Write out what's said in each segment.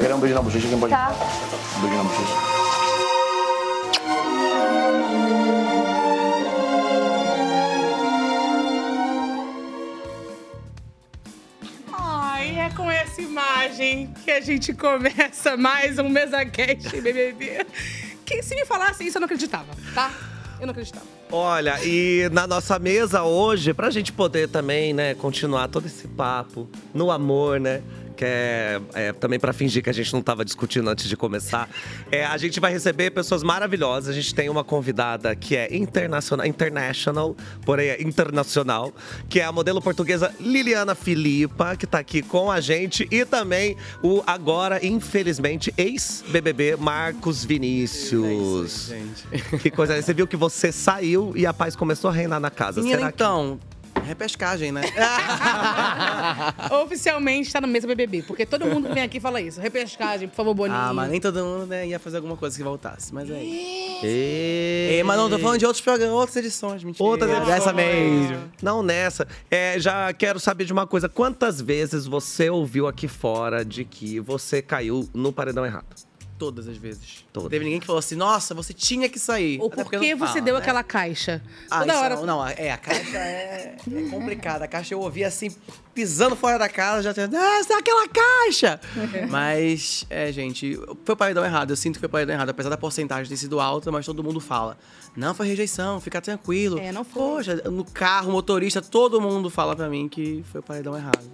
pegar um beijo na bochecha, quem pode? Tá. Um beijo na bochecha. Ai, é com essa imagem que a gente começa mais um mesa cast BBB. Que se me falasse isso eu não acreditava, tá? Eu não acreditava. Olha, e na nossa mesa hoje, pra gente poder também, né, continuar todo esse papo no amor, né? Que é, é, também pra fingir que a gente não tava discutindo antes de começar. É, a gente vai receber pessoas maravilhosas. A gente tem uma convidada que é internacional, international, porém é internacional, que é a modelo portuguesa Liliana Filipa, que tá aqui com a gente, e também o agora, infelizmente, ex-BBB Marcos É Vinícius. Que coisa, você viu que você saiu e a paz começou a reinar na casa. Menina, Será que então, repescagem, né? Oficialmente tá no mesa BBB, porque todo mundo que vem aqui fala isso. Repescagem, por favor, Boninho. ah, mas nem todo mundo né, ia fazer alguma coisa que voltasse, mas é isso. Ê, Ei, mas não, tô falando de outros programas, outras edições, mentira. Outras edições. Dessa mesmo. Não nessa. É, já quero saber de uma coisa. Quantas vezes você ouviu aqui fora de que você caiu no paredão errado? Todas as vezes. Todas. Teve ninguém que falou assim, nossa, você tinha que sair. Ou Até por porque que não você fala, deu né? aquela caixa? Ah, Toda isso hora. Não, não, é, a caixa é, é complicada. A caixa eu ouvia assim, pisando fora da casa, já tinha. Ah, essa é aquela caixa! mas, é, gente, foi o paredão errado. Eu sinto que foi o paredão errado. Apesar da porcentagem ter sido alta, mas todo mundo fala. Não foi rejeição, fica tranquilo. É, não foi. Poxa, no carro, motorista, todo mundo fala pra mim que foi o paredão errado.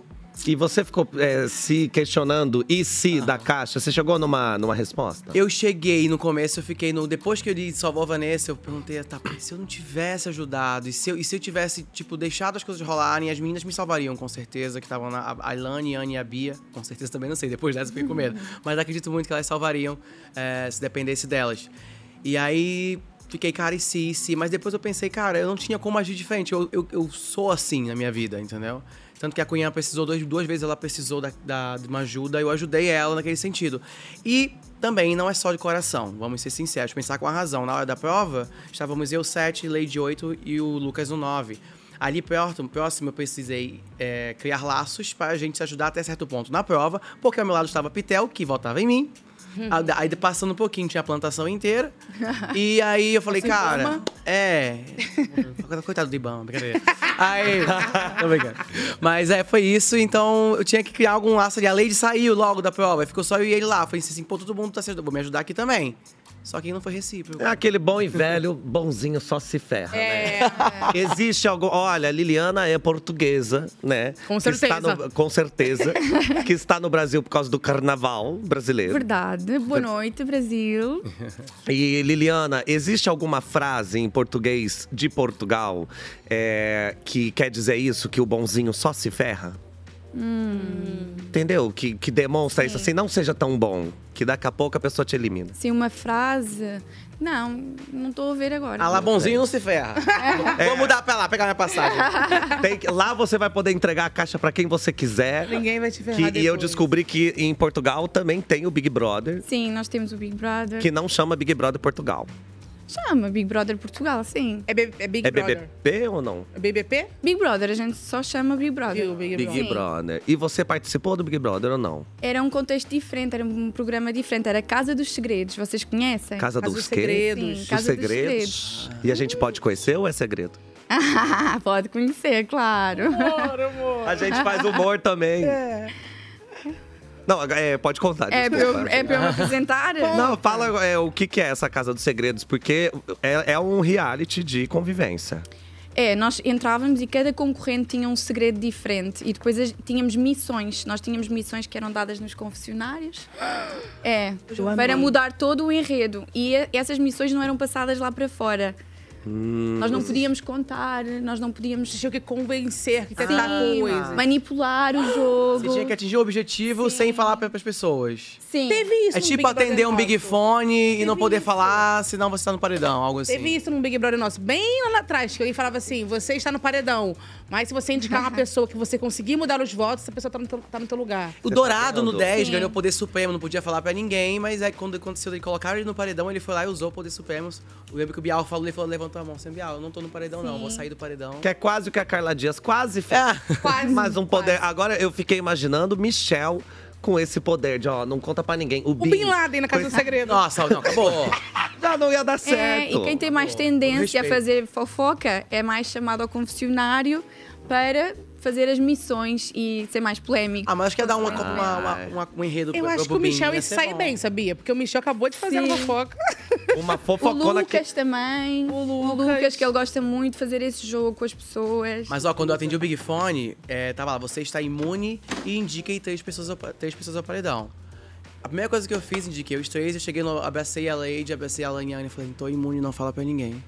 E você ficou é, se questionando e se da caixa? Você chegou numa, numa resposta? Eu cheguei no começo, eu fiquei no. Depois que eu li Salvou a Vanessa, eu perguntei, tá, pô, se eu não tivesse ajudado, e se eu, e se eu tivesse, tipo, deixado as coisas rolarem, as meninas me salvariam, com certeza, que estavam na. A Ilane, a Anne e a Bia, com certeza também, não sei, depois dessa eu fiquei com medo. Mas acredito muito que elas salvariam, é, se dependesse delas. E aí. Fiquei, cara, e se, e se? Mas depois eu pensei, cara, eu não tinha como agir diferente. Eu, eu, eu sou assim na minha vida, entendeu? Tanto que a Cunha precisou dois, duas vezes, ela precisou da, da- de uma ajuda, eu ajudei ela naquele sentido. E também não é só de coração, vamos ser sinceros, pensar com a razão. Na hora da prova, estávamos eu 7, Lady 8 e o Lucas no 9. Ali próximo, próximo eu precisei é, criar laços para a gente se ajudar até certo ponto na prova, porque ao meu lado estava Pitel, que votava em mim. Hum. Aí passando um pouquinho, tinha a plantação inteira. E aí eu falei, cara. É. Coitado do Ibama, brincadeira. Aí. Tô brincando. Mas é, foi isso. Então eu tinha que criar algum laço ali. A Lady saiu logo da prova. aí Ficou só eu e ele lá. Falei assim, pô, todo mundo tá sendo. Vou me ajudar aqui também. Só que não foi recíproco. É aquele bom e velho, bonzinho só se ferra, É. né? Existe algo. Olha, Liliana é portuguesa, né? Com Que está certeza. no- com certeza. que está no Brasil por causa do carnaval brasileiro. Verdade. Boa noite, Brasil. E Liliana, existe alguma frase em português de Portugal é, que quer dizer isso, que o bonzinho só se ferra? Hum. Entendeu? Que, que demonstra isso assim, não seja tão bom, que daqui a pouco a pessoa te elimina. Assim, uma frase. Não, não tô a ver agora. Ah lá, bonzinho não se ferra. Vou mudar pra lá, pegar minha passagem. É. Tem que- lá você vai poder entregar a caixa pra quem você quiser. Ninguém vai te ferrar Que- e eu depois. descobri que em Portugal também tem o Big Brother, Sim, nós temos o Big Brother. que não chama Big Brother Portugal. Chama Big Brother Portugal, sim. É, B- é Big É Brother. BBP ou não? É BBP? Big Brother, a gente só chama Big Brother. Viu, Big, Big Brother. Brother. E você participou do Big Brother ou não? Era um contexto diferente, era um programa diferente. Era Casa dos Segredos, vocês conhecem? Casa, Casa dos, dos quê? Segredos. Sim, Dos Casa dos segredos. E a gente pode conhecer ou é segredo? Ah, pode conhecer, claro. Amor, amor. A gente faz humor também. Não, é, pode contar. É para eu, desculpa. é pra eu me apresentar? Não, fala é, o que, que é essa Casa dos Segredos, porque é, é um reality de convivência. É, nós entrávamos e cada concorrente tinha um segredo diferente. E depois as- tínhamos missões. Nós tínhamos missões que eram dadas nos confessionários. É, para mudar todo o enredo. E e- essas missões não eram passadas lá para fora. Hum. Nós não podíamos contar, nós não podíamos Tinha que convencer, que sim, tentar coisas. manipular o jogo. Você tinha que atingir o objetivo sem falar pra- pras pessoas. Sim. Teve isso É no tipo Big atender Brother um Big nosso. Fone e não Teve poder isso. falar, senão você tá no paredão, algo assim. Teve isso num Big Brother nosso, bem lá atrás, que alguém falava assim: você está no paredão, mas se você indicar uma pessoa que você conseguir mudar os votos, essa pessoa tá no teu, tá no teu lugar. O Dourado no Sim. 10 ganhou poder supremo, não podia falar pra ninguém, mas aí quando aconteceu, ele colocaram ele no paredão, ele foi lá e usou o poder supremo. Eu lembro que o Bial falou, ele falou, levantou a mão, sem Bial, eu não tô no paredão não, vou sair do paredão. Que é quase o que a Carla Dias quase fez. É. Quase, Mas um poder. quase. Agora eu fiquei imaginando Michel com esse poder de, ó, não conta pra ninguém. O, é. O Bin Laden na Casa do Segredo. Nossa, não, acabou. Já não ia dar É, certo. e quem tem mais tendência a fazer fofoca é mais chamado ao confessionário para fazer as missões e ser mais polêmico. Ah, mas acho que ia dar uma, uma, uma, uma- um enredo Eu pro- acho que pro o Bin, Michel ia ia ser sair bom. Ah. bem, sabia? Porque o Michel acabou de fazer Sim. uma fofoca. Uma O fofocona que. Lucas também. O O Lucas. Lucas, que ele gosta muito de fazer esse jogo com as pessoas. Mas ó, quando eu atendi o Big Fone, é, tava lá, você está imune e indiquei três pessoas, ao pa- três pessoas ao paredão. A primeira coisa que eu fiz, indiquei os três, eu cheguei, no, abracei a Lady, abracei a Laniane e falei, tô imune, não fala pra ninguém.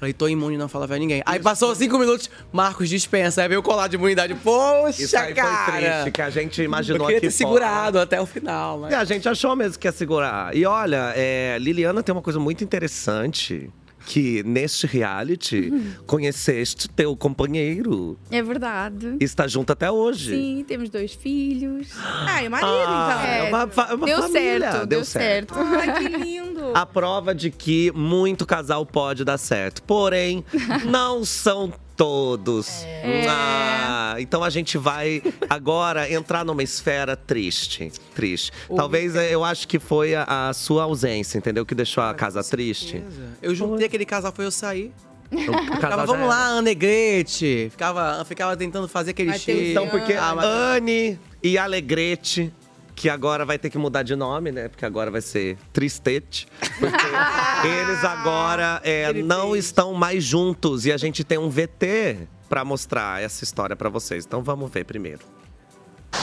falei, tô imune, não fala pra ninguém. Aí passou cinco minutos, Marcos dispensa, aí veio colar de imunidade. Poxa, Isso aí cara! foi triste, que a gente eu imaginou queria aqui ter fora. segurado até o final, né? mas... E a gente achou mesmo que ia segurar. E olha, é, Liliana tem uma coisa muito interessante. Que neste reality Uhum. conheceste teu companheiro. É verdade. E está junto até hoje. Sim, temos dois filhos. Ah, é marido, então. É uma fa- é uma deu família, certo, deu deu certo. Ai, que lindo. Ah. A prova de que muito casal pode dar certo. Porém, não são todos. É. Ah, então a gente vai agora entrar numa esfera triste. Triste. Talvez eh, eu acho que foi a, a sua ausência, entendeu? Que Ah, deixou a casa triste. Eu juntei aquele casal, foi eu sair. O casal Ficava, já vamos era. lá, Anegrete. Ficava, ficava tentando fazer aquele Mas tem- um cheiro. Então, porque Ah, mas- Anne e Alegrete, que agora vai ter que mudar de nome, né? Porque agora vai ser Tristete. Porque eles agora é, não estão mais juntos e a gente tem um VT pra mostrar essa história pra vocês. Então vamos ver primeiro.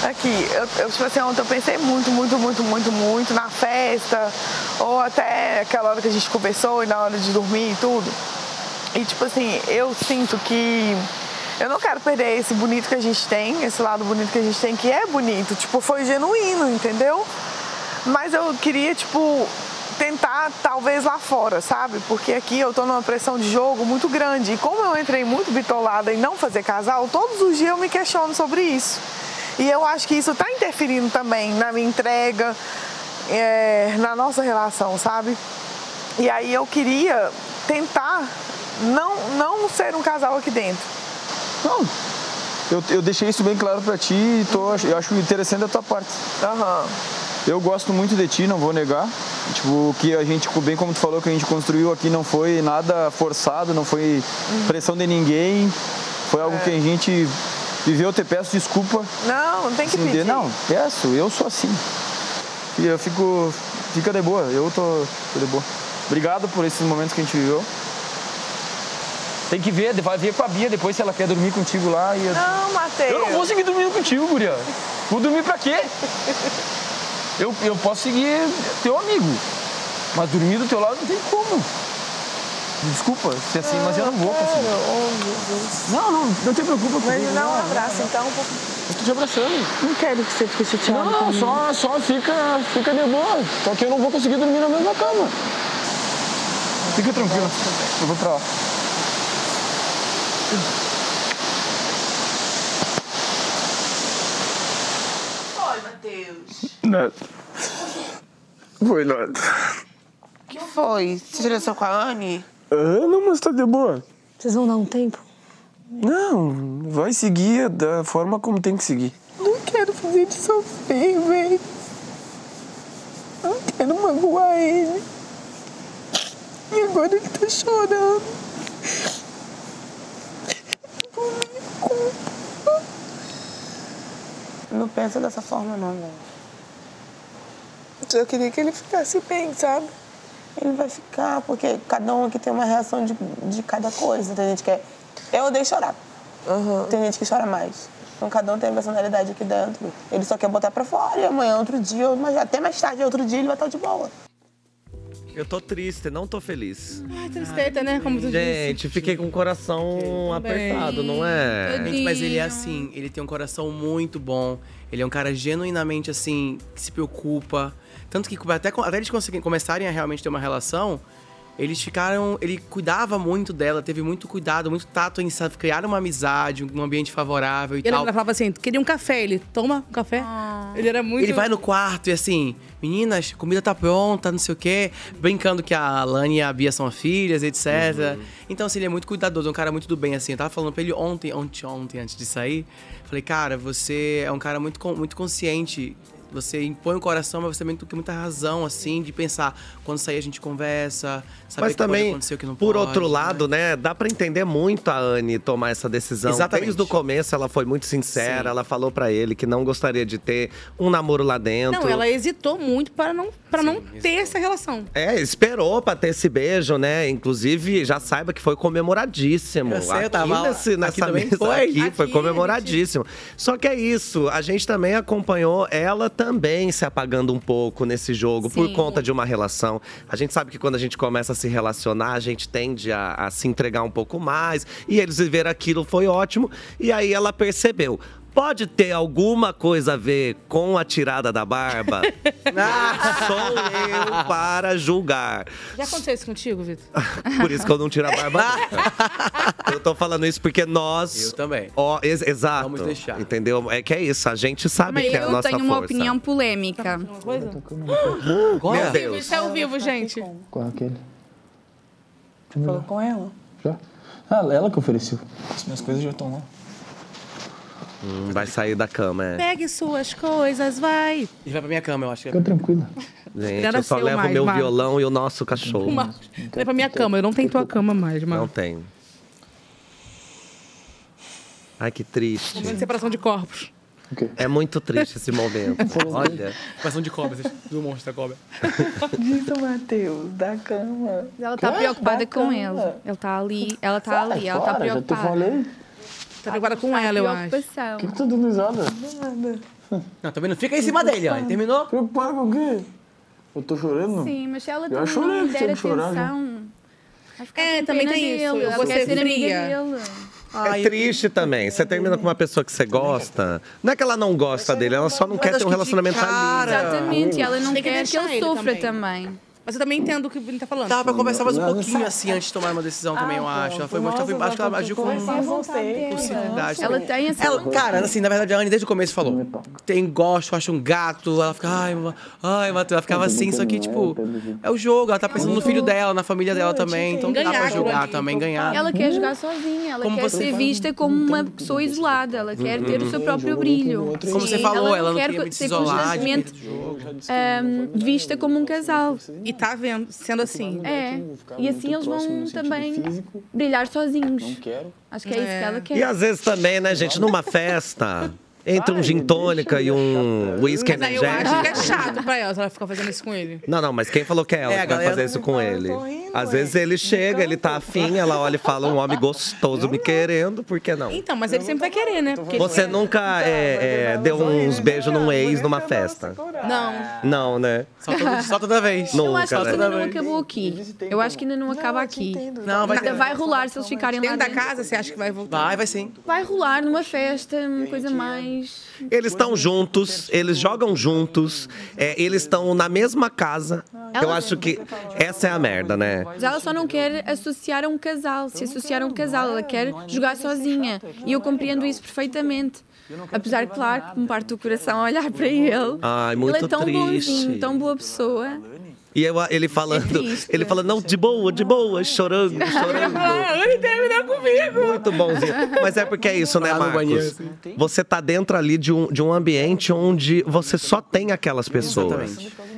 Aqui, eu, eu, tipo assim, ontem eu pensei muito, muito, muito, muito, muito na festa, ou até aquela hora que a gente conversou e na hora de dormir e tudo. E tipo assim, eu sinto que eu não quero perder esse bonito que a gente tem, esse lado bonito que a gente tem, que é bonito, tipo, foi genuíno, entendeu? Mas eu queria, tipo, tentar talvez lá fora, sabe? Porque aqui eu tô numa pressão de jogo muito grande. E como eu entrei muito bitolada em não fazer casal, todos os dias eu me questiono sobre isso. E eu acho que isso tá interferindo também na minha entrega, é, na nossa relação, sabe? E aí eu queria tentar não, não ser um casal aqui dentro. Não. Eu, eu deixei isso bem claro pra ti e tô, eu acho interessante a tua parte. Aham. Eu gosto muito de ti, não vou negar. Tipo, o que a gente, bem como tu falou, que a gente construiu aqui não foi nada forçado, não foi pressão de ninguém. Foi algo que a gente viveu. Eu te peço desculpa Não, não tem que Sim, de- pedir. Não, peço, eu sou assim. E eu fico. Fica de boa, eu tô, tô de boa. Obrigado por esses momentos que a gente viveu. Tem que ver, vai ver com a Bia depois se ela quer dormir contigo lá. E eu... Não, Matheus. eu não vou seguir dormindo contigo, Guria. Vou dormir pra quê? Eu, eu posso seguir teu amigo, mas dormir do teu lado não tem como. Desculpa ser assim, mas eu não Ah, vou conseguir. Não, não, não te preocupa comigo. oh, Mas me dá um não. abraço então, por Eu tô te abraçando. Não quero que você fique chateado. Não, só, só fica, fica de boa. Só que eu não vou conseguir dormir na mesma cama. Fica tranquilo. Eu vou pra lá. Nada. Né? Foi nada. que foi? Você direção com a Anne? Ah, não, mas tá de boa. Vocês vão dar um tempo? Não, vai seguir da forma como tem que seguir. Não quero fazer ele sofrer, velho. Não quero magoar ele. E agora ele tá chorando. Por minha culpa. Não pensa dessa forma, não, velho. Eu queria que ele ficasse bem, sabe? Ele vai ficar, porque cada um aqui tem uma reação de, de cada coisa. Tem gente que é. Eu odeio chorar. Tem gente que chora mais. Então cada um tem a personalidade aqui dentro. Ele só quer botar pra fora e amanhã, é outro dia, ou- mas até mais tarde, é outro dia, ele vai estar de boa. Eu tô triste, não tô feliz. Ai, tristeza, né? Como tu disse. Gente, fiquei com o coração apertado, não é? Hum, Tadinho. Gente, mas ele é assim, ele tem um coração muito bom. Ele é um cara genuinamente assim, que se preocupa. Tanto que até, até eles conseguirem, começarem a realmente ter uma relação, eles ficaram. Ele cuidava muito dela, teve muito cuidado, muito tato em sa- criar uma amizade, um ambiente favorável e Eu tal. Ah. lembro, ela falava assim, queria um café. Ele, toma um café. Ele era muito... Ele vai no quarto e assim, meninas, comida tá pronta, não sei o quê. Brincando que a Lani e a Bia são filhas, etc. Então, assim, ele é muito cuidadoso, é um cara muito do bem, assim. Eu tava falando pra ele ontem, ontem, ontem, antes de sair. Falei, cara, você é um cara muito, con- muito consciente Você impõe o coração, mas você também tem muita razão, assim, de pensar. Quando sair, a gente conversa, saber Mas o que pode também, acontecer, o que não por pode, outro né? lado, né? Dá pra entender muito a Anne tomar essa decisão. Exatamente. Desde o começo, ela foi muito sincera. Sim. Ela falou pra ele que não gostaria de ter um namoro lá dentro. Não, ela hesitou muito para não, pra não ter essa relação. É, esperou pra ter esse beijo, né? Inclusive, já saiba que foi comemoradíssimo. Eu sei, eu aqui tava lá. nesse- Aqui nessa também mesa foi. aqui, foi Aqui, comemoradíssimo. Só que é isso, a gente também acompanhou ela também se apagando um pouco nesse jogo por Sim. conta de uma relação. A gente sabe que quando a gente começa a se relacionar, a gente tende a, a se entregar um pouco mais. E eles viveram aquilo, foi ótimo. E aí ela percebeu. Pode ter alguma coisa a ver com a tirada da barba? Sou eu para julgar. Já aconteceu isso contigo, Vitor? Por isso que eu não tiro a barba. nunca. eu tô falando isso porque nós. Eu também. Ó, ex- exato. Vamos deixar. Entendeu? É que é isso. A gente sabe que é a Eu nossa tenho força. uma opinião polêmica. Uma coisa? Meu Vivo, Deus. isso é ao vivo, gente. Qual é aquele? Falou com ela. Já? Ah, ela que ofereceu. As minhas coisas já estão lá. Hum, Vai sair da cama, é. Pegue suas coisas, vai. E vai pra minha cama, eu acho que Fica tranquila. Gente, Era eu só seu levo o mais, meu Marcos. violão e o nosso cachorro. Leva é pra minha cama, eu não tenho tua cama mais, Não mano. tem. Ai, que triste. Momento de separação de corpos. É muito triste esse momento. Olha. Passão de cobra, do monstro da cobra. Diz o Matheus, da cama. Ela tá Quê? preocupada com Bacana. ele. Ele tá ali, ela tá Sai ali, ela tá fora, já te preocupada. falei. Por Ah, Tá preocupada com ela, eu acho. Preocupação. que é que tu dando risada? Não, também não fica em cima dele, ó. Ele Terminou? Preocupado com o quê? Eu tô chorando? Sim, mas ela Eu também chorei não que der tinha que chorar, atenção. Vai ficar É, com também pena tem isso, dele, eu ela vou quer ser ser amiga fria. dele. É triste também. Você termina com uma pessoa que você gosta. Não é que ela não gosta dele, ela só não quer ter um relacionamento ali. Exatamente, ela não Tem que quer que deixar ele ele sofra também. também. Mas eu também entendo o que o Bruno tá falando. Ah, Dava pra conversar mais um Não, pouquinho assim antes de tomar uma decisão também, eu acho. Ela foi Nossa, mostrar, acho que ela agiu é com Mas eu não sei. sinceridade. Ela tá também. tem essa Ela, cara, assim, na verdade, a Anne desde o começo falou: então. tem gosto, acho um gato. Ela fica, ai, ma- ai, Matheus. Ela ficava assim, só que, tipo, é o jogo. Ela tá pensando no filho dela, na família dela também. Então não dá pra Ganhar, julgar Claudinho, também, ganhar. Ela quer jogar sozinha, ela Como quer você ser fala, vista como uma pessoa isolada, ela quer ter o seu próprio brilho. Como você falou, ela não queria muito se ser isolar. de constantemente perder o jogo. ahm, vista como um casal. E tá vendo, sendo assim. É, e assim eles vão também Físico, brilhar sozinhos. quero. Acho que é isso que ela quer. E às vezes também, né, gente, numa festa, entre um Ai, gin deixa tônica e eu um whisky Mas aí eu acho que é energético. chato pra ela se ela ficar fazendo isso com ele. Não, não, mas quem falou que é ela É, a que vai galera fazer isso com ele? tô rindo, Às ué. vezes ele chega, ele tá afim, ela olha e fala, um homem gostoso me querendo, por que não? Então, mas ele sempre vai querer, né? Porque ele Você quer. nunca é, é, deu uns beijos num ex numa festa. Não. Não, né? Só todo- Só toda vez. Eu acho Nunca, que isso né? ainda não acabou aqui. Eu acho que ainda não acaba aqui. Não, vai Ainda ter. vai rolar se eles ficarem lá Dentro da dentro. casa, você acha que vai voltar? Vai, vai sim. Vai rolar numa festa, uma coisa mais. Eles estão juntos, eles jogam juntos, é, eles estão na mesma casa. Eu acho que essa é a merda, né? Mas ela só não quer associar a um casal, se associar a um casal, ela quer jogar sozinha. E é eu compreendo isso perfeitamente. Apesar, claro, que me parte do coração a olhar para ele. Ai, Ele muito é tão triste. bonzinho, tão boa pessoa. E eu- ele falando, triste. ele falando, não, de boa, de boa, chorando, chorando. Ah, ele terminou comigo! Muito bonzinho. Mas é porque é isso, né, Lá no banheiro, assim. Marcos? Você tá dentro ali de um, de um ambiente onde você só tem aquelas pessoas.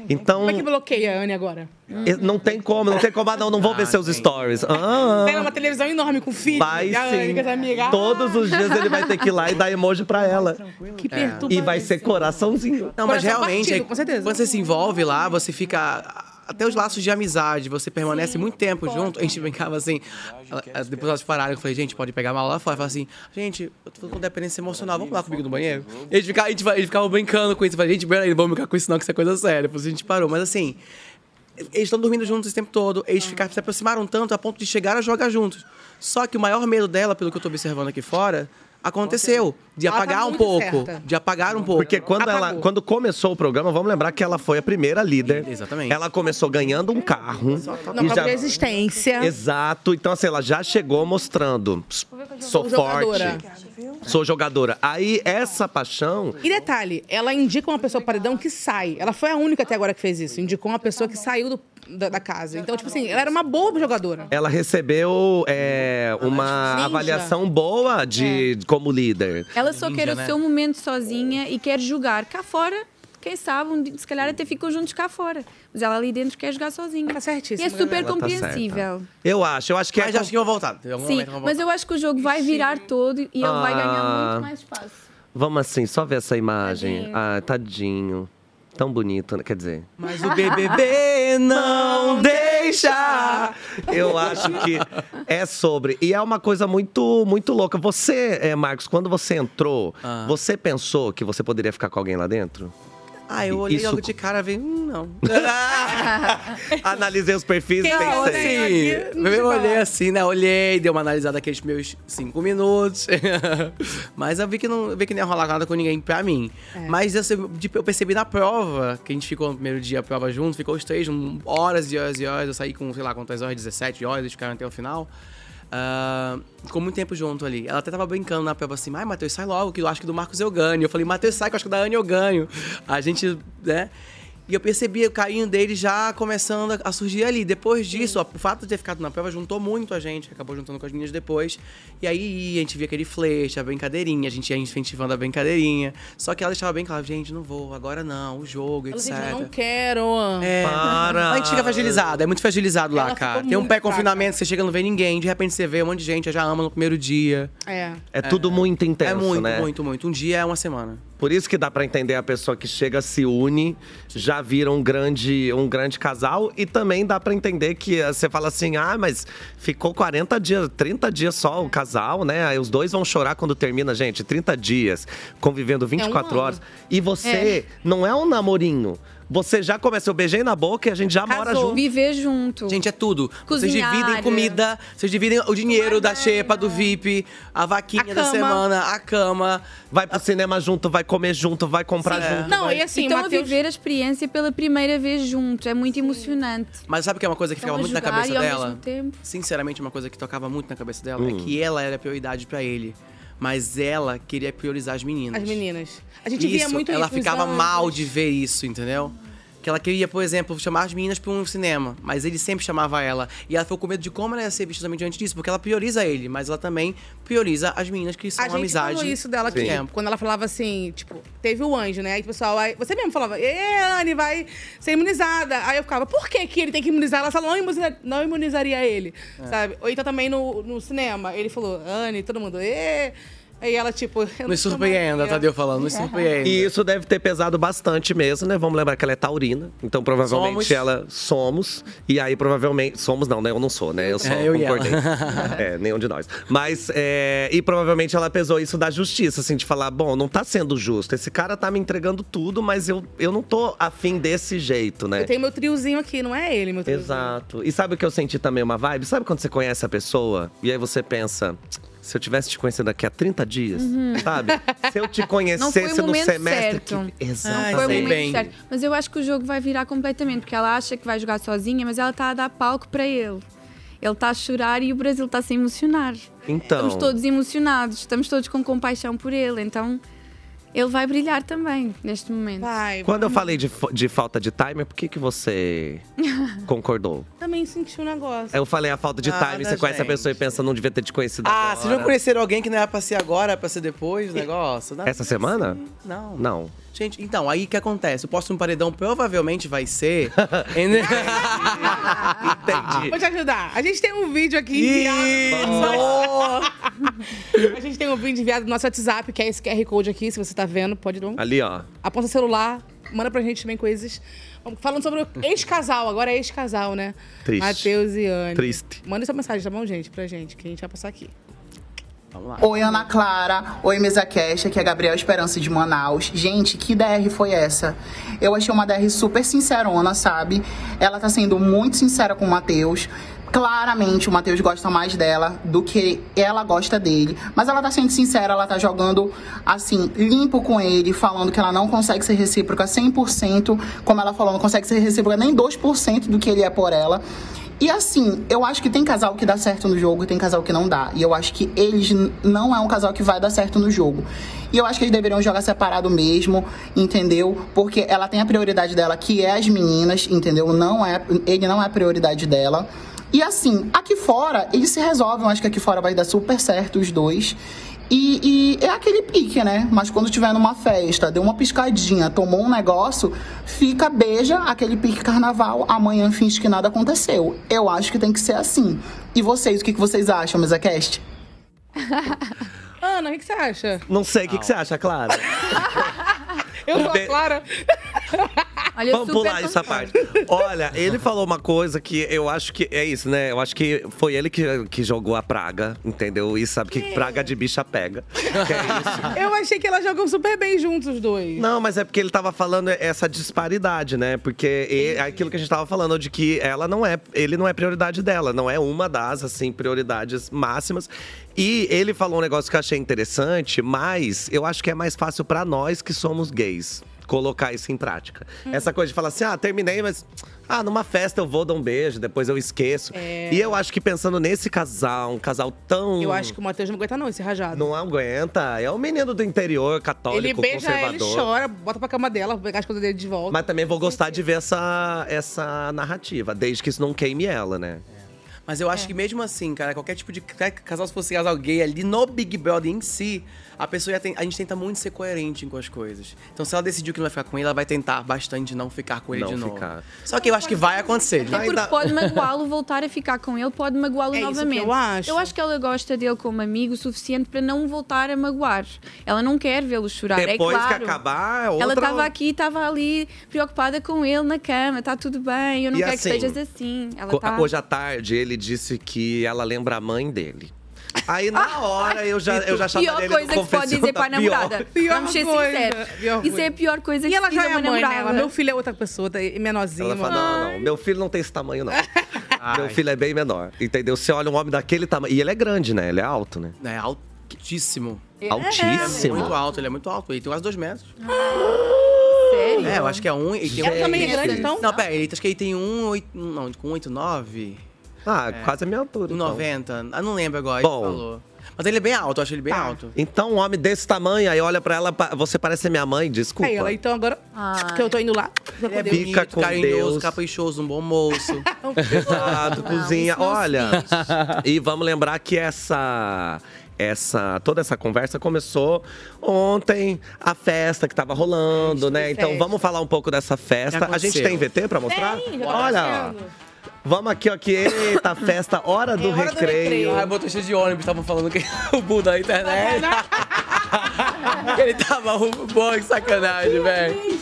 Então, Como é que bloqueia a Anne agora? eh, não tem como, não tem como, ah, não, não vou ver seus stories. Ah, Tem uma televisão enorme com o filho. vai e a Anne, com essa amiga. sim. Todos os dias ele vai ter que ir lá e dar emoji pra ela. Que perturbação. E vai ser coraçãozinho. Não, mas Coração realmente, partido, é- com certeza. quando você se envolve lá, você fica. Até os laços de amizade, você permanece muito tempo junto. A gente brincava assim. a- a- Depois elas pararam, eu falei, gente, pode pegar mal lá fora. Eu falei assim, gente, eu tô com dependência emocional, vamos lá comigo no banheiro? E eles ficavam, a gente, fa- eles ficavam brincando com isso. Eu falei, gente, peraí, não vamos brincar com isso, não, que isso é coisa séria. Depois a gente parou. Mas assim, eles estão dormindo juntos esse tempo todo, eles ficaram, se aproximaram tanto a ponto de chegar a jogar juntos. Só que o maior medo dela, pelo que eu tô observando aqui fora, aconteceu. De Ela tá apagar um muito pouco. certa. De apagar um pouco. Porque quando, ela, Apagou. quando começou o programa, vamos lembrar que ela foi a primeira líder. Exatamente. Ela começou ganhando um carro. Não, própria existência. Exato. Então, assim, ela já chegou mostrando. Sou forte. Jogadora. Sou jogadora. Aí, essa paixão. E detalhe, ela indica uma pessoa pro paredão que sai. Ela foi a única até agora que fez isso. Indicou uma pessoa que saiu do- da, da casa. Então, tipo assim, ela era uma boa jogadora. Ela recebeu é, uma Ninja. É. avaliação boa de como líder. é né? né? um Ela só quer o seu momento sozinha e quer jogar. Cá fora, Quem sabe, um dia, se calhar até ficam juntos cá fora. Mas ela ali dentro quer jogar sozinha. Tá certíssima, E é super Gabriela. Ela tá certa. compreensível. Eu acho, eu acho que é. Mas acho que vão voltar. Em algum Sim, momento vão mas voltar. eu acho que o jogo vai virar todo e ele vai ganhar Ah. muito mais espaço. Vamos assim, só ver essa imagem. Tadinho. Ah, tadinho. Tão bonito, né? quer dizer. Mas o BBB não deixa. Eu acho que é sobre. E é uma coisa muito, muito louca. Você, eh, Marcos, quando você entrou, Ah. você pensou que você poderia ficar com alguém lá dentro? Ah, eu olhei Isso- logo de cara e vi, hum, não. Analisei os perfis, Quem é o pensei. Odeio aqui, Sim, não te eu olhei falar. assim, né? Olhei, dei uma analisada aqueles meus cinco minutos. Mas eu vi que não, eu vi que não ia rolar nada com ninguém pra mim. É. Mas eu, se- de- eu percebi na prova, que a gente ficou no primeiro dia a prova junto, ficou os três um, horas e horas e horas. Eu saí com, sei lá, quantas horas, 17 horas, eles ficaram até o final. Ah, ficou muito tempo junto ali. Ela até tava brincando na prova assim, ai, Matheus, sai logo, que eu acho que do Marcos eu ganho. Eu falei, Matheus, sai, que eu acho que da Anne eu ganho. A gente, né? E eu percebi o carinho dele já começando a- a surgir ali. Depois disso, ó, o fato de ter ficado na prova juntou muito a gente, acabou juntando com as meninas depois. E aí a gente via aquele flerte, a brincadeirinha, a gente ia incentivando a brincadeirinha. Só que ela deixava bem claro, gente, não vou, agora não, o jogo, Ela etc. disse, eu não quero. É. Para. A gente fica fragilizado, é muito fragilizado lá, Ela cara. ficou Tem um muito pré-confinamento, você chega e não vê ninguém, de repente você vê um monte de gente, eu já ama no primeiro dia. É. É tudo muito intenso, é muito, né? muito, muito. Um dia é uma semana. Por isso que dá pra entender a pessoa que chega, se une, já vira um grande, um grande casal. E também dá pra entender que eh, você fala assim: ah, mas ficou 40 dias, 30 dias só o casal, né? Aí os dois vão chorar quando termina, gente. 30 dias, convivendo 24 ano. horas. E você não é um namorinho. Você já começa, eu beijei na boca e a gente já mora junto. Viver junto. Gente, é tudo. Vocês Cozinhar, dividem né? comida, vocês dividem o dinheiro da xepa, do VIP, a vaquinha A da cama. semana, a cama. Vai pro cinema junto, vai comer junto, vai comprar Sim. junto. Não, vai... e assim, então a Matheus... viver a experiência pela primeira vez junto. É muito emocionante. Mas sabe o que é uma coisa que Então, ficava a muito na jogar cabeça e ao dela? mesmo tempo. Sinceramente, uma coisa que tocava muito na cabeça dela Hum. é que ela era prioridade pra ele. Mas ela queria priorizar as meninas. As meninas. A gente Isso, via muito Ela isso nos ficava anos. mal de ver isso, entendeu? Que ela queria, por exemplo, chamar as meninas pra um cinema, mas ele sempre chamava ela. E ela ficou com medo de como ela ia ser vista também diante disso, porque ela prioriza ele, mas ela também prioriza as meninas que são A gente amizade. falou isso dela aqui, Sim. quando ela falava assim, tipo, teve o anjo, né? Aí o pessoal, aí, você mesmo falava, Ê, Anne, vai ser imunizada. Aí eu ficava, por que, que ele tem que imunizar? Ela falou, não, imuniza- não imunizaria ele, sabe? Ou então também no, no cinema, ele falou, Anne, todo mundo, Ê. Aí ela, tipo... eu não Nos surpreenda, chamaria. tá Tadeu tá falando, nos surpreenda. E isso deve ter pesado bastante mesmo, né? Vamos lembrar que ela é taurina, então provavelmente Somos. ela somos. E aí provavelmente. Somos não, né? Eu não sou, né? Eu só É, eu e concordei. é, nenhum de nós. Mas. é, e provavelmente ela pesou isso da justiça, assim, de falar: bom, não tá sendo justo. Esse cara tá me entregando tudo, mas eu, eu não tô afim desse jeito, né? Eu tenho meu triozinho aqui, não é ele, meu triozinho. Exato. E sabe o que eu senti também uma vibe? Sabe quando você conhece a pessoa e aí você pensa. Se eu tivesse te conhecido daqui a 30 dias, sabe? Se eu te conhecesse no momento semestre certo. que. é Ai, Exatamente. Foi o sei momento bem. certo. Mas eu acho que o jogo vai virar completamente, porque ela acha que vai jogar sozinha, mas ela está a dar palco para ele. Ele está a chorar e o Brasil está a se emocionar. Então. Estamos todos emocionados, estamos todos com compaixão por ele, então ele vai brilhar também neste momento. Vai, Quando eu falei de, fo- de falta de timer, por que, que você concordou? também senti um Ah, negócio. Eu falei a falta de Nada, time, você conhece a gente. pessoa e pensa, não devia ter te conhecido Ah, agora. vocês vão conhecer alguém que não era pra ser agora, era pra ser depois o negócio? Não, Essa semana? Não. Não. Gente, então, aí o que acontece? O próximo paredão provavelmente vai ser. Vou Entendi. te ajudar. A gente tem um vídeo aqui Ih, enviado. nossa! A gente tem um vídeo enviado do nosso WhatsApp, que é esse QR Code aqui, se você tá vendo, pode dar um Ali, ó. aponta o celular, manda pra gente também coisas. Falando sobre o ex-casal, agora é ex-casal, né? Triste. Matheus e Anne. Triste. Manda essa mensagem, tá bom, gente? Pra gente, que a gente vai passar aqui. Vamos lá. Oi, Ana Clara. Oi, Mesa Cash. Aqui é Gabriel Esperança de Manaus. Gente, que DR foi essa? Eu achei uma DR super sincerona, sabe? Ela tá sendo muito sincera com o Matheus. Claramente o Matheus gosta mais dela do que ela gosta dele. Mas ela tá sendo sincera, ela tá jogando assim, limpo com ele, falando que ela não consegue ser recíproca 100%, como ela falou, não consegue ser recíproca nem 2% do que ele é por ela. E assim, eu acho que tem casal que dá certo no jogo e tem casal que não dá. E eu acho que eles n- não é um casal que vai dar certo no jogo. E eu acho que eles deveriam jogar separado mesmo, entendeu? Porque ela tem a prioridade dela, que é as meninas, entendeu? Não é, ele não é a prioridade dela. E assim, aqui fora, eles se resolvem. Eu acho que aqui fora vai dar super certo os dois. E, e é aquele pique, né? Mas quando tiver numa festa, deu uma piscadinha, tomou um negócio, fica, beija, aquele pique carnaval, amanhã finge que nada aconteceu. Eu acho que tem que ser assim. E vocês, o que que vocês acham, MesaCast? Ana, o que que você acha? Não sei, o que, que você acha, Clara? Eu sou a Be- Clara. Olha, eu Vamos super pular essa concordo. parte. Olha, ele falou uma coisa que eu acho que é isso, né? Eu acho que foi ele que, que jogou a praga, entendeu? E sabe que praga de bicha pega. Que é isso. Eu achei que elas jogam super bem juntos os dois. Não, mas é porque ele tava falando essa disparidade, né? Porque e- é aquilo que a gente tava falando de que ela não é, ele não é prioridade dela, não é uma das assim prioridades máximas. E ele falou um negócio que eu achei interessante, mas eu acho que é mais fácil pra nós que somos gays colocar isso em prática. Hum. Essa coisa de falar assim: "Ah, terminei, mas ah, numa festa eu vou dar um beijo, depois eu esqueço". E eu acho que pensando nesse casal, um casal tão É. Eu acho que o Matheus não aguenta não, esse rajado. não aguenta, é o menino do interior católico, ele beija ela, conservador. ele chora, bota pra cama dela, pegar as coisas dele de volta. Mas também vou gostar de ver essa, essa narrativa, desde que isso não queime ela, né? É. Mas eu É. acho que mesmo assim, cara, qualquer tipo de ca- casal, se fosse casal gay ali no Big Brother em si, a pessoa ia ten- a gente tenta muito ser coerente com as coisas. Então, se ela decidiu que não vai ficar com ele, ela vai tentar bastante não ficar com ele Não de novo. ficar. Só que eu acho que vai acontecer. né? Até gente. porque é pode magoá-lo, voltar a ficar com ele, pode magoá-lo É isso que novamente. eu acho. que ela gosta dele como amigo o suficiente para não voltar a magoar. Ela não quer vê-lo chorar, Depois é claro. que acabar, outra... Ela estava aqui, estava ali, preocupada com ele na cama. Está tudo bem, eu não E quero assim, que estejas assim. Ela Co- tá... Hoje à tarde, ele disse que ela lembra a mãe dele. Aí, na hora, eu já, eu já Ah! pior chamaria ele no coisa que se pode confessionário. dizer para a Pior. namorada. Pior Vamos ser coisa, sinceros. pior Isso é coisa. a pior coisa E que ela se diz já a é uma a mãe namorada. dela. Meu filho é outra pessoa, tá é menorzinho. Ela fala, não, não, meu filho não tem esse tamanho, não. meu filho é bem menor, entendeu? Você olha um homem daquele tamanho... E ele é grande, né? Ele é alto, né? É altíssimo. É, Altíssimo. Muito alto, ele é muito alto. Ele tem quase dois metros. Ah, Sério? É, eu acho que é um. Ele tem Ela um... também é grande, Gente. então? Não, pera, ele, acho que ele tem um. Oito, não, com 1,89. Ah, quase a minha altura, Um então. 90. Ah, não lembro agora. ele Bom. falou. Mas ele é bem alto, eu acho ele Tá. bem alto. Então, um homem desse tamanho, aí olha pra ela, pa- você parece ser minha mãe, desculpa. Aí ela, então agora Ai. que eu tô indo lá. Ele é Deus. bonito, Fica com carinhoso, Deus. caprichoso, um bom moço. Exato, cozinha. Olha, e vamos lembrar que essa. Essa, toda essa conversa começou ontem, a festa que tava rolando, né? Então festa. vamos falar um pouco dessa festa. A gente aconteceu? tem VT pra mostrar? Olha, vamos aqui, ó, que eita, festa, hora É, do hora do recreio. Ai, motorista de ônibus estavam falando que o Buda da internet. ele tava um bom que sacanagem, velho.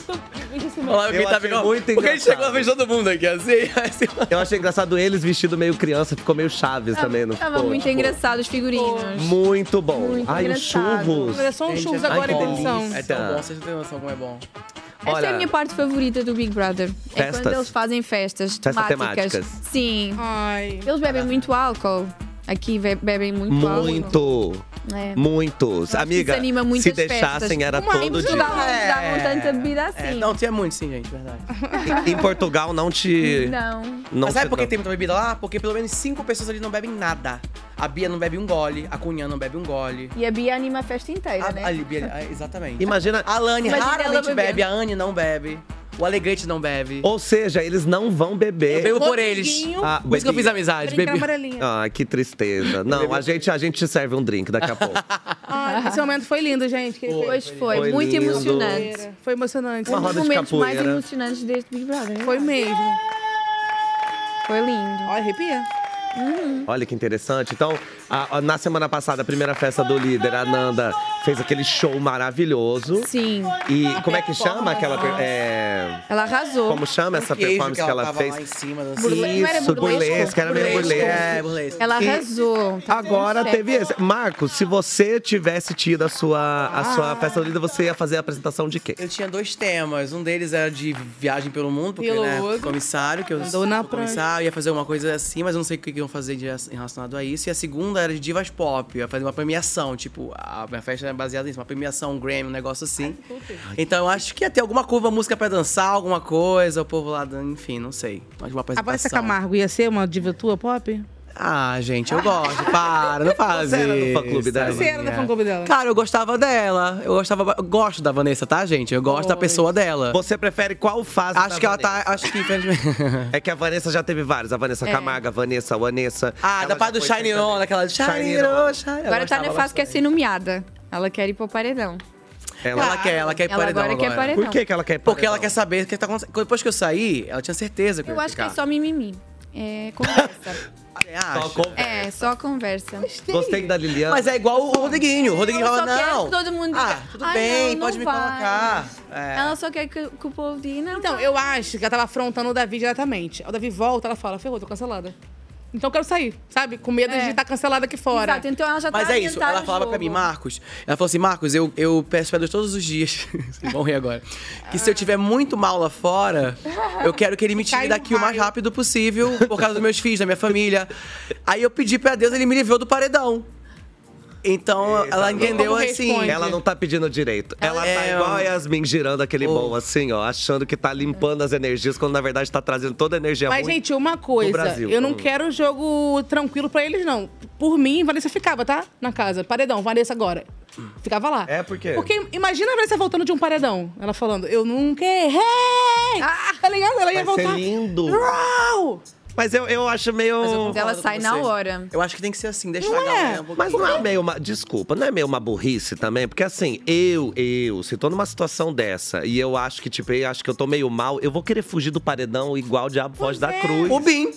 Olha lá o tá que Eu ele tava achei igual- muito Porque ele engraçado. chegou a ver todo mundo aqui assim. assim Eu achei engraçado eles vestido meio criança, ficou meio chaves também, não Estava ficou? muito Ficou. engraçado os figurinos. Muito bom. Muito Ai, os engraçado. churros. Olha só um Gente, shows é- agora ai, que em edição. É Tá. tão bom, vocês não têm noção como é bom. Esta é Olha. a minha parte favorita do Big Brother. É quando Festas. eles fazem festas Festas temáticas. temáticas. Sim. Ai. Eles bebem muito álcool. Aqui be- bebem muito, álcool. Muito. É. Muitos. Amiga, desanima muitas se deixassem festas. era Uma- um- em todo Portugal dia. não nos davam tanta bebida assim. É, não, tinha muito sim, gente, verdade. Em Portugal não te. Não. Não Mas sabe te por que dão. tem muita bebida lá? Porque pelo menos cinco pessoas ali não bebem nada. A Bia não bebe um gole, a Cunha não bebe um gole. E a Bia anima a festa inteira, A, né? a Bia, ah, exatamente. Imagina. A Lani Imagina ela raramente bebendo. bebe, a Anne não bebe, o Alegrete não bebe. Ou seja, eles não vão Eu beber. Um bebo por eles. Rodriguinho, Ah, Por isso que eu bebi- fiz amizade, brincar bebi. amarelinha. Ah, que tristeza. Não, a gente, a gente te serve um drink daqui a pouco. Ai, Ah, esse momento foi lindo, gente. que ele fez. Hoje foi, Foi muito lindo. emocionante. Foi emocionante. Uma Um dos roda de momentos mais capoeira. emocionantes deste Big Brother. né? Foi mesmo. Foi lindo. Uhum. Olha, arrepia. Olha que interessante. Então, a- a- na semana passada, a primeira festa do líder, a Nanda fez aquele show maravilhoso. Sim, E como é que chama aquela. per- É, ela arrasou. como chama essa Queijo performance que ela tava fez? lá em cima, dançando. Burlesque, não era Isso, burlesco? burlesque, era meio Burlesque, burlesque. é, burlesque. Ela E- arrasou. Tá Agora certo. teve esse. Marcos, se você tivesse tido a sua, a sua festa unida, você ia fazer a apresentação de quê? Eu tinha dois temas. Um deles era de viagem pelo mundo, porque, Pelo né, mundo. comissário, que eu Andou na sou comissário, ia fazer uma coisa assim, mas eu não sei o que que iam fazer de- relacionado a isso. E a segunda era de divas pop, ia fazer uma premiação, tipo, a minha festa era baseada nisso, uma premiação, um Grammy, um negócio assim. Então eu acho que ia ter alguma curva música pra dançar, alguma coisa, o povo lá, dan- enfim, não sei. Mas uma A Vanessa apresentação. Camargo ia ser uma diva tua pop? Ah, gente, eu gosto. Para, não faz Você era do isso. fã-clube dela? Você era do fã-cluba dela? Cara, eu gostava dela. Eu gostava. ba- Eu gosto da Vanessa, tá, gente? Eu gosto da pessoa dela. Você prefere qual fase da Acho que ela Vanessa? tá. Acho que infelizmente. É que a Vanessa já teve vários. A Vanessa É. Camargo, a Vanessa, a Vanessa. Ah, Ela da parte já do foi Shine sempre- On, daquela de Shine Shine On. On, Shine On. Eu Agora tá na gostava fase que é ser nomeada. Ela quer ir pro paredão. Ela, ela quer, ela quer ir pro Tá. Ela paredão agora quer paredão. Por que, que ela quer Porque paredão? ela quer saber o que tá acontecendo. Depois que eu saí, ela tinha certeza que eu, Eu ia acho que é ficar. só mimimi. É conversa. Você acha? Só com- é, só conversa. Gostei da Liliana. Mas é igual o Rodriguinho. O Rodriguinho Eu só fala, quero não. que todo mundo diga, ah, tudo "Ai, bem, não, pode não me vai." colocar. É. Ela só quer que, que o povo diga, não. Então, vai. eu acho que ela tava afrontando o Davi diretamente. Aí O Davi volta, ela fala, ferrou, tô cancelada. Então eu quero sair, sabe? Com medo de É. estar cancelada aqui fora. Exato, então ela já Mas tá é isso, adiantada ela no falava pra mim, jogo. Marcos. Ela falou assim: Marcos, eu, eu peço pra Deus todos os dias. Vocês vão rir agora. Que se eu tiver muito mal lá fora, eu quero que ele me tire Cai um daqui o mais raio. rápido possível, por causa dos meus filhos, da minha família. Aí eu pedi pra Deus, ele me livrou do paredão. Então ela entendeu Como assim. responde? Ela não tá pedindo direito. Ela tá É, igual a eu- Yasmin girando aquele Oh. bom, assim, ó. Achando que tá limpando as energias, quando na verdade tá trazendo toda a energia Mas, ruim. gente, uma coisa. Brasil, eu não vamos. quero um jogo tranquilo pra eles, não. Por mim, Vanessa ficava, tá? Na casa. Paredão, Vanessa agora. Ficava lá. É, por quê? Porque imagina a Vanessa voltando de um paredão. Ela falando, eu nunca errei! Ah. tá ligado? Ela ia Vai ser voltar. lindo. Uau! Mas eu, eu acho meio. Mas eu Mas, concordo Ela com sai na vocês. hora. Eu acho que tem que ser assim, deixa Não a galera é? um pouquinho. não é meio uma. Desculpa, não é meio uma burrice também? Porque assim, eu, eu, se tô numa situação dessa e eu acho que, tipo, eu acho que eu tô meio mal, eu vou querer fugir do paredão igual o Diabo Foge da é. Cruz. O Bim.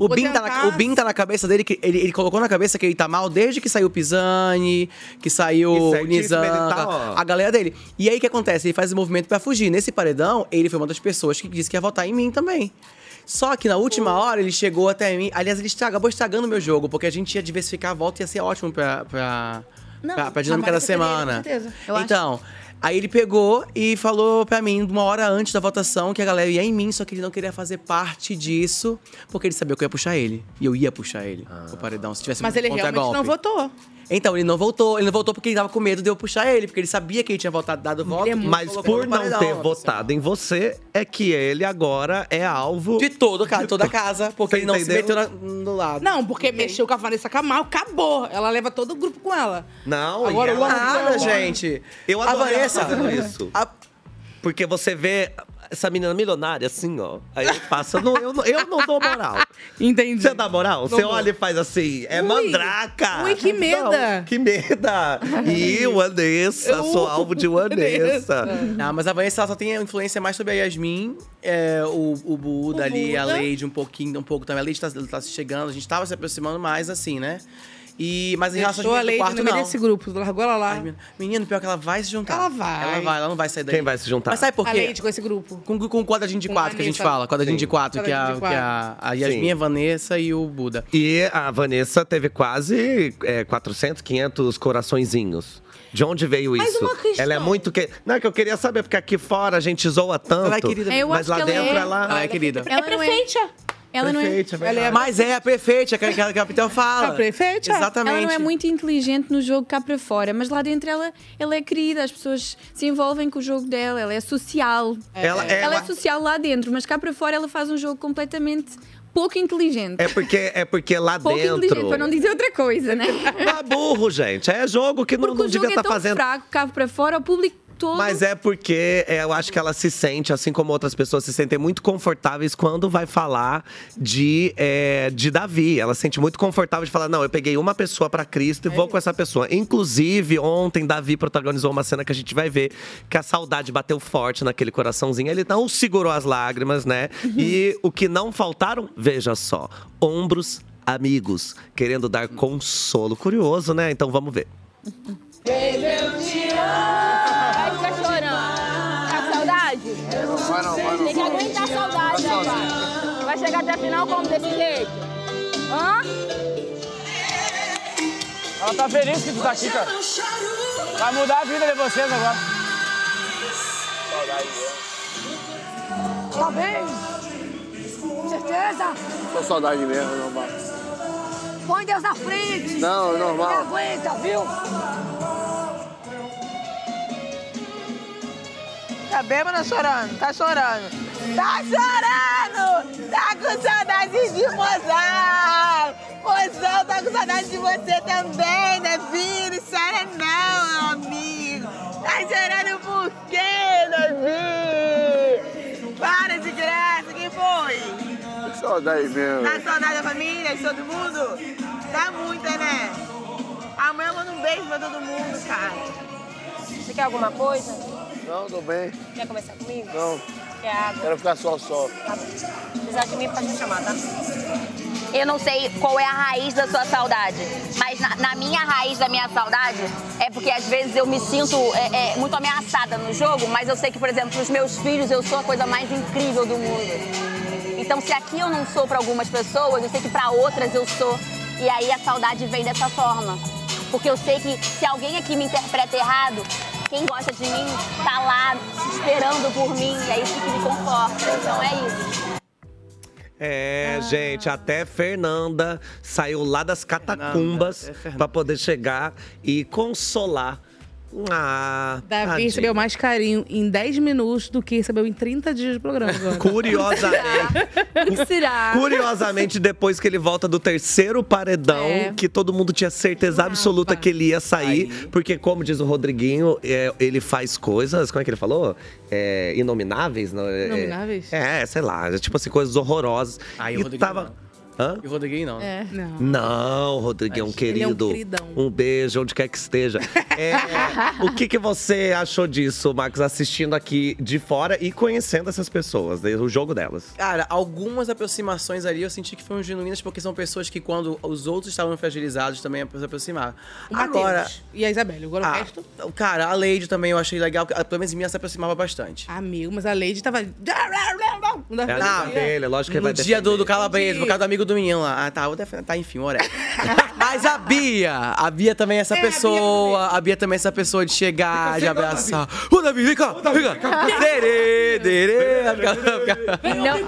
O Vou Bim, tá na, tentar. o Bim tá na cabeça dele, que ele, ele colocou na cabeça que ele tá mal desde que saiu o Pisani, que saiu E o certíssimo, ele Nizam, tá, ó. a galera dele. E aí o que acontece? Ele faz o movimento pra fugir. Nesse paredão, ele foi uma das pessoas que disse que ia votar em mim também. Só que na última hora ele chegou até mim. Aliás, ele estraga- acabou estragando o meu jogo, porque a gente ia diversificar a volta e ia ser ótimo pra, pra, Não, Tá, pra, pra dinâmica da Vanessa é Pereira, com semana. certeza. Eu acho- Então, aí ele pegou e falou pra mim, uma hora antes da votação, que a galera ia em mim, só que ele não queria fazer parte disso, porque ele sabia que eu ia puxar ele. E eu ia puxar ele o paredão, se tivesse Mas um ele realmente contragolpe. não votou. Então, ele não voltou. Ele não voltou porque ele tava com medo de eu puxar ele, porque ele sabia que ele tinha votado, dado voto. e Mas colocou por no não paredão, ter assim, ó. votado em você, é que ele agora é alvo. De todo, cara, toda a casa, porque Você ele não se meteu entendeu? na- no lado. Não, porque mexeu com a Vanessa Camargo, acabou. Ela leva todo o grupo com ela. Não, e Agora o ela- Nada, gente. Eu a adorei ela Vanessa, fazendo isso. a- Porque você vê essa menina milionária assim, ó. Aí passa. não, eu, não- eu não dou moral. Entendi. Você dá moral? Você olha e faz assim. É mandraca. Ui, que Não, meda. que meda. E Vanessa, sou alvo de Vanessa. Não, mas a Vanessa ela só tem influência mais sobre a Yasmin, é, o, o Buda O ali, a Buda. Lady um pouquinho, um pouco também. A Lady tá, tá se chegando, a gente tava se aproximando mais, assim, né? E, mas em relação Deixou a ao Lady quarto, no meio não. desse grupo, largou ela lá. Ai, menino- Menino, pior que ela vai se juntar. Ela vai. Ela vai, ela não vai sair daí. Quem vai se juntar? Mas sabe por a quê? Lady com esse grupo. Com, com o quadradinho de Com quatro que a gente Vanessa. fala. Quadradinho de quatro, que é, a, Quadradinho que de é a, a Yasmin, Sim. a Vanessa e o Buda. E a Vanessa teve quase é, 400, 500 coraçõezinhos. De onde veio Mas isso? uma questão. Ela é muito que. Não, é que eu queria saber, porque aqui fora a gente zoa tanto. Ela é querida. Eu mas acho lá que ela dentro é- ela. Ela é querida. Ela não é. Ela não é. Perfeito, é verdade. Mas é a prefeita, que a, que a Capitão fala. A prefeita? Exatamente. Ela não é muito inteligente no jogo cá para fora, mas lá dentro ela, ela é querida, as pessoas se envolvem com o jogo dela, ela é social. Ela é- Ela é social lá dentro, mas cá para fora ela faz um jogo completamente pouco inteligente. É porque, é porque lá pouco inteligente, dentro. para não dizer outra coisa, né? Tá burro, gente. É jogo que não, Porque não o jogo devia é estar tão fazendo. fraco cá para fora, o público todo. Mas é porque é, eu acho que ela se sente, assim como outras pessoas se sentem muito confortáveis quando vai falar de, é, de Davi. Ela se sente muito confortável de falar: não, eu peguei uma pessoa pra Cristo e vou com essa pessoa. Inclusive, ontem, Davi protagonizou uma cena que a gente vai ver que a saudade bateu forte naquele coraçãozinho. Ele não segurou as lágrimas, né? E o que não faltaram, veja só: ombros amigos, querendo dar consolo. Curioso, né? Então vamos ver. Vai ficar chorando. Tá com saudade? Vai não, vai não. Tem que aguentar a saudade, né, pai? Vai chegar até a final como desse jeito? Hã? Ela tá feliz que tu tá aqui, cara. Vai mudar a vida de vocês agora. Tá bem? Certeza? Tô saudade mesmo, normal. Põe Deus na frente. Não, é normal. aguenta, viu? Tá bêbada chorando? Tá chorando. Tá chorando! mano, tá com saudades de mozão. Mozão tá com saudades de você também, né, filho? Chora não, amigo. Tá chorando por quê, Davi? Para de graça, quem foi? Que saudade mesmo. Tá com saudade da família, de todo mundo? Tá muita, né? Amanhã eu mando um beijo pra todo mundo, cara. Você quer alguma coisa? Não, tô bem. Quer conversar comigo? Não, Quer água? quero ficar só, só. Apesar de mim, pode me chamar, tá? Eu não sei qual é a raiz da sua saudade, mas na, na minha raiz da minha saudade é porque às vezes eu me sinto é, é, muito ameaçada no jogo, mas eu sei que, por exemplo, para os meus filhos eu sou a coisa mais incrível do mundo. Então, se aqui eu não sou para algumas pessoas, eu sei que para outras eu sou. E aí a saudade vem dessa forma. Porque eu sei que se alguém aqui me interpreta errado, quem gosta de mim tá lá esperando por mim, e é isso que me conforta. Então é isso. É, Ah. gente, até Fernanda saiu lá das catacumbas é pra Fernanda. para poder chegar e consolar. Ah, Davi tadinha. recebeu mais carinho em 10 minutos do que recebeu em 30 dias de programa. agora. Curiosamente, Será? curiosamente, depois que ele volta do terceiro paredão, É. que todo mundo tinha certeza absoluta que ele ia sair, porque, como diz o Rodriguinho, é, ele faz coisas, como é que ele falou? É, inomináveis? não, é- Inomináveis? É, sei lá, tipo assim, coisas horrorosas. Aí o e Rodriguinho tava. Hã? E o Rodriguinho não. né? Não. Não, Rodriguinho, Ele é um querido. queridão. um beijo, onde quer que esteja. É, o que, que você achou disso, Max, assistindo aqui de fora e conhecendo essas pessoas, né, o jogo delas? Cara, algumas aproximações ali eu senti que foram genuínas, porque são pessoas que quando os outros estavam fragilizados também se aproximaram. O Mateus Agora, E a Isabelle, agora o Ah, resto. cara, a Lady também eu achei legal, que, ah, pelo menos em mim ela se aproximava bastante. Amigo, mas a Lady tava. É a Ah, língua dele, é lógico que No dia do, do Calabresa, por causa do amigo do menino lá. Ah, tá, vou defender. Tá, enfim, whatever. Mas a Bia, a Bia também é essa pessoa. a, Bia também é essa pessoa de chegar, de abraçar. Ô, Davi, vem cá, vem cá. Derê, derê. Vai ficar- vai ficar- E não,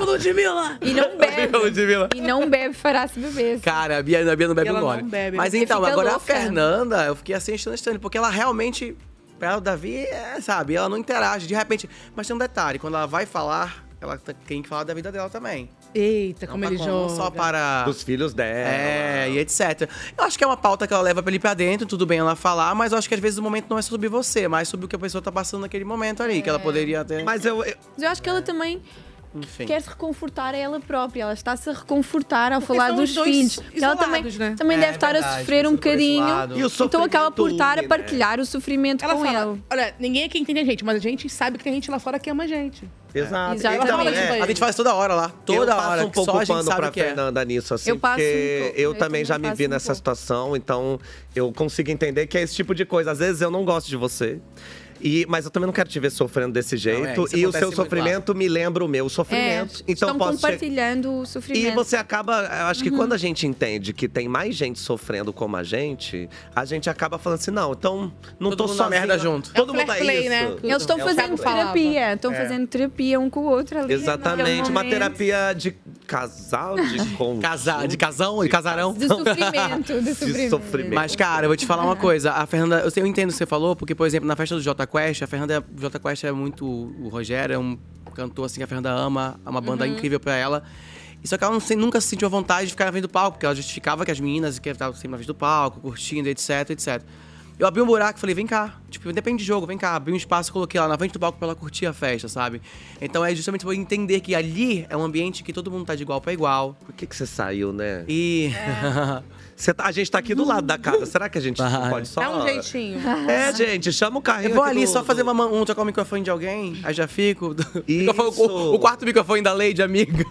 E não bebe. Ludmilla. E não bebe, fará se beber. Cara, a Bia, a Bia não bebe E ela um gole. não bebe. Mas Porque então, fica agora louca. a Fernanda, eu fiquei assim, estranho, estranho, porque ela realmente, pra ela, o Davi, é, sabe, ela não interage. De repente, mas tem um detalhe, quando ela vai falar, ela t- tem que falar da vida dela também. Eita, Não como tá ele falando joga. Só para... Dos filhos dela. É, e etc. Eu acho que é uma pauta que ela leva pra ele pra dentro, tudo bem ela falar, mas eu acho que às vezes o momento não é sobre você, mas sobre o que a pessoa tá passando naquele momento ali, que É. ela poderia ter... Mas eu... Mas eu acho que ela também Enfim. quer se reconfortar a ela própria. Ela está-se a reconfortar ao Porque falar são dos os dois filhos. Porque ela também, isolados, né? também É deve estar a verdade, sofrer um bocadinho. lado. E o Então acaba por sofrimento estar a une, né? partilhar o sofrimento Ela com fala, ele. olha, ninguém aqui entende a gente, mas a gente sabe que tem gente lá fora que ama a gente. Exato. Exato. Ela fala isso pra ele. A gente faz toda hora lá, toda Então, é, eu passo hora, um que só pouco a o gente pano sabe pra que é. Fernanda nisso, assim, Eu passo um porque pouco. eu, Eu também já me passo vi um nessa situação, então eu consigo entender que é esse tipo de coisa. Às vezes eu não gosto de você. E, mas eu também não quero te ver sofrendo desse jeito. isso e o acontece seu muito, sofrimento me lembra o meu É, sofrimento. então estão posso che- compartilhando o sofrimento. E você acaba, eu acho que Uhum. quando a gente entende que tem mais gente sofrendo como a gente, a gente acaba falando assim, não, então não Todo tô mundo só na merda junto. Todo mundo é isso. né? Eles estão É o né? fazendo fato. terapia. Estão É. fazendo terapia um com o outro ali. naquele Exatamente, uma momento. terapia de casal, de conjunto. de casão, de casarão. De sofrimento, de sofrimento. Mas, cara, eu vou te falar uma coisa. A Fernanda, eu, sei- eu entendo o que você falou, porque, por exemplo, na festa do Jota Quest, a Fernanda, o Jota Quest é muito. O Rogério é um cantor assim que a Fernanda ama, é uma banda Uhum. incrível pra ela. E Só que ela não se- nunca se sentiu à vontade de ficar na frente do palco, porque ela justificava que as meninas que estavam sempre na frente do palco, curtindo, etc, etc. Eu abri um buraco e falei, vem cá. Tipo, depende de jogo, vem cá. Abri um espaço, coloquei lá na frente do palco pra ela curtir a festa, sabe? Então é justamente pra eu entender que ali é um ambiente que todo mundo tá de igual pra igual. Por que, que você saiu, né? E. É. Cê tá- a gente tá aqui do lado da casa. Será que a gente pode só. Dá um jeitinho. É, gente, chama o carrinho. Eu vou aqui ali do- só fazer uma, man- um, trocar o microfone de alguém, aí já fico. Microfone- O, o quarto microfone da Lady, amiga.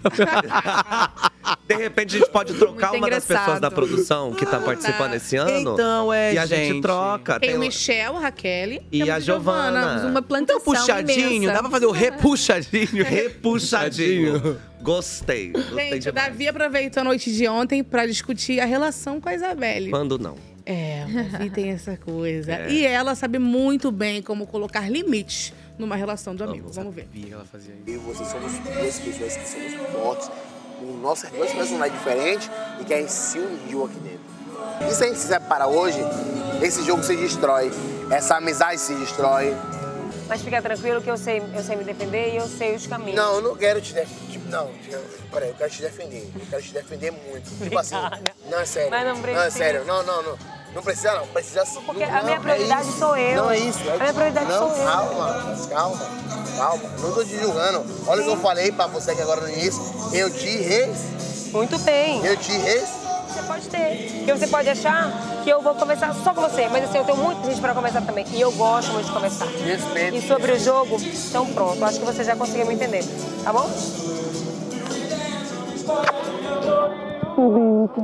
De repente a gente pode trocar uma das engraçado. pessoas da produção que Ah, tá participando esse ano. Então, é, E a gente, gente. troca. Tem o Tem- um- Michel, a Raquel E temos a Giovana. Uma plantação Então, puxadinho, imensa. dá pra fazer o repuxadinho. Repuxadinho. Gostei. Gostei Gente, o demais. Davi aproveitou a noite de ontem pra discutir a relação com a Isabelle. Quando não. É, o Davi tem essa coisa. É. E ela sabe muito bem como colocar limites numa relação do amigo. Vamos ver. Sabia que ela fazia isso. Eu e você somos duas pessoas que somos fortes, com nossas duas personalidades diferentes e que a gente se uniu aqui dentro. E se a gente se separar hoje, esse jogo se destrói, essa amizade se destrói, Mas fica tranquilo que eu sei, eu sei me defender e eu sei os caminhos. Não, eu não quero te defender. Não, eu- peraí, eu quero te defender. Eu quero te defender muito. Tipo assim. Não, é sério. Mas não Não, precisa. é sério. Não, não, não. Não precisa, não. Precisa sim. Porque Não, a minha não, é prioridade isso. sou eu. Não é isso. é A minha prioridade não, sou eu. Calma, mas calma. Calma. Não tô te julgando. Olha o que eu falei pra você aqui agora no início. Eu te res. Muito bem. Eu te res. Você pode ter. Porque você pode achar que eu vou conversar só com você. Mas assim, eu tenho muita gente pra conversar também. E eu gosto muito de conversar. Respeito. E sobre o jogo, então pronto. Acho que você já conseguiu me entender. Tá bom?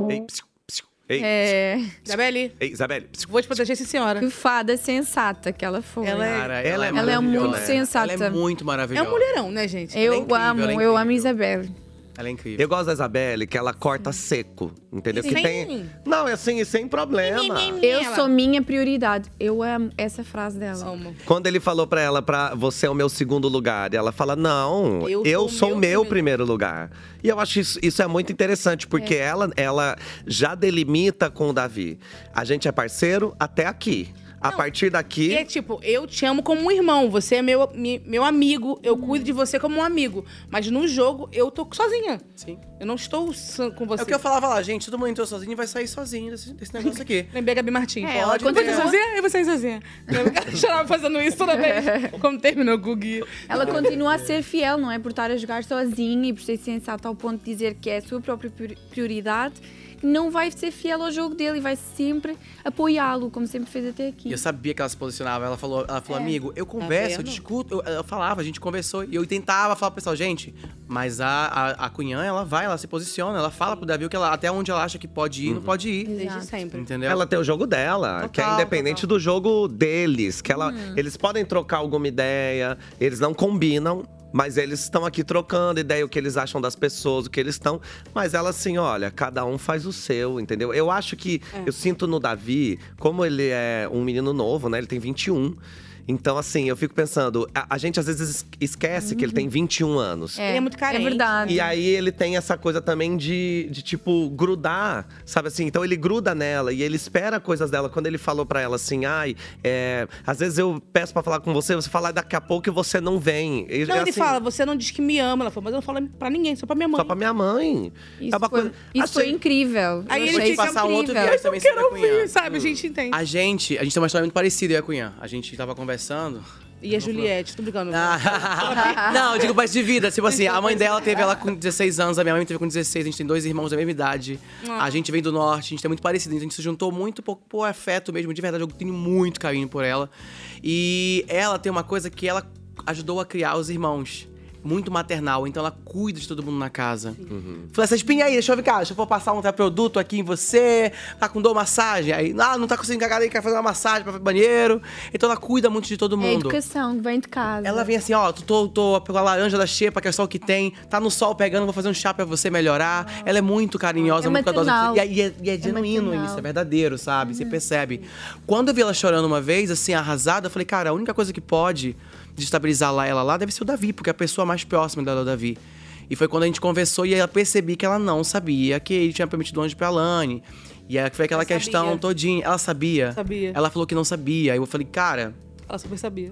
Ei, psiu, psiu, ei, É. Isabelle. ei, Isabelle. psiu. Vou te proteger, sim, senhora. Que fada sensata que ela foi. Ela é- Cara, ela é Ela é maravilhosa. muito Ela é sensata. muito É um maravilhosa. mulherão, né, gente? Eu Ela é incrível, amo, ela é eu amo a Isabelle. Ela é incrível. Eu gosto da Isabelle, que ela corta seco, entendeu? Sim. Que tem... Não, é assim, e sem problema. Eu sou minha prioridade. Eu amo essa frase dela. Quando ele falou pra ela, pra você é o meu segundo lugar, e ela fala, não, Eu eu, sou o sou o meu meu primeiro lugar. E eu acho isso, isso é muito interessante, porque É. ela, ela já delimita com o Davi. A gente é parceiro até aqui. A partir E é daqui, tipo, eu te amo como um irmão, você é meu, mi- meu amigo, Hum. eu cuido de você como um amigo. Mas no jogo, eu tô sozinha. Sim. Eu não estou sã- com É você. o que eu falava lá, gente, todo mundo entrou sozinho e vai sair sozinho desse, desse negócio aqui. Lembrei a Gabi Martins. É, ela Pode quando eu ela- sozinha, eu vou sair tá sozinha. Eu chorava fazendo isso toda vez. Como terminou com o Gui. Ela continua a ser fiel, não é? Por estar a jogar sozinha e por ser sensata ao ponto de dizer que é a sua própria prior- prioridade, que não vai ser fiel ao jogo dele e vai sempre apoiá-lo, como sempre fez até aqui. E eu sabia que ela se posicionava. Ela falou, ela falou É. amigo, eu Tá converso, eu vendo? discuto. Eu, ela falava, a gente conversou. E eu tentava falar pro pessoal, gente, mas a, a, a Cunhã, ela vai, ela se posiciona, ela fala pro Davi o que ela, até onde ela acha que pode ir, não pode ir. Desde sempre. Entendeu? ela tem o jogo dela, que é Total, independente do jogo deles. Que ela, Hum. eles podem trocar alguma ideia, eles não combinam. Mas eles estão aqui trocando ideia, o que eles acham das pessoas, o que eles estão. Mas ela, assim, olha, cada um faz o seu, entendeu? Eu acho que. É. Eu sinto no Davi, como ele é um menino novo, né? Ele tem 21. Então, assim, eu fico pensando. A, a gente às vezes esquece Uhum. que ele tem 21 anos. É, Ele é muito carente. é verdade. E aí ele tem essa coisa também de, de, tipo, grudar, sabe assim? Então ele gruda nela e ele espera coisas dela. Quando ele falou pra ela assim, ai, é, às vezes eu peço pra falar com você, você fala daqui a pouco e você não vem. E, Não, é ele assim, fala, você não diz que me ama. Ela falou, mas eu não falo pra ninguém, só pra minha mãe. Só pra minha mãe. Isso, É foi, isso foi É incrível. Aí Eu ele achei fica isso assim, passar um outro incrível. viés também sobre a Cunhã. sabe? A gente entende. A gente, a gente tem uma história muito parecida, eu e a Cunhã. A gente tava conversando. E a Juliette, tô brincando. Ah. Não, eu digo parte de vida. Tipo assim, a mãe dela teve ela com 16 anos, a minha mãe teve com 16. A gente tem dois irmãos da mesma idade. Ah. A gente vem do norte, a gente é muito parecido. A gente se juntou muito por, por afeto mesmo, de verdade. Eu tenho muito carinho por ela. E ela tem uma coisa que ela ajudou a criar os irmãos. Muito maternal, então ela cuida de todo mundo na casa. Falei, essa espinha aí, deixa eu ver cá, deixa eu vou passar um produto aqui em você, tá com dor, massagem. Aí, ah, não tá conseguindo cagar aí, quer fazer uma massagem pra ir pro banheiro. Então ela cuida muito de todo É a mundo. educação que vem de casa. Ela vem assim, ó, tô, tô, tô pegou a laranja da xepa, que é só o que tem. Tá no sol pegando, vou fazer um chá pra você melhorar. Ela é muito carinhosa, É muito maternal. cuidadosa. E, é- e é, e é É genuíno maternal. isso, é verdadeiro, sabe? Você percebe. Quando eu vi ela chorando uma vez, assim, arrasada, eu falei, cara, a única coisa que pode destabilizar lá, ela lá deve ser o Davi, porque a pessoa mais próxima dela é o Davi. E foi quando a gente conversou e eu percebi que ela não sabia que ele tinha permitido o anjo pra Alane. E aí foi aquela Ela questão sabia. todinha. Ela sabia. Sabia. Ela falou que não sabia. Aí eu falei, cara, Ela super sabia.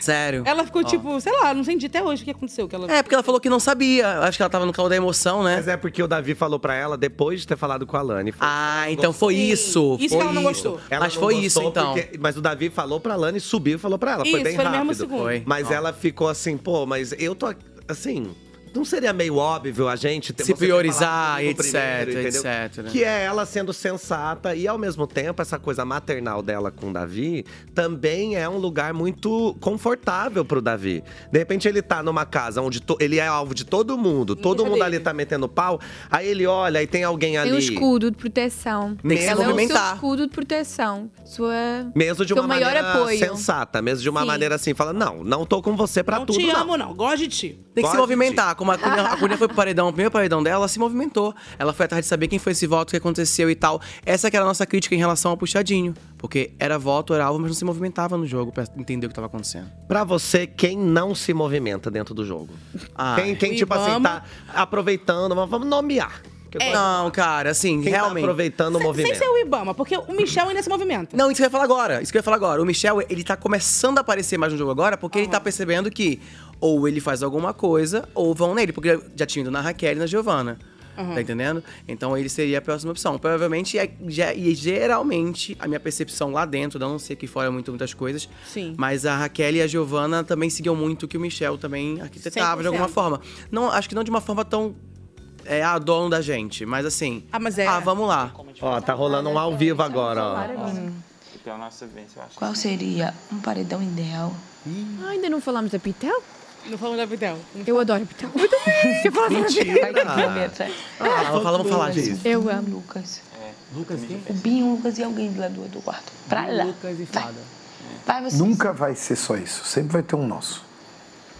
sério. Ela ficou Ó. tipo, sei lá, não entendi até hoje o que aconteceu. Que ela... É, porque ela falou que não sabia. Acho que ela tava no calor da emoção, né? Mas é porque o Davi falou pra ela depois de ter falado com a Lani. Ah, então foi Sim. isso, Isso foi que ela não isso. gostou. Mas foi isso, então. mas o Davi falou pra Lani subir e falou pra ela. Isso, foi bem foi no mesmo rápido. segundo. Foi. Mas Ó. ela ficou assim, pô, mas eu tô aqui- assim. Não seria meio óbvio a gente ter Se você ter falado priorizar, comigo etc, entendeu? etc, né? Que é ela sendo sensata e ao mesmo tempo essa coisa maternal dela com o Davi também é um lugar muito confortável pro Davi. De repente ele tá numa casa onde to- ele é alvo de todo mundo, todo mundo ali tá metendo pau, aí ele olha e tem alguém assim ali. Tem um escudo de proteção. Tem que se Ela é o seu movimentar. escudo de proteção. Sua... Mesmo de uma seu é maior maneira apoio. sensata, mesmo de uma Sim. maneira assim, fala: não, não tô com você pra tudo. não. não. Gosto de ti. Tem que Gosto se de movimentar. Como a Cunha, a Cunha foi pro paredão, o primeiro paredão dela, ela se movimentou. Ela foi atrás de saber quem foi esse voto, o que aconteceu e tal. Essa que era a nossa crítica em relação ao puxadinho. Porque era voto, era alvo, mas não se movimentava no jogo pra entender o que tava acontecendo. Pra você, quem não se movimenta dentro do jogo? Ah, quem, quem, E tipo assim, vamos- tá aproveitando, mas vamos nomear. Porque eu É. gosto. Não, cara, assim, Quem tá realmente. aproveitando o Sem ser o Ibama, porque o Michel ainda se movimenta. Não, isso que eu ia falar agora. Isso que eu ia falar agora. O Michel, ele tá começando a aparecer mais no jogo agora, porque ele tá percebendo que ou ele faz alguma coisa, ou vão nele. Porque já tinha ido na Raquel e na Giovana. Uhum. Tá entendendo? Então ele seria a próxima opção. Provavelmente, é- já- e geralmente, a minha percepção lá dentro, eu não sei que fora muito muitas coisas, Sim. mas a Raquel e a Giovana também seguiam muito o que o Michel também arquitetava de 100%. alguma forma. Não, acho que não de uma forma tão é, a dono da gente, mas assim. Ah, mas é. Ah, vamos lá. Ó, tá rolando um ao vivo agora, ó. E pela nossa vivência, eu acho. Qual seria um paredão ideal? Ah, ainda não falamos da Pitel? Não falamos da Pitel. Eu adoro Pitel. Muito bem! Eu falo Mentira! né? Ah, vamos falar- vamos falar disso. Eu amo. Lucas. É. Lucas O Binho, o Lucas e alguém do lado do quarto. Pra lá. Lucas e Fada. Vai, você. Nunca vai ser só isso. Sempre vai ter um nosso.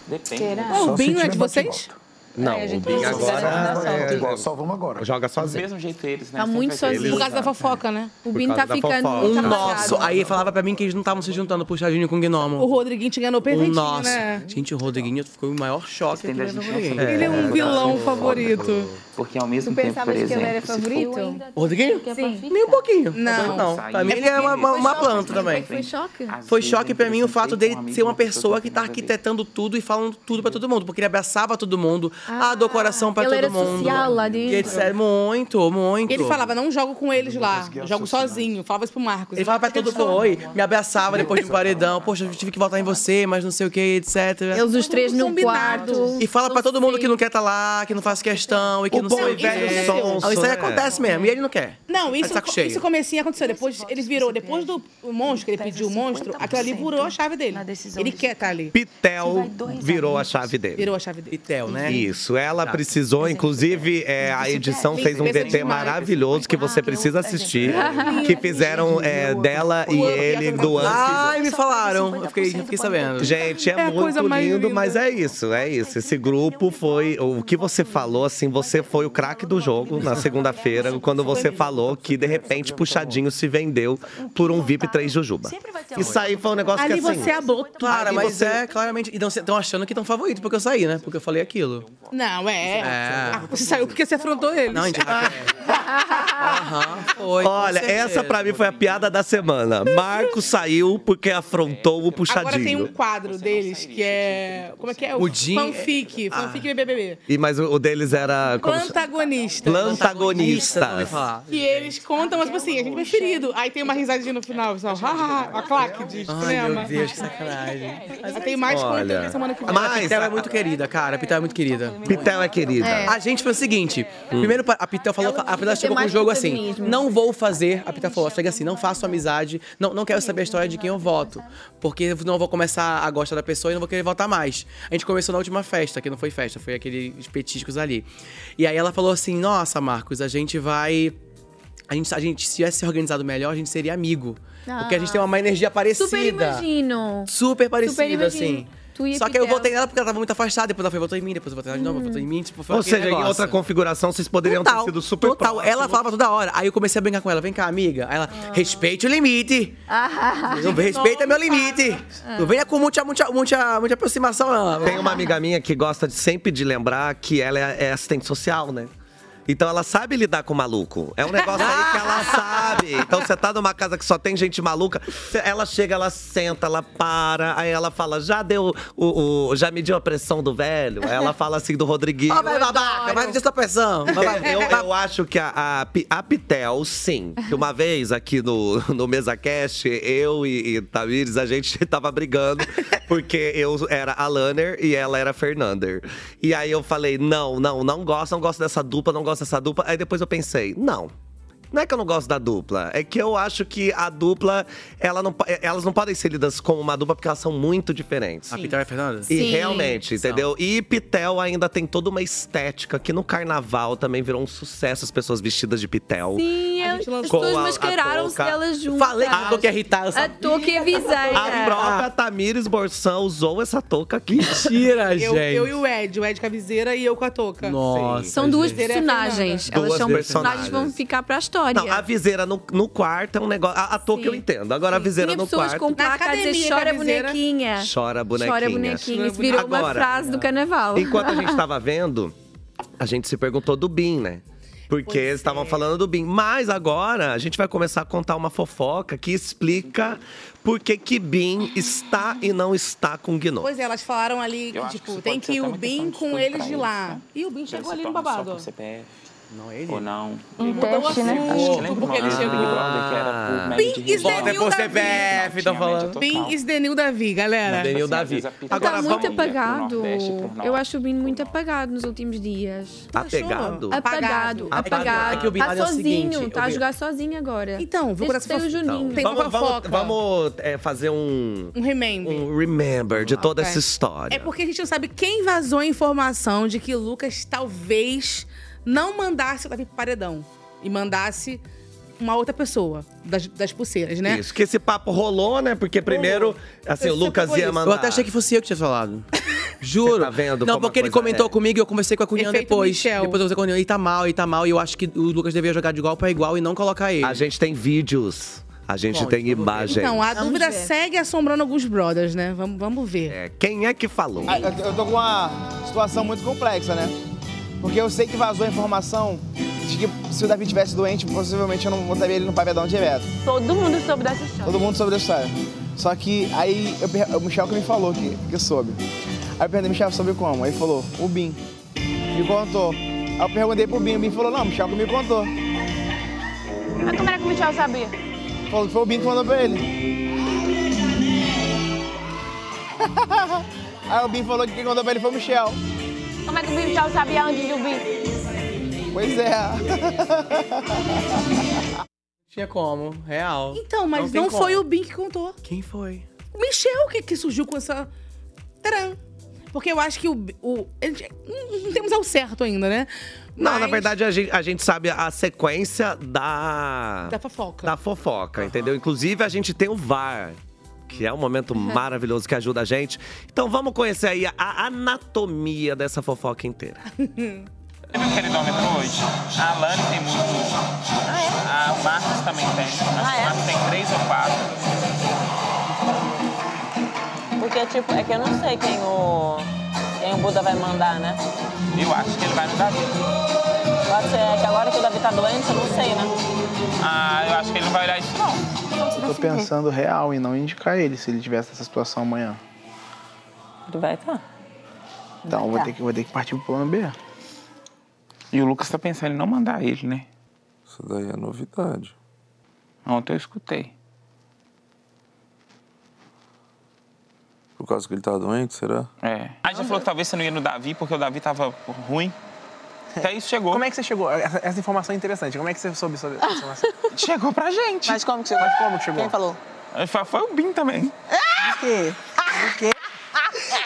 Depende. Será? É, Só se tiver bate-volta. Não, É, a o gente Binho precisa fazer a agora. combinação. é- Igual, só vamos agora. Joga sozinho. Do mesmo jeito eles, né? Tá muito Sempre vai ter sozinho. eles, né? fofoca, né? O Binho tá ficando. Um tá nosso. apagado. Aí falava pra mim que eles não estavam se juntando puxadinho com o O gnomo. Rodriguinho te enganou Um perfeitinho, nosso. né? Gente, o Rodriguinho ficou o maior choque. aqui no Rodriguinho. Ele é um vilão favorito. Porque ao mesmo tempo, por exemplo, se O Rodriguinho? Sim. Nem um pouquinho. Não. Não, pra mim ele é uma, uma- uma planta também. Foi choque? Foi choque pra mim o fato Um dele ser uma pessoa que tá arquitetando tudo e falando tudo pra todo mundo. Porque ele abraçava todo mundo, ah, dou coração pra ele era todo mundo. social lá E dentro. etc. Muito, muito. Ele falava, não jogo com eles lá, jogo sozinho. Falava isso pro Marcos. Ele falava pra todo mundo, oi, me abraçava depois de um paredão. Poxa, eu tive que votar em você, mas não sei o que, etc. Eles os três no quarto. E fala pra todo mundo que não quer estar lá, que não faz questão e que O não bom sei e velho quê. sonso, Não, Isso aí né? acontece mesmo, e ele não quer. Não, isso, Tá de saco cheio. isso comecinho aconteceu. Depois ele virou, depois do o monstro, que ele pediu o monstro, aquilo ali virou a chave dele. Ele quer estar ali. Pitel virou a chave dele. Virou a chave dele. Pitel, né? Isso, ela precisou, inclusive, é, a edição fez um DT maravilhoso que você precisa assistir. Que fizeram é, dela e ele do Anki. Ai, me falaram. Eu fiquei, eu fiquei sabendo. Gente, é, muito lindo, mas é isso, é isso. Esse grupo foi. O que você falou, assim, você foi o craque do jogo na segunda-feira, quando você falou que, de repente, Puxadinho se vendeu por um VIP 3 Jujuba. Isso aí foi um negócio que Ali assim. você ablou Clara, Ali mas você- é, claramente. E estão achando que estão favorito porque eu saí, né? Porque eu falei aquilo. Não, é. É. Ah, você saiu porque você afrontou Ah, ele. Não, gente. Aham, foi. com Olha, certeza. essa pra mim foi a piada da semana. Marco saiu porque afrontou o puxadinho. Agora tem um quadro deles que tá é. Como é que é? O Jim- Fanfic. Ah. Fanfic BBB. E mas o, o deles era como se- Plantagonista. plantagonistas. E eles contam, mas tipo assim, a gente preferido. Aí tem uma risadinha no final, pessoal. Ah, a claque de Ai, cinema. meu Deus, que sacanagem. Aí tem mais conteúdo na semana que vem. Mas a Pitel é muito querida, cara. A Pitel é muito querida. Pitel é querida. Hum. É. A gente foi o seguinte: primeiro a Pitel falou, a Pitel chegou com o mais jogo assim: protagonismo. não vou fazer. A Pitel falou, chega assim, não faço amizade, não, não quero saber a história de quem eu voto. Porque eu não vou começar a gostar da pessoa e não vou querer votar mais. A gente começou na última festa, que não foi festa, foi aqueles petiscos ali. E aí ela falou assim: nossa, Marcos, a gente vai. A gente, a gente se tivesse se organizado melhor, a gente seria amigo. Porque a gente tem Ah, uma, energia parecida. Super imagino. Super parecido, Super imagino. assim. Tu e a Só que eu Pitel. votei nela porque ela tava muito afastada, depois ela foi votou em mim, depois eu votei ela de novo, votou em mim, tipo, foi Ou aquele seja, em negócio. outra configuração, vocês poderiam ter sido super total. próximos. Ela falava toda hora. Aí eu comecei a brincar com ela, vem cá, amiga. Aí ela, respeite o limite. Ah, Não respeita meu limite. Ah. Não venha com muita, muita, muita, muita aproximação, né? não. Tem uma amiga minha que gosta de sempre de lembrar que ela é é assistente social, né? Então ela sabe lidar com o maluco. É um negócio aí que ela sabe. Então você tá numa casa que só tem gente maluca, cê- ela chega, ela senta, ela para, aí ela fala: já deu o. o- já mediu a pressão do velho? Aí ela fala assim do Rodriguinho. Ó, vai babaca, vai medir sua pressão. É, Vai, vai. Eu, eu acho que a, a, Pi- a Pitel, sim. Que uma vez aqui no, no Mesa Cash, eu e, e Tamires, a gente tava brigando, porque eu era a Lanner e ela era a Fernander. E aí eu falei: não, não, não gosto, não gosto dessa dupla, não gosto dessa dupla. Aí depois eu pensei: não. Não é que eu não gosto da dupla, é que eu acho que a dupla, ela não po- eh, elas não podem ser lidas como uma dupla porque elas são muito diferentes. A Pitel é Fernanda? E realmente, entendeu? E Pitel ainda tem toda uma estética que no carnaval também virou um sucesso as pessoas vestidas de Pitel. Sim, as pessoas mascararam-se delas juntas. Falei que a é touca ia irritar, eu A é sabia. touca ia avisar. A própria Tamires Borsan usou essa touca aqui. Ah, Mentira, Eu, eu e o Ed, o Ed com a viseira e eu com a é touca. Nossa, São duas gente. personagens. Duas Elas são personagens personagens. que vão ficar pra história. Não, ah, a viseira no, no quarto é um negócio. A, a touca Sim. eu entendo. Agora a viseira Tinha no pessoas quarto. com placa a dizer academia, chora camiseira. bonequinha. Chora bonequinha. Chora bonequinha. Isso virou uma Agora, frase do carnaval. Enquanto a gente tava vendo, a gente se perguntou do Bin, né? Porque eles é. estavam falando do Bim. Mas agora a gente vai começar a contar uma fofoca que explica por que que Bim está e não está com Gno. Pois é, elas falaram ali que, tipo, tem que ir o Bin com eles de lá. E o Bin chegou ali no babado. ó. é Não ele? Ou não? Ele mudou o né? Acho que assunto, lembra porque Ah. uma ele vez no Big chegou. Brother que era por média Bin de is the risco. new Davi. CPF, tão falando. Bin is the new Davi, galera. Daniel Davi. tá muito apagado. Nordeste, pro Norte, Eu acho o Bin muito apagado nos últimos dias. Apegado? Apagado, Tá Apagado. apagado. É que o Bin tá Laden é o sozinho, seguinte, tá o a Bin- jogar sozinho agora. Então, vou começar o Juninho. vamos, vamos, vamos, é, fazer um, Um remember. um remember de toda essa É. história. É porque a gente não sabe quem vazou a informação de que Lucas talvez não mandasse o Davi pro paredão e mandasse uma outra pessoa das, das pulseiras, né? Isso, que esse papo rolou, né? Porque primeiro, assim, Eu o Lucas sempre ia vou mandar. Eu até achei que fosse eu que tinha falado. Juro. tá vendo Não, como a porque ele coisa comentou é? comigo e eu conversei com a Cunhã Efeito depois. Michel. Depois eu conversei com a Cunhã. E tá mal, e tá mal. E eu acho que o Lucas devia jogar de igual pra igual e não colocar ele. A gente tem vídeos, a gente tem imagem. Então, a dúvida segue assombrando alguns brothers, né? Vamos, vamos ver. Quem é que falou? Ah, Eu eu tô com uma situação muito complexa, né? Porque eu sei que vazou a informação de que se o Davi tivesse doente, possivelmente eu não botaria ele no paredão direto. Todo mundo soube dessa história. Todo mundo soube da história. Só que aí eu per- o Michel que me falou que, que soube. Aí eu perguntei, Michel, soube como? Aí ele falou, o Bim. Me contou. Aí eu perguntei pro Bim, o Bim falou, não, o Michel que me contou. Mas como era que o Michel sabia? Falou que foi o Bim que mandou pra ele. Aí o Bim falou que quem contou pra ele foi o Michel. Como é que o Michel sabia antes do Bi? Pois é. Tinha como, real. Então, mas tem não, foi como. o Bin que contou. Quem foi? O Michel que, que surgiu com essa. Tcharam! Porque eu acho que o. o a gente- não, não temos ao certo ainda, né? Não, na verdade, a gente, a gente sabe a sequência da. Da fofoca. Da fofoca, entendeu? Inclusive, a gente tem o VAR. Que é um momento maravilhoso que ajuda a gente. Então vamos conhecer aí a anatomia dessa fofoca inteira. Lembra o queridômetro hoje? A Alane tem muitos. A Marcos também tem. Acho que o Marcos tem três ou quatro. Porque, tipo, é que eu não sei quem o, quem o Buda vai mandar, né? Eu acho que ele vai no Davi. Pode ser, é que agora que o Davi tá doente, eu não sei, né? Ah, eu acho que ele não vai olhar isso, não. Eu tô pensando real em não indicar ele se ele tivesse essa situação amanhã. Ele vai tá. estar. Então, eu vou ter que, vou ter que partir pro plano B. E o Lucas tá pensando em não mandar ele, né? Isso daí é novidade. Ontem eu escutei. Por causa que ele tá doente, será? É. Aí já falou que talvez você não ia no Davi, porque o Davi tava ruim. Até isso chegou. Como é que você chegou? Essa, essa informação é interessante. Como é que você soube sobre essa informação? Chegou pra gente. Mas como que chegou? Mas como que chegou? Quem falou? Foi, foi o Bim também. O quê? O quê?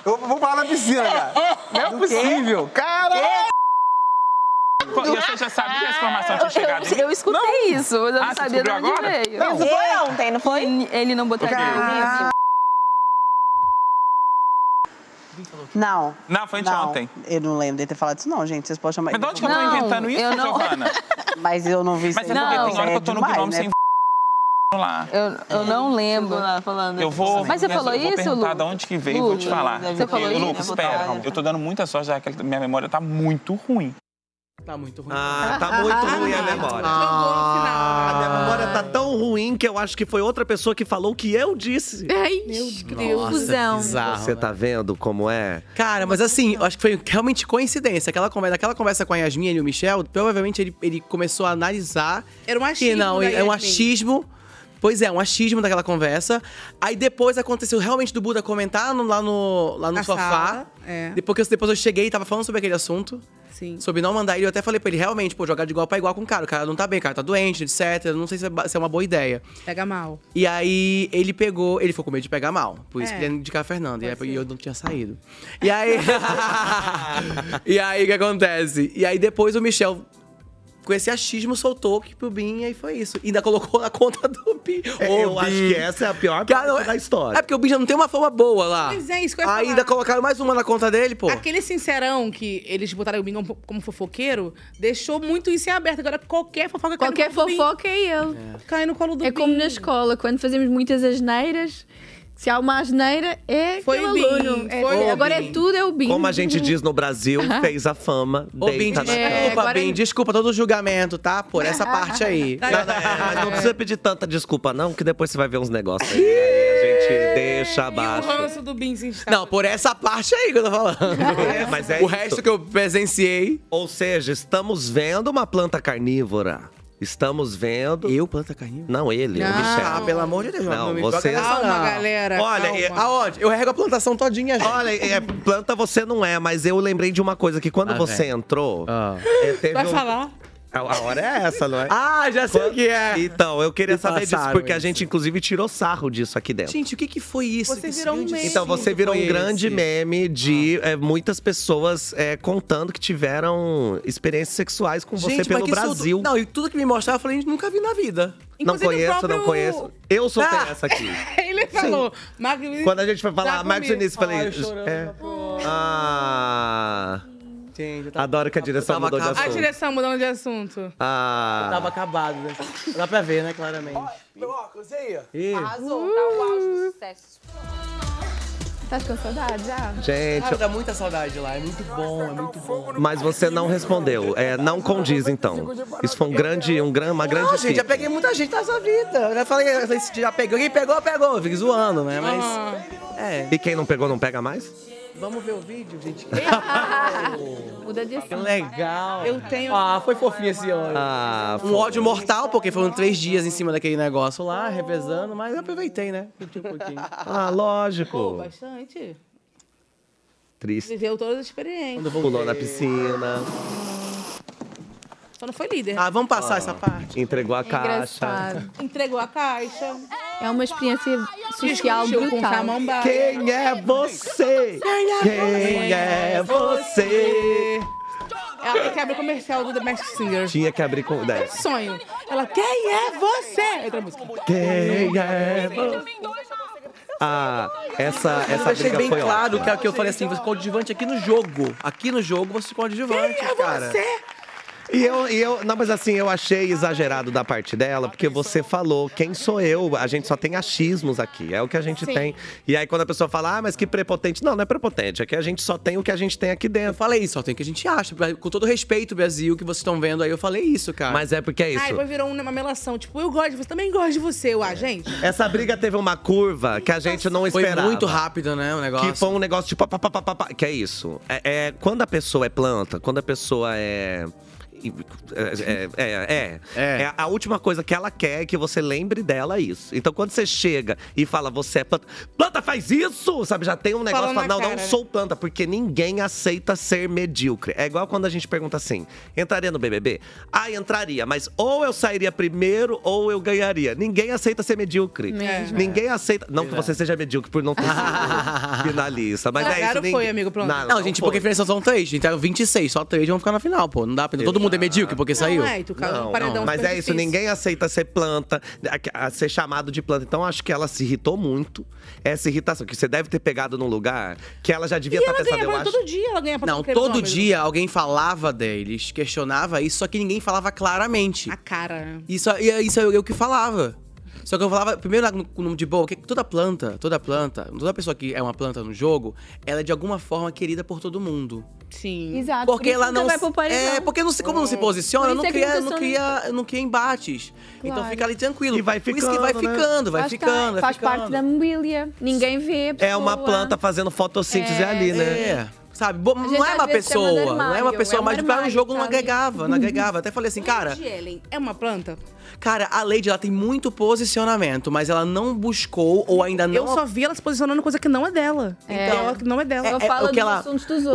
Eu vou parar na piscina, cara. Não é possível. Caralho! E você já sabia que essa informação tinha chegado? Eu, eu escutei isso, mas eu não Ah, você sabia de onde descobriu agora? veio. Não. Isso foi ontem, não foi? Ele não botou Ok. Ah, aqui. Não. Não, foi anteontem. Eu não lembro de ter falado isso, não, gente. Vocês podem chamar Mas de onde que eu tô inventando isso, eu não... Giovana? Mas eu não vi Mas isso. é porque aí, tem hora que eu tô no demais, gnome né? sem lá. Eu, eu não lembro. Eu vou. Mas você falou eu vou isso, perguntar Lu? de onde que veio e vou te Lu, falar. deve Porque, ter falado isso, Lucas, né? Vou espera. dar- Eu tô dando muita sorte, já que minha memória tá muito ruim. Tá muito ruim. Ah, tá muito ruim a memória. Ah. a minha memória tá tão ruim que eu acho que foi outra pessoa que falou o que eu disse. Ai, meu Deus. Nossa, bizarro, Você né? tá vendo como é? Cara, mas assim, eu acho que foi realmente coincidência. Aquela conversa, aquela conversa com a Yasmin ele e o Michel, provavelmente ele, ele começou a analisar. Era um E achismo não, da é um Yasmin. achismo. Pois é, um achismo daquela conversa. Aí depois aconteceu realmente do Buda comentar no- lá no, Tá lá no Na sofá. sala, é. Depois, que eu- depois eu cheguei e tava falando sobre aquele assunto. Sim. Sobre não mandar ele. Eu até falei pra ele, realmente, pô, jogar de igual pra igual com o cara. O cara não tá bem, o cara tá doente, etc. Eu Não sei se é, ba- se é uma boa ideia. Pega mal. E aí ele pegou, ele ficou com medo de pegar mal. Por isso É. que ele ia indicar a Fernanda. E aí, eu não tinha saído. E aí. e aí o que acontece? E aí depois o Michel. Com esse achismo, soltou que pro Bin e aí foi isso. E ainda colocou na conta do Bin. eu acho que essa é a pior parte da história. É porque o Bin já não tem uma forma boa Ah, lá. Pois é, isso que eu ia Aí falar. ainda colocaram mais uma na conta dele, pô. Aquele sincerão que eles botaram o Bingo como fofoqueiro deixou muito isso em aberto. Agora qualquer fofoca cai Qualquer no colo do Bin. fofoca é eu. Cai no colo do É como na escola, quando fazemos muitas asneiras, Se há uma asneira, é Foi aquele o Bin, aluno. É- foi o agora Bin. é tudo, é o BIM. Como a gente diz no Brasil, fez a fama. Ô, Bim, deita na desculpa, é, cama. É, agora- Bim, desculpa todo o julgamento, tá? Por essa parte aí. Tá, Mas É, não precisa pedir tanta desculpa, não, que depois você vai ver uns negócios aí. Aí a gente deixa O abaixo. ranço do Bin se instala. Não, por essa parte aí que eu tô falando. É, mas é o isso. resto que eu presenciei. Ou seja, estamos vendo uma planta carnívora. Estamos vendo. Eu, planta carnívora? Não, ele, o Michel. Ah, pelo amor de Deus, Não, não me toca você- nessa, Calma, não. galera, Olha, calma. e- aonde? Eu rego a plantação todinha. gente. Olha, é, planta você não é, mas eu lembrei de uma coisa: que quando Ah, você velho. entrou. é, teve Vai um- falar? A a hora é essa, não é? Ah, já sei o que é. Então, eu queria Me saber disso, passaram porque a isso. gente, inclusive, tirou sarro disso aqui dentro. Gente, o que que foi isso? Você virou um meme. Então, você virou um Foi grande esse. Ah. meme de é, muitas pessoas é, contando que tiveram experiências sexuais com você Gente, mas pelo que isso Brasil. tudo- Não, e tudo que me mostrava, eu falei, gente, nunca vi na vida. Não Inclusive, o conheço, próprio- não conheço. Eu sou Ah! essa aqui. Ele falou. Marco Quando a gente foi falar, tá Marcos comigo. Vinícius, falei. Ai, chorando é. pô. Ah. Gente, eu Adoro que a direção mudou de A assunto. direção mudando de assunto. Ah. Eu tava acabado, né? Dá pra ver, né, claramente. Meu óculos, e aí? Ih. Arrasou, tá o auge do sucesso. Estás com Tá saudade já? Gente, Ah, dá muita saudade lá. É muito bom, é muito bom. Mas você não respondeu. É, não condiz, então. Isso foi um grande, um, gran- uma grande Não, gente, já fita. peguei muita gente nessa vida. Eu já falei, eu falei, se já pegou, quem pegou, pegou. Eu Fico zoando, né? Mas. É. E quem não pegou, não pega mais? Vamos ver o vídeo, gente. Muda de Que legal. Eu tenho. Ah, foi fofinho esse ódio. Ah, um ódio mortal, porque foram três dias em cima daquele negócio lá, revezando, mas eu aproveitei, né? Curti um pouquinho. Ah, lógico. Bastante. Triste. Viveu todas as experiências. Pulou na piscina. Só não foi líder. Ah, vamos passar Ah, essa parte. Entregou a caixa. Engraçado. Entregou a caixa. É uma experiência social Discutiu com brutal. Samambaia. Quem é você? Quem é você? Ela quebra o comercial do The Masked Singer. Tinha que abrir com 10. Sonho. Ela, quem é você? Entra a música. Quem é você? Ah, essa, Mas essa eu deixei briga bem foi claro ótima. que, é o que eu falei assim, você é coadjuvante aqui no jogo. Aqui no jogo você é coadjuvante, cara. E eu, e eu, não, mas assim, eu achei exagerado da parte dela, porque você falou, quem sou eu? A gente só tem achismos aqui, é o que a gente Sim. tem. E aí quando a pessoa fala, ah, mas que prepotente. Não, não é prepotente, é que a gente só tem o que a gente tem aqui dentro. Eu falei isso, só tem o que a gente acha. Com todo respeito, Brasil, que vocês estão vendo aí, eu falei isso, É. cara. Mas é porque é Aí isso. depois virou uma melação. Tipo, eu gosto de você, também gosto de você. Eu, ah, gente. Essa briga teve uma curva que a gente não Foi esperava. muito rápido, né, o negócio. Que foi um negócio tipo. Pá, pá, pá, pá, pá, que é isso. É, é- quando a pessoa é planta, quando a pessoa é. É, é, é, é. É A última coisa que ela quer é que você lembre dela isso. Então, quando você chega e fala, você é planta, planta faz isso! Sabe, já tem um negócio, Fala fala, na não, não cara, né? sou planta, porque ninguém aceita ser medíocre. É igual quando a gente pergunta assim: entraria no BBB? Ah, entraria, mas ou eu sairia primeiro ou eu ganharia. Ninguém aceita ser medíocre. Mesmo. Ninguém aceita. Não que você seja medíocre por não ter sido finalista, mas é isso. Claro, ninguém- foi, amigo, pronto. Não, gente, porque a diferença são três. Então, 26, só três vão ficar na final, pô. Não dá pra. Todo mundo é medíocre porque saiu. é, tu causa um paredão mas super é isso, difícil. ninguém aceita ser planta, a- a ser chamado de planta. Então acho que ela se irritou muito. Essa irritação, que você deve ter pegado num lugar que ela já devia E tá estar ela pensando, ganha eu pra acho. todo dia, ela ganha pra Não, todo dia alguém falava deles, questionava isso, só que ninguém falava claramente. A cara. Isso, e é- isso eu, eu que falava. Só que eu falava, primeiro, no- com o nome de boa, que toda planta, toda planta, toda pessoa que é uma planta no jogo, ela é de alguma forma querida por todo mundo. Sim. Então Exato. Porque por isso ela que não você vai se- pro paredão. É, porque não se, como não se posiciona, Por não isso é que cria, nunca não, são- cria, não cria embates. Então Claro. fica ali tranquilo. E vai Por isso que ficando, vai né? ficando, vai Faz ficando. parte- vai Faz ficando. parte da mobília. Ninguém vê. a É uma pessoa. planta fazendo fotossíntese É. ali, né? É. Sabe, bo- gente, não é às uma vezes, é um pessoa, não é uma armário, pessoa, é um mas para um armário, jogo não sabe? agregava, não agregava. Até falei assim, cara, Lady Ellen é uma planta? Cara, a Lady ela tem muito posicionamento, mas ela não buscou ou ainda não. Eu só vi ela se posicionando coisa que não é dela. É. Então, ela que não é dela. É- é- o que ela-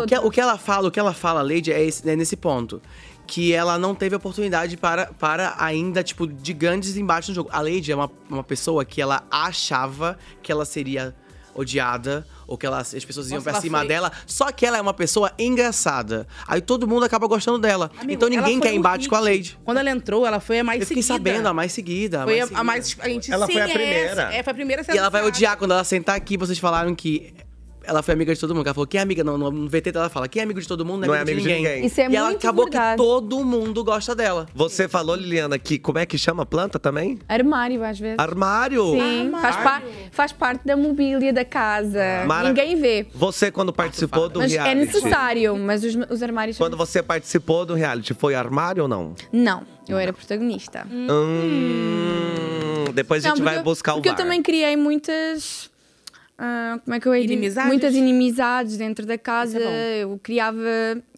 o que- o que ela fala, o que ela fala, Lady, é, esse- é nesse ponto. Que ela não teve oportunidade para, para ainda, tipo, de grandes embates no jogo. A Lady é uma, uma pessoa que ela achava que ela seria odiada, ou que ela, as pessoas iam Nossa, pra ela cima foi- dela. Só que ela é uma pessoa engraçada. Aí todo mundo acaba gostando dela. Amigo, então ninguém ela foi quer um embate hit. com a Lady. Quando ela entrou, ela foi a mais Eu fiquei seguida. sabendo, a mais seguida. a Foi mais a- seguida. a mais. A gente Ela sim, foi a é primeira. essa. É, foi a primeira a ser Ah, E ela vai anunciada. odiar quando ela sentar aqui, vocês falaram que ela foi amiga de todo mundo. Ela falou, quem é amiga? Não, no no VT ela fala, quem é amigo de todo mundo não é, amigo de ninguém. Isso é e ela muito acabou verdade. que todo mundo gosta dela. Você falou, Liliana, que como é que chama a planta também? Armário, às vezes. Armário? Sim, faz, par- faz parte da mobília da casa. Mara- Ninguém vê. Você, quando participou do Mas é reality. necessário, mas os, os armários. Quando você participou do reality, foi armário ou não? Não, eu era protagonista. Hum, depois a Não, gente vai porque eu- buscar o Porque VAR. eu também criei muitas. ah, como é que eu ia dizer? Inimizades? Muitas inimizades dentro da casa. Isso é eu criava.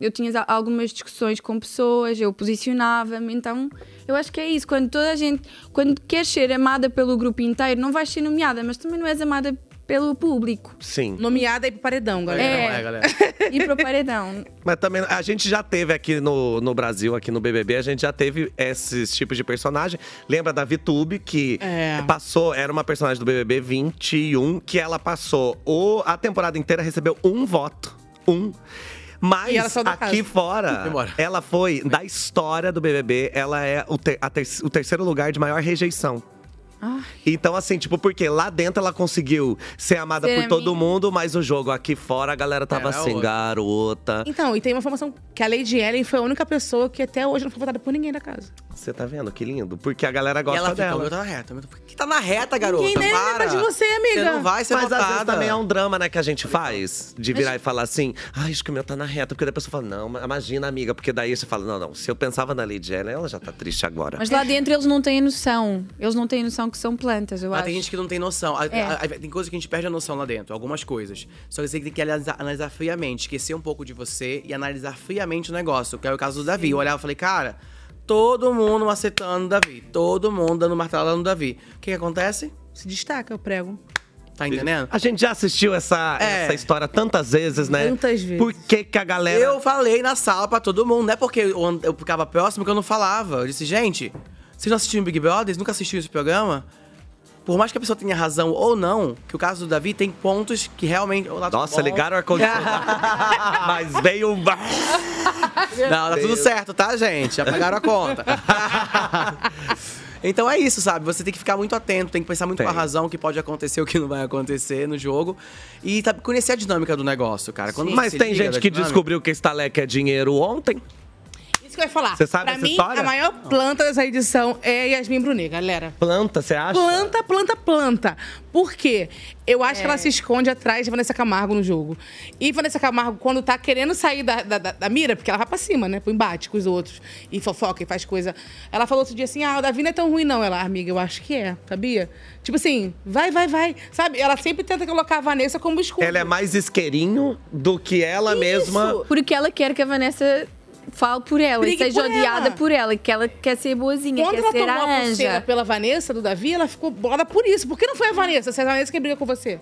Eu tinha a- algumas discussões com pessoas, eu posicionava-me. Então, eu acho que é isso. Quando toda a gente. Quando queres ser amada pelo grupo inteiro, não vais ser nomeada, mas também não és amada pelo público. Sim. Nomeada aí pro paredão, galera. É. É, galera. E para o paredão. é? Mas também a gente já teve aqui no, no Brasil, aqui no BBB, a gente já teve esses tipos de personagem. Lembra da Vitube, que É. passou, era uma personagem do BBB 21, que ela passou o, a temporada inteira, recebeu um voto. Um. Mas E ela saiu da aqui casa. fora, Foi embora. ela foi, da história do BBB, ela é o, ter- a ter- o terceiro lugar de maior rejeição. Ah. Então, assim, tipo, porque lá dentro ela conseguiu ser amada Ser por todo amiga. mundo, mas o jogo aqui fora a galera tava Era assim, outra. garota. Então, e tem uma informação que a Lady Ellen foi a única pessoa que até hoje não foi votada por ninguém da casa. Você tá vendo? Que lindo. Porque a galera E gosta ela fica, dela. eu tô na reta. eu tô- Que tá na reta, garota. Ninguém nem lembra para. de você, amiga. Você não vai ser Mas votada. às vezes também é um drama, né, que a gente faz. De virar Mas- e falar assim, ai, acho que o meu tá na reta. Porque daí a pessoa fala, não, mas imagina, amiga. Porque daí você fala, não, não. Se eu pensava na Lady Ellen, ela já tá triste agora. Mas lá dentro eles não têm noção. Eles não têm noção que são plantas, eu Ah, acho. tem gente que não tem noção. A- É. a- a- tem coisa que a gente perde a noção lá dentro, algumas coisas. Só que você tem que analisar, analisar friamente, esquecer um pouco de você e analisar friamente o negócio, que é o caso do Davi. Eu olhava e falei, cara, todo mundo macetando o Davi, todo mundo dando martelada no Davi. O que, que acontece? Se destaca, eu prego. Tá entendendo? A gente já assistiu essa, É. essa história tantas vezes, né? Tantas vezes. Por que que a galera… Eu falei na sala pra todo mundo, não é porque eu, and- eu ficava próximo que eu não falava. Eu disse, gente, vocês não assistiram Big Brother? Vocês nunca assistiram esse programa? Por mais que a pessoa tenha razão ou não, que o caso do Davi tem pontos que realmente. o lado Nossa, bom- ligaram o ar-condicionado. Mas veio um… Não, tá tudo Deus. certo, tá, gente? Já pagaram a conta. então é isso, sabe? Você tem que ficar muito atento, tem que pensar muito com a razão o que pode acontecer, o que não vai acontecer no jogo. E sabe, conhecer a dinâmica do negócio, cara. Quando Mas você tem liga gente da que dinâmica- descobriu que estaleca é dinheiro ontem. Isso que eu ia falar. Você sabe pra essa mim, história? a maior planta dessa edição é Yasmin Brunet, galera. Planta, você acha? Planta, planta, planta. Por quê? Eu acho É. que ela se esconde atrás de Vanessa Camargo no jogo. E Vanessa Camargo, quando tá querendo sair da, da, da- da mira, porque ela vai pra cima, né? Pro embate com os outros. E fofoca e faz coisa. Ela falou outro dia assim: ah, o Davi não é tão ruim, não. Ela, amiga, eu acho que é, sabia? Tipo assim, vai, vai, vai. Sabe? Ela sempre tenta colocar a Vanessa como escudo. Ela é mais isqueirinho do que ela mesma… Porque ela quer que a Vanessa fale por ela Brigue e seja por odiada ela. por ela, que ela quer ser boazinha, Quando quer ela ser a tomou a pulseira anja. pela Vanessa, do Davi, ela ficou bola por isso. Por que não foi a Vanessa? Se é a Vanessa que briga com você.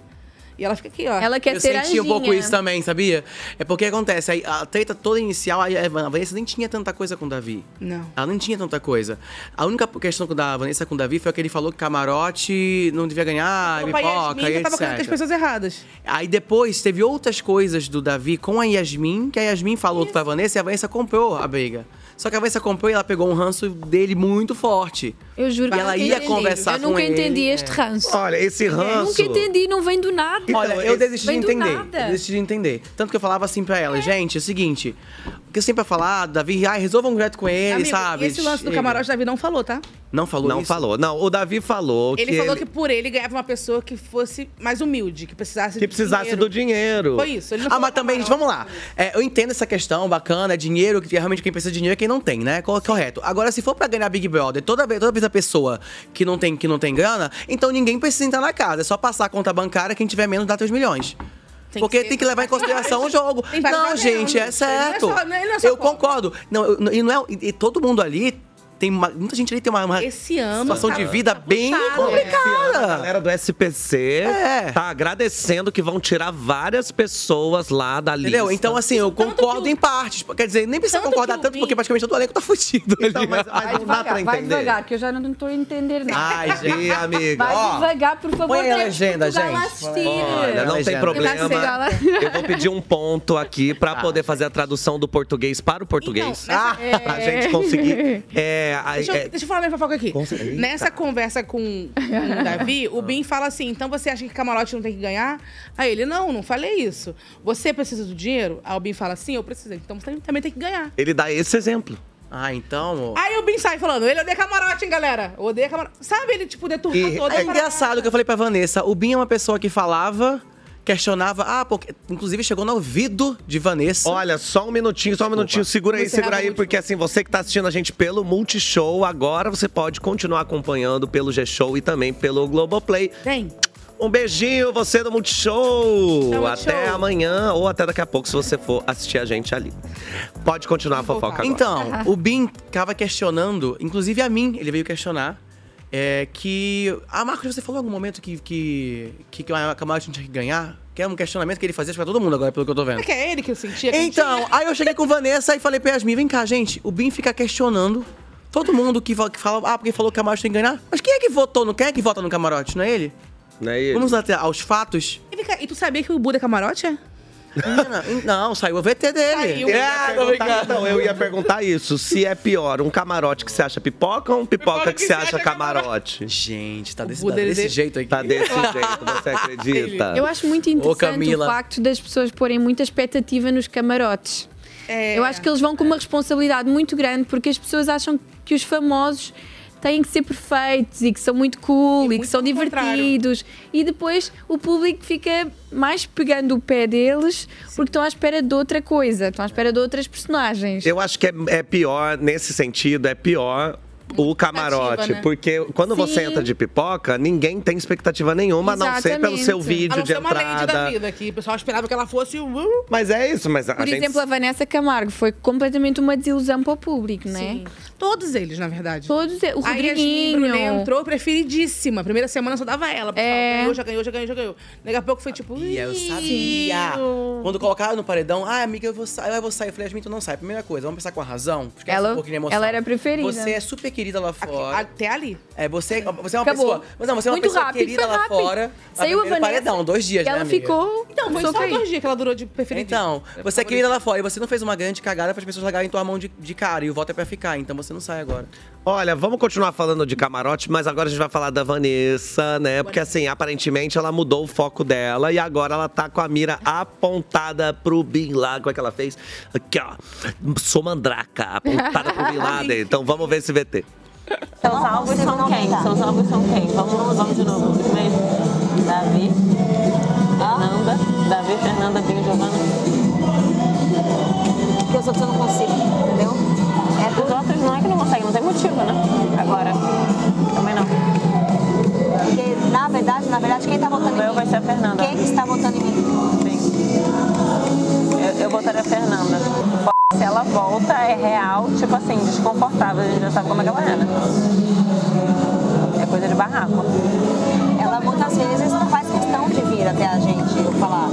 E ela fica aqui, ó. Ela eu senti um pouco isso também, sabia? É porque acontece, aí a treta toda inicial, aí a Vanessa nem tinha tanta coisa com o Davi. Não. Ela não tinha tanta coisa. A única questão da Vanessa com o Davi foi que ele falou que camarote não devia ganhar, Opa, pipoca e Yasmin já é tava com as etc. pessoas erradas. Aí depois teve outras coisas do Davi com a Yasmin, que a Yasmin falou pra Vanessa e a Vanessa comprou a briga. Só que a Vanessa comprou e ela pegou um ranço dele muito forte. Eu juro E que ela eu nunca ia entendi. conversar Eu com nunca ele, entendi é. este ranço. Olha, esse ranço- Nunca entendi, não vem do nada. Olha, eu desisti de Então, Vem do entender. nada. Eu desisti de entender. Tanto que eu falava assim pra ela, gente, é o seguinte. Porque eu sempre ia falar, Davi, ai, resolva um projeto com ele, Amigo, sabe? E esse lance do Chega. camarote, Davi não falou, tá? Não falou Não isso? falou. Não, o Davi falou Ele que falou ele- que por ele ganhava uma pessoa que fosse mais humilde, que precisasse que precisasse do dinheiro. Foi isso. Ele não ah, mas também, gente, vamos lá. É, eu entendo essa questão, bacana, é dinheiro, que realmente quem precisa de dinheiro é quem não tem, né? Co- Correto. Agora, se for pra ganhar Big Brother, toda vez, toda vez a pessoa que não tem, que não tem grana, então ninguém precisa entrar na casa. É só passar a conta bancária, quem tiver menos dá 3 milhões. Porque tem que levar em consideração o jogo. Tem que não, fazer gente, mesmo. é certo. Ele não é só- ele não é só eu conta. concordo. Não, eu- e não é. E, e todo mundo ali. Tem uma- muita gente ali tem uma, uma ano situação tá- de vida bem né? A complicada. É. galera do SPC tá agradecendo que vão tirar várias pessoas lá da lista. Entendeu? Então, assim, eu concordo em partes. Quer dizer, nem precisa concordar tanto, porque praticamente todo o elenco tá fudido. Então, ali. Vai devagar, vai devagar, que eu já não tô entendendo nada. Ai, gente, amiga, Vai ó. devagar, por favor. Põe a deixa legenda, Portugal gente. assistir. Olha, não tem problema. Eu vou pedir um ponto aqui pra Tá. Então, poder fazer a tradução do português para o português. Ah, mas- Pra gente conseguir é, É, a- Deixa, é- eu, deixa eu falar minha fofoca aqui. Com certeza. Ah. Nessa Eita. conversa com o Davi, o Bim fala assim: então você acha que camarote não tem que ganhar? Aí ele: não, não falei isso. Você precisa do dinheiro? Aí o Bim fala assim: eu preciso. Então você também tem que ganhar. Ele dá esse exemplo. Ah, então, amor. Aí o Bim sai falando: ele odeia camarote, hein, galera? Odeia camarote. Sabe, ele tipo deturpa E toda é a parada. engraçado que eu falei pra Vanessa, o Bin é uma pessoa que falava, questionava, ah, porque. Inclusive chegou no ouvido de Vanessa. Olha, só um minutinho, só um minutinho. Segura aí, Você segura errava aí, o porque assim, você que tá assistindo a gente pelo Multishow, agora você pode continuar acompanhando pelo G-Show e também pelo Globoplay. Tem. Um beijinho, você do Multishow! Tchau, Multishow. até amanhã ou até daqui a pouco, se você for assistir a gente ali. Pode continuar a fofoca agora. Então, o Bin tava questionando, inclusive a mim, ele veio questionar. É que. Ah, Marcos, você falou em algum momento que, que, que, que a camarote tinha que ganhar? Que é um questionamento que ele fazia acho que pra todo mundo agora, pelo que eu tô vendo. É que é ele que eu sentia. que não Então, aí eu cheguei com Vanessa e falei pra Yasmin, vem cá, gente, o Bin fica questionando todo mundo que fala, que fala, ah, porque falou que o camarote tem que ganhar. Mas quem é que votou no, quem é que vota no camarote, não é ele? Não é ele. Vamos até aos fatos. E, vem cá, e tu sabia que o Buda é camarote? é? Não, não, saiu o VT dele. Saiu. Ah, tô brincando. Não, eu ia perguntar isso. Se é pior, um camarote que você acha pipoca ou um pipoca, que, você acha camarote? Gente, tá desse, O tá dele- desse jeito aqui. Tá desse jeito, você acredita? Eu acho muito interessante o Camila. facto das pessoas porem muita expectativa nos camarotes. É. Eu acho que eles vão com uma responsabilidade muito grande porque as pessoas acham que os famosos têm que ser perfeitos e que são muito cool e, que são divertidos. E depois o público fica mais pegando o pé deles porque estão à espera de outra coisa, estão à espera de outras personagens. Eu acho que é, é pior, nesse sentido, é pior o camarote. né? Porque quando você Sim. entra de pipoca, ninguém tem expectativa nenhuma, a não ser pelo seu Exatamente. vídeo A não de ser uma lady da entrada. vida, que o uh, pessoal esperava que ela fosse. Mas é isso, mas a, Por a gente. exemplo, a Vanessa Camargo foi completamente uma desilusão para o público, né? Sim. Todos eles, na verdade. Todos eles. O Aí a Yasmin Rodriguinho. Brunet entrou preferidíssima. Primeira semana só dava ela. É. Ganhou, já ganhou, já ganhou, já ganhou. Daqui a pouco foi tipo. E eu "Ih, sabia. Quando colocaram no paredão, ah, amiga, eu vou sair, eu vou sair. Eu falei, Yasmin, tu não sai. Primeira coisa, vamos pensar com a razão. Esquece Ela- um pouquinho de emoção. ela era preferida. Você é super querida lá fora. até ali. É, você, você é uma Acabou. pessoa. Mas não, você é uma Muito pessoa rápido, querida foi lá rápido. fora. Saiu no primeiro a Vanessa, paredão, dois dias, e né, ela amiga? ficou- Então, foi Só só caí. dois dias que ela durou de preferida. Então, você é querida lá fora e você não fez uma grande cagada para as pessoas largarem tua mão de, de cara. E o voto é pra ficar, então você não sai agora. Olha, vamos continuar falando de camarote, mas agora a gente vai falar da Vanessa, né? Porque assim, aparentemente ela mudou o foco dela e agora ela tá com a mira apontada pro Bin Laden. Como é que ela fez? Aqui, ó. Sou mandraca, apontada pro Bin Laden. Então vamos ver esse VT. São salvos são quem? São salvos são quem? Vamos, vamos de novo. Os mesmos. Davi, Fernanda, Davi, Fernanda, Binho, Giovana. Porque os outros eu não consigo, entendeu? É dos outros não é que não consegue, não tem motivo, né? Agora, também não. Porque, na verdade, na verdade, quem tá votando em mim? vai ser a Fernanda. Quem é está votando em mim? Eu, eu votaria a Fernanda. Se ela volta, é real, tipo assim, desconfortável. A gente já sabe como é que ela é, né? É coisa de barraco. Ela muitas vezes não faz questão de vir até a gente falar.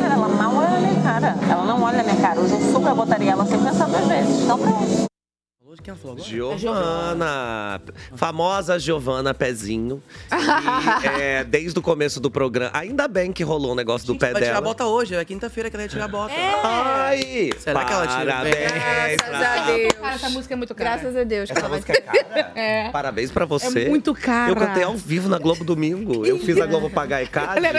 Cara, ela mal olha na minha cara. Ela não olha na minha cara. Hoje eu super votaria ela sem pensar duas vezes. Então pronto. Giovana. Famosa Giovana Pezinho. E, é, desde o começo do programa. Ainda bem que rolou o negócio do pé Vai tirar a dela. bota hoje, é quinta-feira que ela ia tirar a bota. É. Ai! Será que ela tira bem? Parabéns, Graças a Deus. Cara, essa música é muito cara. Graças a Deus. Essa música é cara? Parabéns pra você. É muito cara. Eu cantei ao vivo na Globo domingo. Eu fiz a Globo pagar Galera,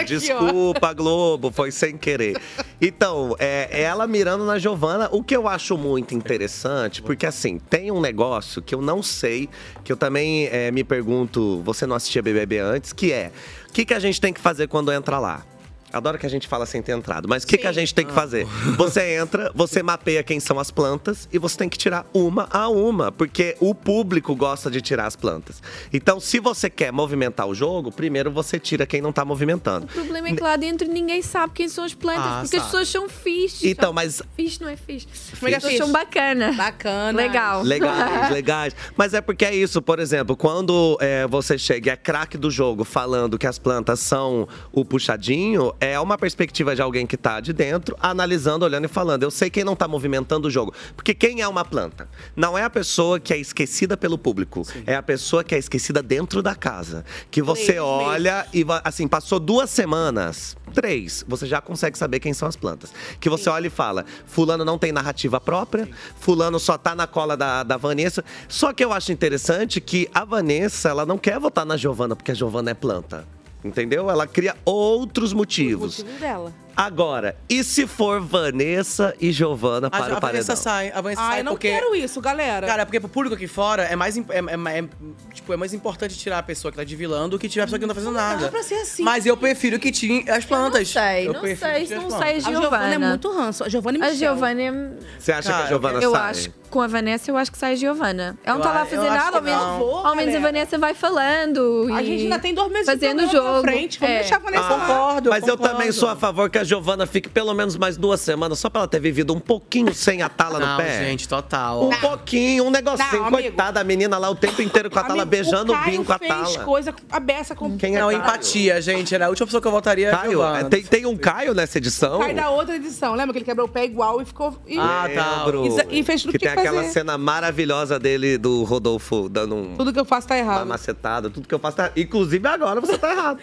ECAD. aqui, ó. Desculpa, Globo, foi sem querer. Então, é, ela mirando na Giovana, o que eu acho muito interessante, porque assim, tem um negócio que eu não sei, que eu também é, me pergunto, você não assistia BBB antes, que é, o que, que a gente tem que fazer quando entra lá? Adoro que a gente fala sem ter entrado, mas o que, que a gente tem que fazer? Você entra, você mapeia quem são as plantas e você tem que tirar uma a uma, porque o público gosta de tirar as plantas. Então, se você quer movimentar o jogo, primeiro você tira quem não tá movimentando. O problema é que lá dentro ninguém sabe quem são as plantas, Ah, porque as sabe. pessoas são fixe. Então, são- mas- Fixe não é fixe. Como é que é As pessoas fixe? são bacana. Bacana. Legal. Legais, legais. Mas é porque é isso, por exemplo, quando é, você chega e é craque do jogo falando que as plantas são o puxadinho, é uma perspectiva de alguém que tá de dentro, analisando, olhando e falando. Eu sei quem não tá movimentando o jogo. Porque quem é uma planta? Não é a pessoa que é esquecida pelo público. É a pessoa que é esquecida dentro da casa. Que você olha e, va- assim, passou duas semanas, três, você já consegue saber quem são as plantas. Que você olha e fala, fulano não tem narrativa própria, fulano só tá na cola da, da Vanessa. Só que eu acho interessante que a Vanessa, ela não quer votar na Giovana porque a Giovana é planta. Entendeu? Ela cria outros motivos. dela. Agora, e se for Vanessa e Giovana A, para a o paredão? Vanessa sai, a Vanessa Ah, sai eu não porque... quero isso, galera. Cara, porque pro público aqui fora é mais, im- é, é- é- tipo, é mais importante tirar a pessoa que tá de vilã do que tirar a pessoa que não tá fazendo nada. dá pra ser assim. Mas eu prefiro que tire as plantas. Eu sei, prefiro que tire as plantas. sei, A Giovana é Giovana. muito ranço. A Giovana e A Michelle. Giovana é Você acha que a Giovana eu sai? acho com a Vanessa, eu acho que sai a Giovana. Ela não Eu tá lá acho- eu fazendo acho nada, que ao menos, não. ao menos a Vanessa vai falando. A e gente ainda tem dois meses de Fazendo o programa pra jogo. É. frente, vamos deixar a Vanessa Ah, lá. Concordo, eu mas eu concordo. também sou a favor que a Giovana fique pelo menos mais duas semanas, só pra ela ter vivido um pouquinho sem a tala no Não, pé. gente, total. Um pouquinho, um negocinho. Não, amigo. Coitada, a menina lá o tempo inteiro com a tala, Amigo, beijando o, Caio vinho com a fez tala. coisa aberta com Quem é não, Caio? empatia, gente. Era a última pessoa que eu votaria. Caio, é, tem, tem um Caio nessa edição? Sai da outra edição, lembra que ele quebrou o pé igual e ficou. E, Ah, tá, Lembro. E, e fez tudo que que, tem aquela fazer. cena maravilhosa dele, do Rodolfo dando um, Tudo que eu faço tá uma errado. macetada. Tudo que eu faço tá... Inclusive agora você tá errado.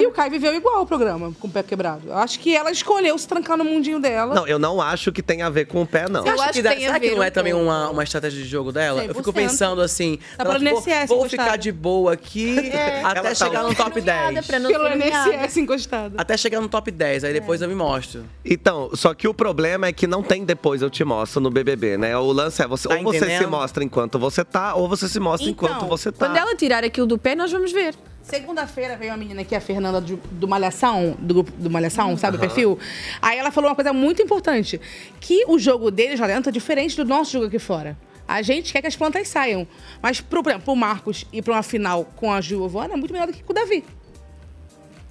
e o Caio viveu igual o programa, com o pé quebrado. Eu acho que ela escolheu se trancar no mundinho dela. Não, eu não acho que tem a ver com o pé, não. Você acha que, dá- será que não é também uma, uma estratégia de jogo dela? Eu fico 100%. pensando assim, Tá ela, pelo vou, INSS vou encostada. ficar de boa aqui Ela até tá chegar no top 10. Pelo INSS encostado. Até chegar no top 10, aí depois eu me mostro. Então, só que o problema é que não tem depois eu te mostro no BBB, né? O lance é você Tá ou você se entendendo? Então, mostra enquanto você tá, ou você se mostra enquanto você tá. Quando ela tirar aquilo do pé, nós vamos ver. Segunda-feira veio uma menina aqui, a Fernanda do, do Malhação, do grupo do Malhação, sabe o Aham. perfil? Aí ela falou uma coisa muito importante: que o jogo deles lá dentro é diferente do nosso jogo aqui fora. A gente quer que as plantas saiam. Mas, pro, por exemplo, pro Marcos ir pra uma final com a Giovana é muito melhor do que com o Davi.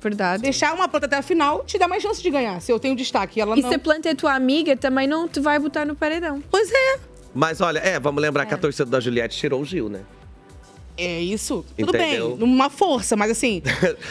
Verdade. Deixar uma planta até a final te dá mais chance de ganhar, se eu tenho destaque. E, ela E não... se a planta é tua amiga, também não te vai botar no paredão. Pois é. Mas olha, é, vamos lembrar que a torcida da Juliette tirou o Gil, né? É isso. Tudo Entendeu? bem, numa força, mas assim,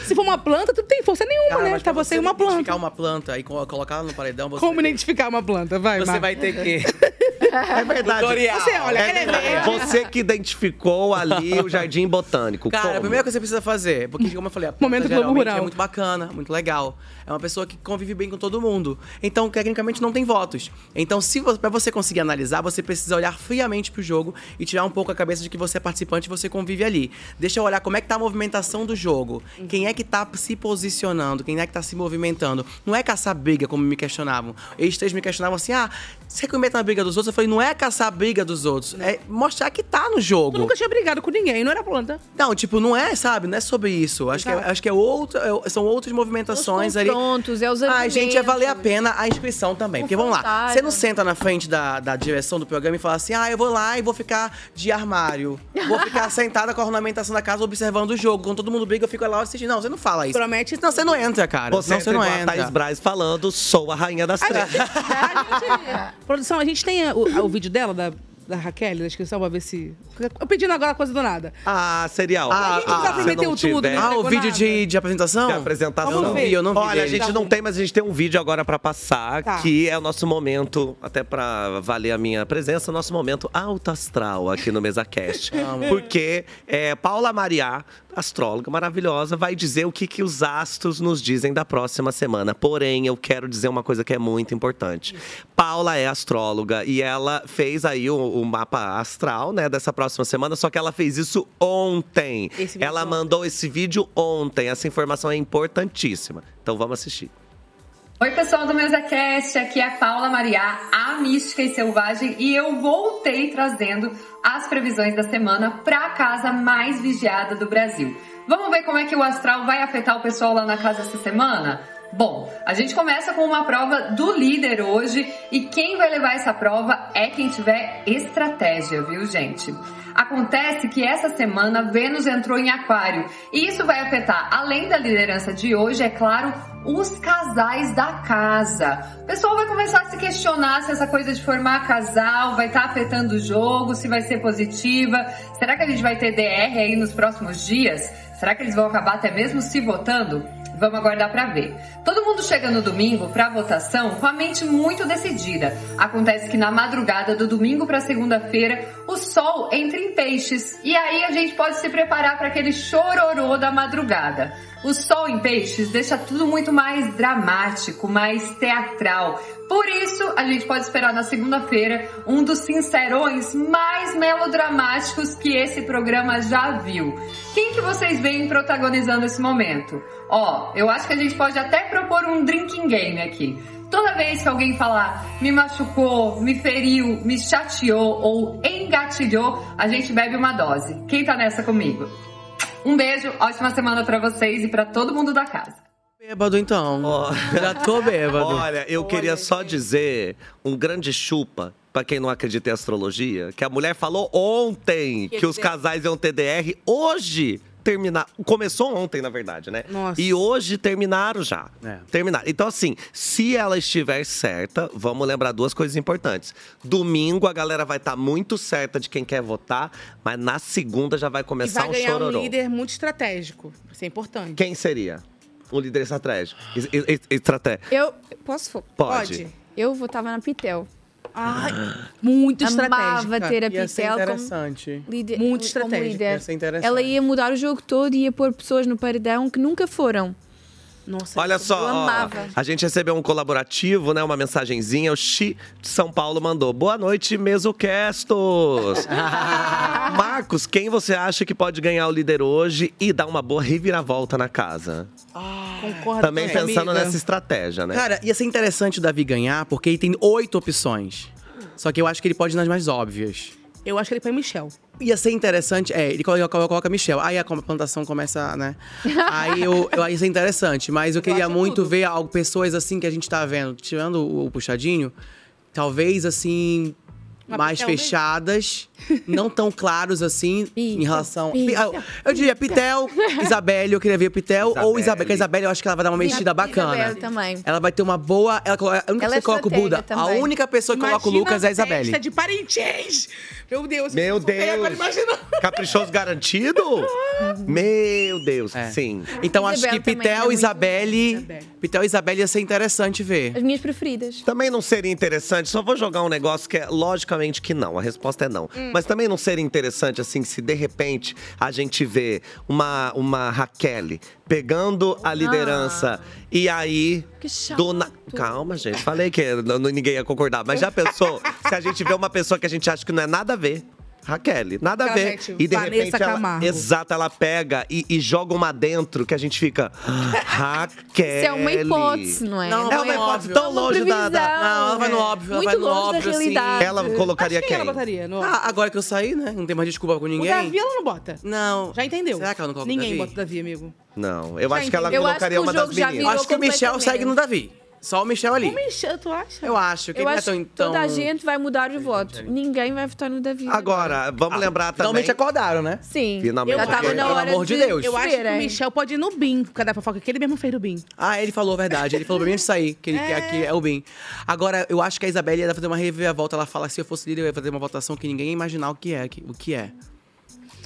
se for uma planta, tu não tem força nenhuma, né? Tá você e uma planta. Ficar uma planta e co- colocar ela no paredão, você, Como identificar uma planta? Vai, você Marcos. vai ter que. É verdade. Tutorial. Você olha, É ela é verdade. verde. Você que identificou ali o Jardim Botânico. Cara, como? a primeira coisa que você precisa fazer, porque como eu falei, a planta Momento Globo geralmente Rural. é muito bacana, muito legal. É uma pessoa que convive bem com todo mundo. Então, tecnicamente, não tem votos. Então, se vo- pra você conseguir analisar, você precisa olhar friamente pro jogo e tirar um pouco a cabeça de que você é participante e você convive ali. Deixa eu olhar como é que tá a movimentação do jogo. Quem é que tá se posicionando, quem é que tá se movimentando. Não é caçar briga, como me questionavam. Eles três me questionavam assim, ah, você que eu meto na briga dos outros? Eu falei, não é caçar a briga dos outros, é mostrar que tá no jogo. Tu nunca tinha brigado com ninguém, não era planta. Não, tipo, não é, sabe? Não é sobre isso. Acho que é, acho que é outro, é- são outras movimentações ali. confrontos, é os Ai, gente, é argumentos. valer a pena a inscrição também. Porque vamos lá, Confrontar, você não senta na frente da, da direção do programa e fala assim: ah, eu vou lá e vou ficar de armário. Vou ficar sentada com a ornamentação da casa observando o jogo. Quando todo mundo briga, eu fico lá assistindo. Não, você não fala isso. Promete. Não, você não entra, cara. Você não, você entra não igual a entra. Thaís Braz falando, sou a rainha das trevas. Produção, a gente tem o, o vídeo dela, da, da Raquel, da inscrição, pra ver se. Eu pedindo agora a coisa do nada. Ah, seria ótimo. A gente não sabe meter o tudo, não Ah, o entregou vídeo nada. de, de apresentação? De apresentação. Eu não vi, eu não vi. Olha, a dele. gente não tem, mas a gente tem um vídeo agora pra passar, Tá. que é o nosso momento, até pra valer a minha presença, o nosso momento alto astral aqui no MesaCast. Amo. Porque é, Paula Mariá, astróloga maravilhosa, vai dizer o que, que os astros nos dizem da próxima semana. Porém, eu quero dizer uma coisa que é muito importante. Paula é astróloga e ela fez aí o, o mapa astral, né, dessa próxima semana, só que ela fez isso ontem. Ela mandou esse vídeo ontem. Essa informação é importantíssima. Então vamos assistir. Oi, pessoal do MesaCast, aqui é a Paula Mariá, a mística e selvagem, e eu voltei trazendo as previsões da semana para a casa mais vigiada do Brasil. Vamos ver como é que o astral vai afetar o pessoal lá na casa essa semana? Bom, a gente começa com uma prova do líder hoje e quem vai levar essa prova é quem tiver estratégia, viu, gente? Acontece que essa semana Vênus entrou em Aquário e isso vai afetar, além da liderança de hoje, é claro, os casais da casa. O pessoal vai começar a se questionar se essa coisa de formar casal vai estar afetando o jogo, se vai ser positiva. Será que a gente vai ter DR aí nos próximos dias? Será que eles vão acabar até mesmo se votando? Vamos aguardar para ver. Todo mundo chega no domingo para votação com a mente muito decidida. Acontece que na madrugada do domingo para segunda-feira, o sol entra em peixes e aí a gente pode se preparar para aquele chororô da madrugada. O sol em peixes deixa tudo muito mais dramático, mais teatral. Por isso, a gente pode esperar na segunda-feira um dos sincerões mais melodramáticos que esse programa já viu. Quem que vocês veem protagonizando esse momento? Ó, eu acho que a gente pode até propor um drinking game aqui. Toda vez que alguém falar me machucou, me feriu, me chateou ou engatilhou, a gente bebe uma dose. Quem tá nessa comigo? Um beijo, ótima semana pra vocês e pra todo mundo da casa. Bêbado, então. Já tô bêbado. Olha, eu queria só dizer um grande chupa. Pra quem não acredita em astrologia, que a mulher falou ontem Que que, os dizer? casais iam ter DR. Hoje terminar. Começou ontem, na verdade, né? Nossa. E hoje terminaram já. É. Terminaram. Então, assim, se ela estiver certa, vamos lembrar duas coisas importantes. Domingo a galera vai estar muito certa de quem quer votar, mas na segunda já vai É E começar vai um ganhar um chororô. líder muito estratégico. Isso é importante. Quem seria? Um líder estratégico. Es- es- es- Estratégico. Eu posso? Pode. Pode. Eu votava na Pitel. Ai, muito Amava estratégica. ter a Ia ser Pitel como Interessante. líder. Muito como estratégica, líder. ia ser interessante. Ela ia mudar o jogo todo e ia pôr pessoas no paredão que nunca foram. Nossa, Olha eu só, ó, amava. a gente recebeu um colaborativo, né? Uma mensagenzinha. O Xi de São Paulo mandou. Boa noite, Mesocastos! Marcos, quem você acha que pode ganhar o líder hoje e dar uma boa reviravolta na casa? Ah, Concordo Também com a pensando amiga. nessa estratégia, né? Cara, ia ser interessante o Davi ganhar, porque ele tem oito opções. Só que eu acho que ele pode ir nas mais óbvias. Eu acho que ele põe Michel. Ia ser interessante. É, ele coloca, coloca Michel. Aí a plantação começa, né? Aí eu, eu aí isso é interessante, mas eu queria muito ver algo, pessoas assim que a gente tá vendo, tirando o, o puxadinho, talvez assim. Uma mais pitel mesmo? fechadas, não tão claros assim em relação. pizza, Ah, eu- eu diria Pitel, Isabelle, eu queria ver Pitel ou Isabelle, porque a Isabelle eu acho que ela vai dar uma mexida bacana. Isabel é também. Ela vai ter uma boa. Ela, colo- a única Ela pessoa é que coloca o estratégia Buda. A também. única pessoa que coloca o Lucas é a Isabelle. Festa de Parintins! Meu Deus. Meu Deus! Caprichoso garantido? Meu Deus, sim. Então acho Isabel que também, Pitel ela é e Isabelle. Pitel e Isabelle ia ser interessante ver. As minhas preferidas. Também não seria interessante, só vou jogar um negócio que é logicamente que não, a resposta é não. Hum. Mas também não seria interessante, assim, se de repente a gente vê uma, uma Raquel pegando a liderança e aí. Ah. Que chato. do na- Calma, gente. Falei que n- n- ninguém ia concordar, mas já pensou se a gente vê uma pessoa que a gente acha que não é nada a ver? Raquel, nada a ver. Claramente, E de Vanessa repente ela, Camargo. exato, ela pega e, e joga uma dentro que a gente fica. "Ah, Raquel. Isso é uma hipótese, não é? é uma hipótese tão longe da, da- Não, ela vai é. no óbvio, ela Muito vai no longe da óbvio, assim. realidade. Ela colocaria Mas quem ela botaria no Ah, agora que eu saí, né? Não tem mais desculpa com O ninguém. Davi ela não bota. Não. Já entendeu? Será que ela não coloca o Ninguém Davi? bota o Davi, amigo. Não, eu Já acho que ela entendi. Eu acho colocaria que o uma das jogo já meninas. virou Acho que o Michel segue no Davi. Só o Michel ali. O Michel, tu acha? Eu acho que Eu ele acho não é que tão. toda a gente vai mudar o voto. Ninguém vai votar no Davi. Agora, Ah, vamos lembrar também. Finalmente acordaram, né? Sim. Finalmente Já tava acordaram. na hora Eu acho que o verem. Michel pode ir no BIM, por causa da fofoca que ele mesmo fez do BIM. Ah, ele falou a verdade. Ele falou pra mim antes de sair, que, ele, que aqui é o bem. Agora, eu acho que a Isabelle ia fazer uma reviravolta. Ela fala: se eu fosse líder, eu ia fazer uma votação que ninguém ia imaginar o que é. que- O que é.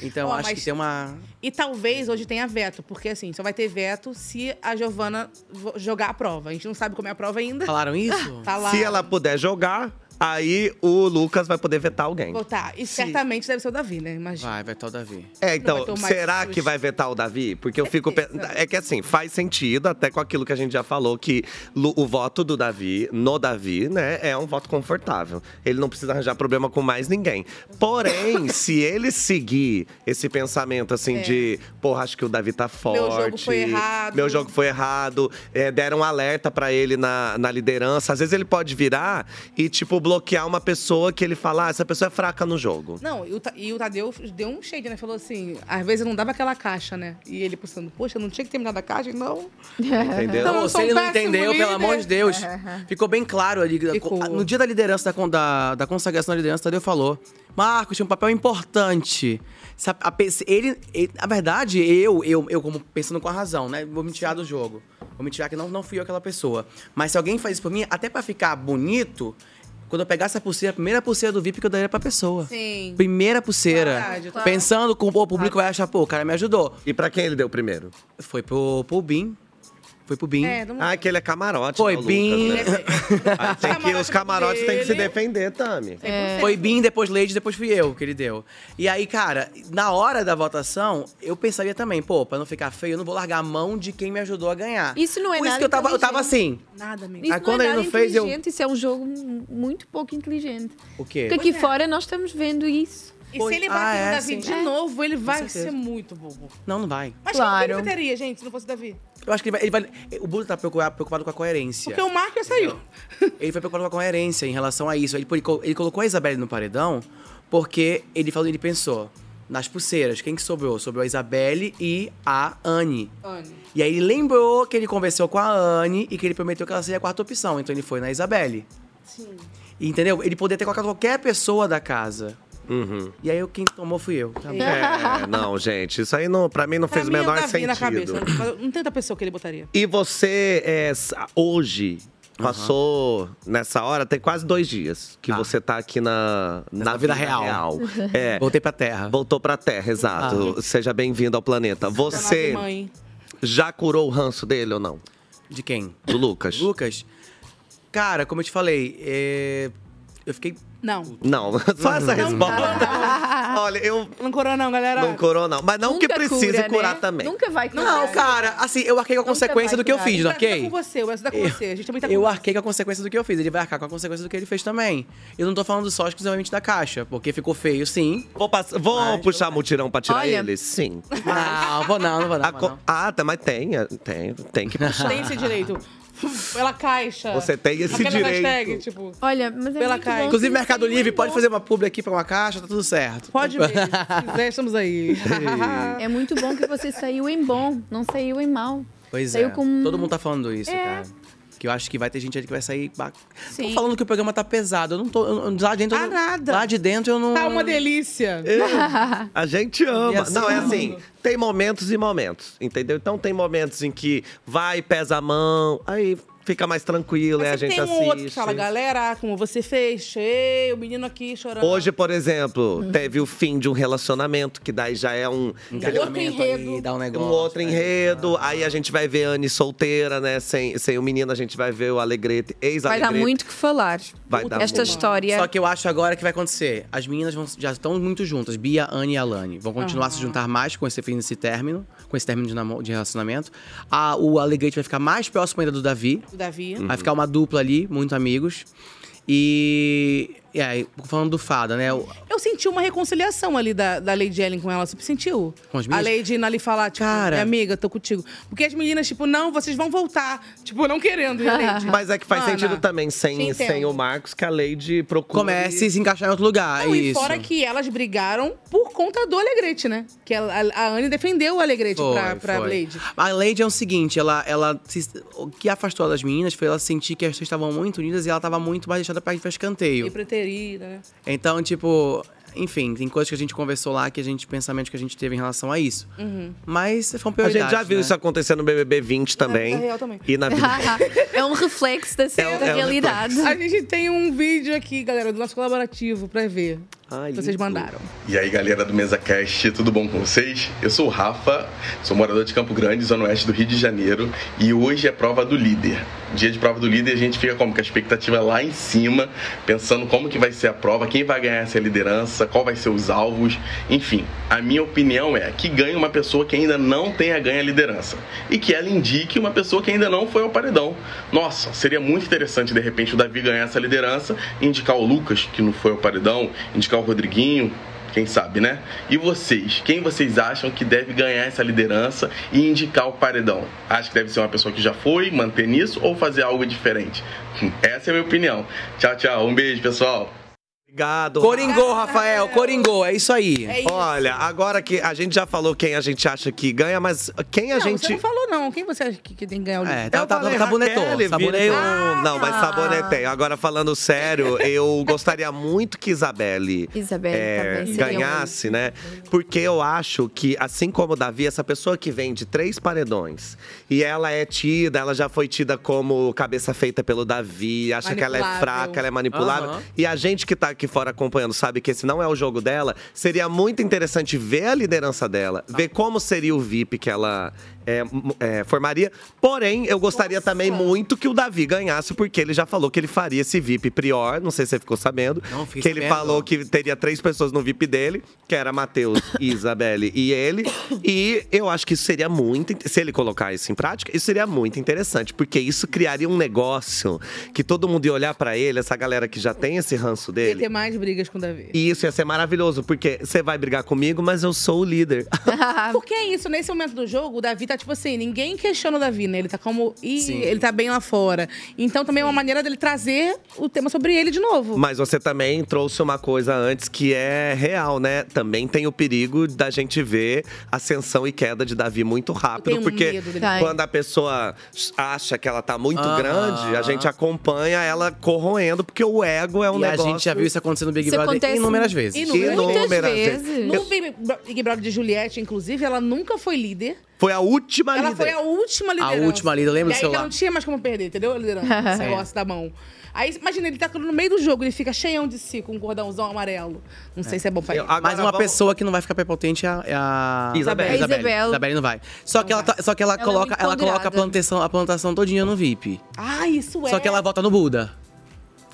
Então, Ó, acho mas- que tem uma. E talvez hoje tenha veto, porque assim, só vai ter veto se a Giovana vo- jogar a prova. A gente não sabe como é a prova ainda. tá Falaram isso? Falaram. Se ela puder jogar, aí o Lucas vai poder vetar alguém. Votar. tá. E certamente deve ser o Davi, né? Imagina. Vai vetar o Davi. É, Não vai então, ter o Marcos será que Xuxa. vai vetar o Davi? Porque eu fico pensando. É que assim, faz sentido, até com aquilo que a gente já falou, que lu- o voto do Davi, no Davi, né, é um voto confortável. Ele não precisa arranjar problema com mais ninguém. Porém, se ele seguir esse pensamento assim É. de, porra, acho que o Davi tá forte. jogo foi errado. Meu jogo foi errado. é, deram um alerta pra ele na, na liderança. Às vezes ele pode virar e, tipo, bloquear uma pessoa que ele fala, ah, essa pessoa é fraca no jogo. Não, e o, Ta- e o Tadeu deu um shade, né? Falou assim, às vezes eu não dava aquela caixa, né? E ele pensando, poxa, eu não tinha que ter me dado a caixa, não. Entendeu? Então, eu Não, se sou um ele não péssimo entendeu, pelo líder. É, amor de Deus. Ficou bem claro ali. No dia da liderança, da, con- da, da consagração da liderança, Tadeu falou: Marcos tinha um papel importante. Se a- a pe- se ele, ele- na verdade, eu, eu, eu, como pensando com a razão, né? Vou me tirar do jogo. Vou me tirar que não, não fui eu aquela pessoa. Mas se alguém faz isso por mim, até pra ficar bonito, quando eu pegasse a pulseira, a primeira pulseira do VIP que eu daria pra pessoa. Sim. Primeira pulseira. Verdade, claro. Pensando com o público vai achar, pô, o cara me ajudou. E pra quem ele deu primeiro? Foi pro, pro Bin. Foi pro Bim. É, não- Ah, que ele é camarote. Foi né, o Lucas, Bim. né? Aí tem que, os camarotes têm que se dele. defender, Tami. É. Foi Bim, depois Lady, depois fui eu que ele deu. E aí, cara, na hora da votação, eu pensaria também, pô, pra não ficar feio, eu não vou largar a mão de quem me ajudou a ganhar. Isso não é Por nada isso que eu tava, eu tava assim. Nada, amigo. Isso Aí não quando é ele nada não fez, eu- inteligente, Isso é um jogo mu- muito pouco inteligente. assim. O quê? Ah, é, Porque aqui fora nós estamos vendo isso. é. E se Ah, ele bater é, no Davi de novo, ele vai ser muito bobo. Não, não vai. Mas claro. quem que bateria, gente, se não fosse Davi? Eu acho que ele vai. ele vai- o Bruno tá preocu- preocupado com a coerência. Porque é o Marco já saiu. Ele foi preocupado com a coerência em relação a isso. Ele, ele co- ele colocou a Isabelle no paredão porque ele falou, ele pensou nas pulseiras. Quem que sobrou? Sobrou a Isabelle e a Anne. E aí ele lembrou que ele conversou com a Anne e que ele prometeu que ela seria a quarta opção. Então ele foi na Isabelle. Sim. E, Entendeu? Ele poderia ter colocado qualquer pessoa da casa. Uhum. E aí eu- quem tomou fui eu. Tá bom. É, não, gente, isso aí não, pra mim não fez o Pra mim, é o menor Davi sentido. na cabeça. Não tem outra pessoa que ele botaria. E você, é, s- hoje, passou nessa hora, tem quase dois dias que você tá aqui na, na vida real. É, Voltei pra Terra. Ah. Voltou pra Terra, exato. Seja bem-vindo ao planeta. Você Mãe. já curou o ranço dele ou não? De quem? Do Lucas. Lucas? Cara, como eu te falei, é, eu fiquei. Não. Não, só essa resposta. Olha, eu. Não corou, não, né? galera. Não curou, não. Mas não que precise curar né? também. né? Nunca vai curar. Não, cara, assim, eu arquei com a consequência do que eu fiz, não Vai dar arquei? com você, o S dá com você. A gente também tá com Eu arquei com a consequência do que eu fiz. Ele vai arcar com a consequência do que ele fez também. Eu não tô falando só exclusivamente da caixa, porque ficou feio, sim. Vou, passar, vou puxar mutirão pra tirar Olha- ele? Sim. Não, vou não, não vou não. Co- Ah, tá, mas tem, é, tem, tem que puxar. Tem esse direito. Pela caixa. Você tem esse Aquela direito. hashtag, tipo. Olha, mas é Pela muito caixa. bom. Inclusive, Mercado Livre, pode fazer uma publi aqui pra uma caixa, tá tudo certo. Pode mesmo. Se quiser, estamos aí. É muito bom que você saiu em bom, não saiu em mal. Pois saiu é. um com- um Todo mundo tá falando isso, É. cara. Que eu acho que vai ter gente ali que vai sair. Ba... Tô Sim. falando que o programa tá pesado. Eu não tô. eu não- lá de dentro. eu não- Lá de dentro eu não. É. Tá uma delícia. A gente ama. assim, não, é todo assim, mundo. tem momentos e momentos, entendeu? Então tem momentos em que vai, pesa a mão, aí fica mais tranquilo, aí a gente Tem um outro que assiste. fala, galera, como você fez? Cheio, o menino aqui chorando. Hoje, por exemplo, teve o fim de um relacionamento, que daí já é um. Engajamento Outro enredo. aí, dá um negócio, Ah. outro enredo. Aí a gente vai ver a Anne solteira, né? Sem, sem o menino, a gente vai ver o Alegrete, Vai ex-Alegrete. dar muito o que falar. Vai dar Esta muito. história. Só que eu acho agora que vai acontecer. As meninas vão- já estão muito juntas, Bia, Anne e Alane. Vão continuar a se juntar mais com esse fim desse término, com esse término de, namo- de relacionamento. A, o Alegrete vai ficar mais próximo ainda do Davi. O Davi. Uhum. Vai ficar uma dupla ali, muito amigos. E. E aí, falando do Fada, né? O- Eu senti uma reconciliação ali da, da Lady Ellen com ela. Você sentiu? Com as a minhas? Lady indo ali falar, tipo, minha amiga, tô contigo. Porque as meninas, tipo, não, vocês vão voltar. Tipo, não querendo. E a Lady, Mas é que faz "Mana." sentido também, sem, Entendo. sem o Marcos, que a Lady procura. Comece a se encaixar em outro lugar. Não, isso. e fora que elas brigaram por conta do Alegrete, né? Que a, a, a Anne defendeu o Alegrete Foi, pra, pra foi. Lady. A Lady é o seguinte, ela, ela se- o que afastou ela das meninas foi ela sentir que as pessoas estavam muito unidas e ela estava muito mais deixada para escanteio. E preterida, né? Então, tipo, enfim, tem coisas que a gente conversou lá que a gente, pensamentos que a gente teve em relação a isso. Uhum. Mas foram A prioridades. gente já viu né? isso acontecer no BBB 20 também. vida real também. E na vida é um reflexo da é um certa reflexo. realidade. A gente tem um vídeo aqui, galera, do nosso colaborativo pra ver. Vocês mandaram. E aí galera do Mesa Cast, tudo bom com vocês? Eu sou o Rafa, sou morador de Campo Grande, zona oeste do Rio de Janeiro, e hoje é prova do líder. Dia de prova do líder, a gente fica como com a expectativa lá em cima, pensando como que vai ser a prova, quem vai ganhar essa liderança, qual vai ser os alvos, enfim. A minha opinião é que ganha uma pessoa que ainda não tenha ganho a liderança e que ela indique uma pessoa que ainda não foi ao paredão. Nossa, seria muito interessante de repente o Davi ganhar essa liderança, indicar o Lucas que não foi ao paredão, indicar o Rodriguinho, quem sabe, né? E vocês? Quem vocês acham que deve ganhar essa liderança e indicar o paredão? Acho que deve ser uma pessoa que já foi, manter nisso ou fazer algo diferente? Essa é a minha opinião. Tchau, tchau. Um beijo, pessoal. Obrigado. Coringô, Rafael, Coringô, é isso aí. É isso. Olha, agora que a gente já falou quem a gente acha que ganha, mas quem a não, gente. você não falou, não. Quem você acha que, que tem que ganhar o livro? É, tá, tá, sabonetou. virei um... Não, mas sabonetei. Agora, falando sério, eu gostaria muito que Isabelle, Isabelle é, também seria um ganhasse, né? Porque eu acho que, assim como o Davi, essa pessoa que vem de três paredões e ela é tida, ela já foi tida como cabeça feita pelo Davi, acha que ela é Manipulável. fraca, ela é manipulável. Aham. E a gente que tá aqui fora acompanhando sabe que esse não é o jogo Tá. dela. Seria muito interessante ver a liderança dela, ver como seria o VIP que ela, é, mo- é, formaria. Porém, eu gostaria também muito que o Davi ganhasse, porque ele já falou que ele faria esse VIP prior. Não sei se você ficou sabendo. Não, fiz que ele sabendo. falou que teria três pessoas no VIP dele, que era Matheus, Isabelle e ele. E eu acho que isso seria muito. inte- Se ele colocar isso em prática, isso seria muito interessante, porque isso criaria um negócio que todo mundo ia olhar pra ele, essa galera que já tem esse ranço Ia dele. ter mais brigas com o Davi. E isso ia ser maravilhoso, porque você vai brigar comigo, mas eu sou o líder. Porque é isso, nesse momento do jogo, o Davi tá tipo assim, ninguém questiona o Davi, né? Ele tá como. Ih, Sim. ele tá bem lá fora. Então também é uma maneira dele trazer o tema sobre ele de novo. Mas você também trouxe uma coisa antes que é real, né? Também tem o perigo da gente ver ascensão e queda de Davi muito rápido, tenho porque medo dele. Tá. quando a pessoa acha que ela tá muito Aham. grande, a gente acompanha ela corroendo, porque o ego é um E a negócio. gente já viu isso acontecendo no Big Isso Brother acontece inúmeras vezes. Inúmeras, Inúmeras vezes. No Big Bro- Big Brother de Juliette, inclusive, ela nunca foi líder. Foi a última ela líder. foi a última liderança. última líder, lembra do e aí celular? ela não tinha mais como perder, entendeu? A liderança, esse Sim. negócio da mão. Aí, imagina, ele tá no meio do jogo, ele fica cheião de si, com um cordãozão amarelo. Não sei se é bom pra ele. Mas uma pessoa que não vai ficar prepotente é a, é a... Isabelle. É Isabelle. Isabelle. Isabelle não vai. Só que ela, tá- só que ela, Ela é coloca, muito ela coloca a ponderada. plantação, a plantação todinha no VIP. Ah, isso é. Só que ela vota no Buda.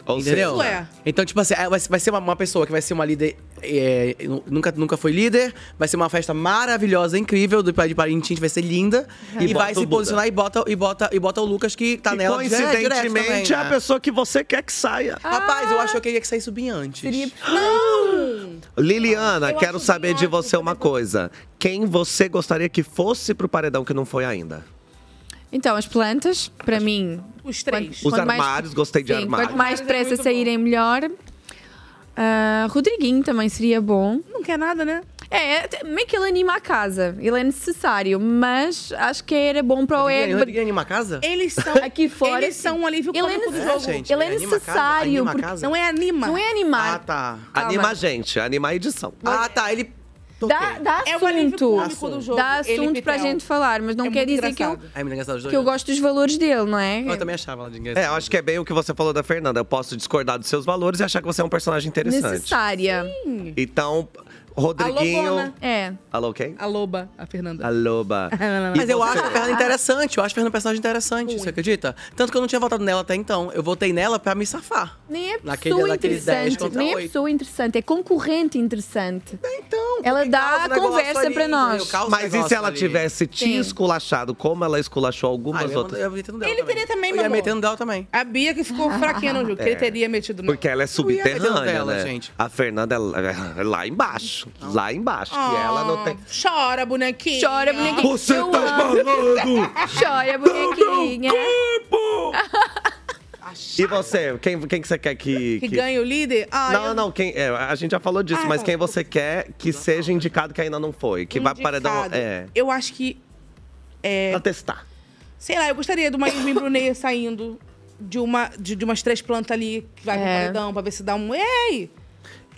Entendeu? seja- Ué. Então, tipo assim, é, vai ser- vai ser uma, uma pessoa que vai ser uma líder. é, nu- nunca, nunca foi líder, vai ser uma festa maravilhosa, incrível, do Pai de Parintins, vai ser linda. E E, bota vai o se Buda. posicionar e bota, e, bota, e bota o Lucas que tá E nela. dire- direto também, coincidentemente, é a né? pessoa que você quer que saia. Rapaz, eu acho que eu queria que saísse o Bian antes. Não! Liliana, Eu quero saber de você uma coisa. Quem você gostaria que fosse pro paredão que não foi ainda? Então, as plantas, pra mim. Os três. Os armários, gostei de Sim, armário. Quanto é mais depressa saírem, melhor. Ah, Rodriguinho também seria bom. Não quer nada, né? É, t- meio que ele anima a casa. Ele é necessário, mas acho que era bom para o Rodriguinho, ego. Rodriguinho anima a casa? Eles são aqui fora. Eles são um alívio Ele é cômico do nece- jogo. É, gente, ele é anima a casa? necessário. Anima a porque- casa? Não é anima. Não é animar. Ah, tá. Anima a gente, anima a edição. Ah, tá. Ele. Dá, dá É o alívio assunto. cômico do jogo, Dá ele e assunto pra Pitel. É gente falar, mas não quer dizer que eu, Ai, me engraçado os dois. que eu gosto dos valores dele, não é? Eu também achava ela de engraçado. É, eu acho que é bem o que você falou da Fernanda. Eu posso discordar dos seus valores e achar que você é um personagem interessante. Necessária. Então, Rodriguinho. É. Alô, quem? A loba, a Fernanda. Aloba. E Mas eu você? acho a Fernanda interessante, eu acho a Fernanda um personagem interessante, você acredita? Tanto que eu não tinha votado nela até então. Eu votei nela pra me safar. Nem é pessoa Naquele- naquele 10 interessante. contra Nem é oito. pessoa interessante, é concorrente interessante. Então, Ela dá a negócio conversa ali, né, pra nós. entendeu? Causa Mas e se negócio ela ali. tivesse te Sim. esculachado, como ela esculachou Ah, eu algumas ia outras? mandar- eu ia meter no dela Ele teria também, Eu meu ia amor. meter no dela também. A Bia que ficou fraquinha no jogo, que É. ele teria metido no. Porque ela é ia meter no subterrânea, dela, né? gente. A Fernanda é é lá embaixo, lá embaixo. que ela não tem… Ah, Chora, bonequinha. Chora, bonequinha. Você Eu tá amo. Chora, bonequinha. E você, quem, quem que você quer que… Ah. Que ganha o líder? Ah, não, eu- não, quem, é, a gente já falou disso, Ah, mas tá. quem você quer que seja indicado que ainda não foi? Que vai para dar Indicado. é, Eu acho que. É, pra testar. sei lá, eu gostaria de uma Yasmin Brunet saindo de, uma, de, de umas três plantas ali, que vai pro É. paredão, pra ver se dá um. Ei!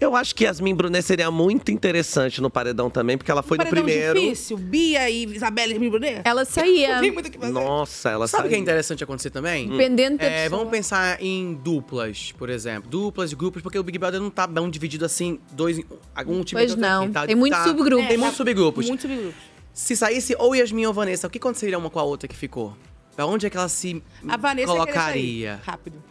Eu acho que Yasmin Brunet seria muito interessante no paredão também, porque ela foi no paredão primeiro. difícil, Bia e Isabela Yasmin Brunet? Ela saía. Nossa, ela Sabe o que é saiu. Hum. interessante acontecer também? Dependendo da é, pessoa. Vamos pensar em duplas, por exemplo. Duplas, grupos, porque o Big Brother não tá bem dividido assim, dois, em- algum time. Pois de outro não. time, tá- Tem muitos tá- subgrupos. É, Tem muitos subgrupos. Muitos subgrupos. Se saísse ou Yasmin ou Vanessa, o que aconteceria uma com a outra que ficou? Pra onde é que ela se A Vanessa ia querer colocaria? sair. Rápido.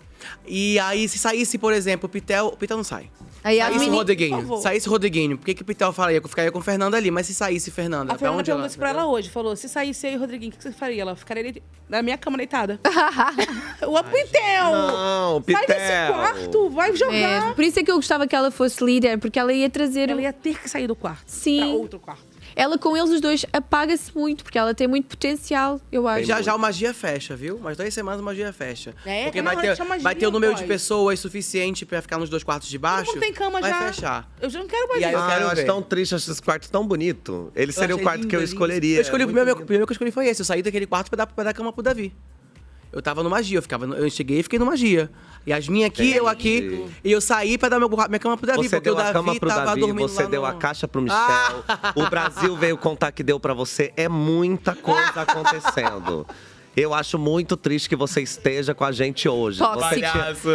E aí, se saísse, por exemplo, o Pitel. O Pitel não sai. Aí a saísse mini- o Por Rodriguinho. favor. Saísse o Rodriguinho. Por que, que o Pitel falaria? Eu ficaria com o Fernanda ali. Mas se saísse Fernanda, pra A é Fernanda onde perguntou ela. isso pra ela hoje. Falou, se saísse aí, Rodriguinho, o que você faria? Ela ficaria ali na minha cama deitada. o Pitel! Não, Sai Pitel. desse quarto, vai jogar. É, por isso é que eu gostava que ela fosse líder, porque ela ia trazer. Ela ia ter que sair do quarto. Sim. Pra outro quarto. Ela com eles os dois apaga-se muito, porque ela tem muito potencial, eu acho. Ah, Já já o magia fecha, viu? Mas duas semanas o magia fecha. É, Porque tá na vai hora ter, de chamar vai ter Gil, o número de boy. pessoas suficiente pra ficar nos dois quartos de baixo. Não tem cama vai já. fechar. Eu já não quero mais E aí eu isso. Ah, quero eu acho ver. tão triste esses quartos tão bonito. Ele Eu seria o achei quarto lindo, que eu lindo. escolheria. Eu escolhi, o primeiro, o primeiro que eu escolhi foi esse. Eu saí daquele quarto pra dar, pra dar cama pro Davi. Eu tava no magia, eu, ficava no- eu cheguei e fiquei no magia. E as minhas aqui, eu aqui. E eu saí pra dar meu, minha cama pro Davi, Você porque deu o Davi a cama pro tava Davi, dormindo você lá deu no... a caixa pro Michel. O Brasil veio contar que deu pra você. É muita coisa acontecendo. Eu acho muito triste que você esteja com a gente hoje. Tóxico. Você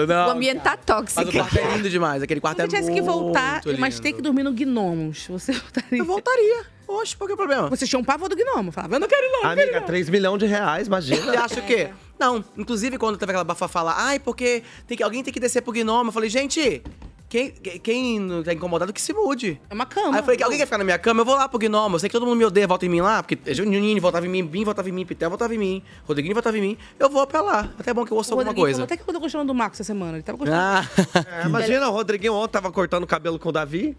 tinha- o ambiente tá tóxico. Mas o quarto é lindo demais, aquele quarto Se é eu tivesse que voltar, mas ter que dormir no Gnomos, você voltaria? Eu voltaria. Oxe, qual que é o problema? Vocês tinham pavor do gnomo. Falava, eu não quero ir lá, eu não é quero ir Amiga, 3 milhões de reais, imagina. Ele acha o quê? Não, inclusive quando teve aquela bafafa lá, ai, porque tem que, alguém tem que descer pro gnomo. Eu falei, gente, quem, quem não tá incomodado que se mude. É uma cama. Aí eu falei, alguém quer ficar na minha cama? Eu vou lá pro gnomo. Eu sei que todo mundo me odeia, vota em mim lá, porque Juninho votava em mim, Bim votava em mim, Pitel votava em mim, Rodriguinho votava em mim. Eu vou pra lá. Até é bom que eu ouça O alguma Rodriguinho falou coisa. até que eu tô gostando do Marcos essa semana. Ele tava gostando. Ah. É, imagina, o Rodriguinho ontem tava cortando o cabelo com o Davi.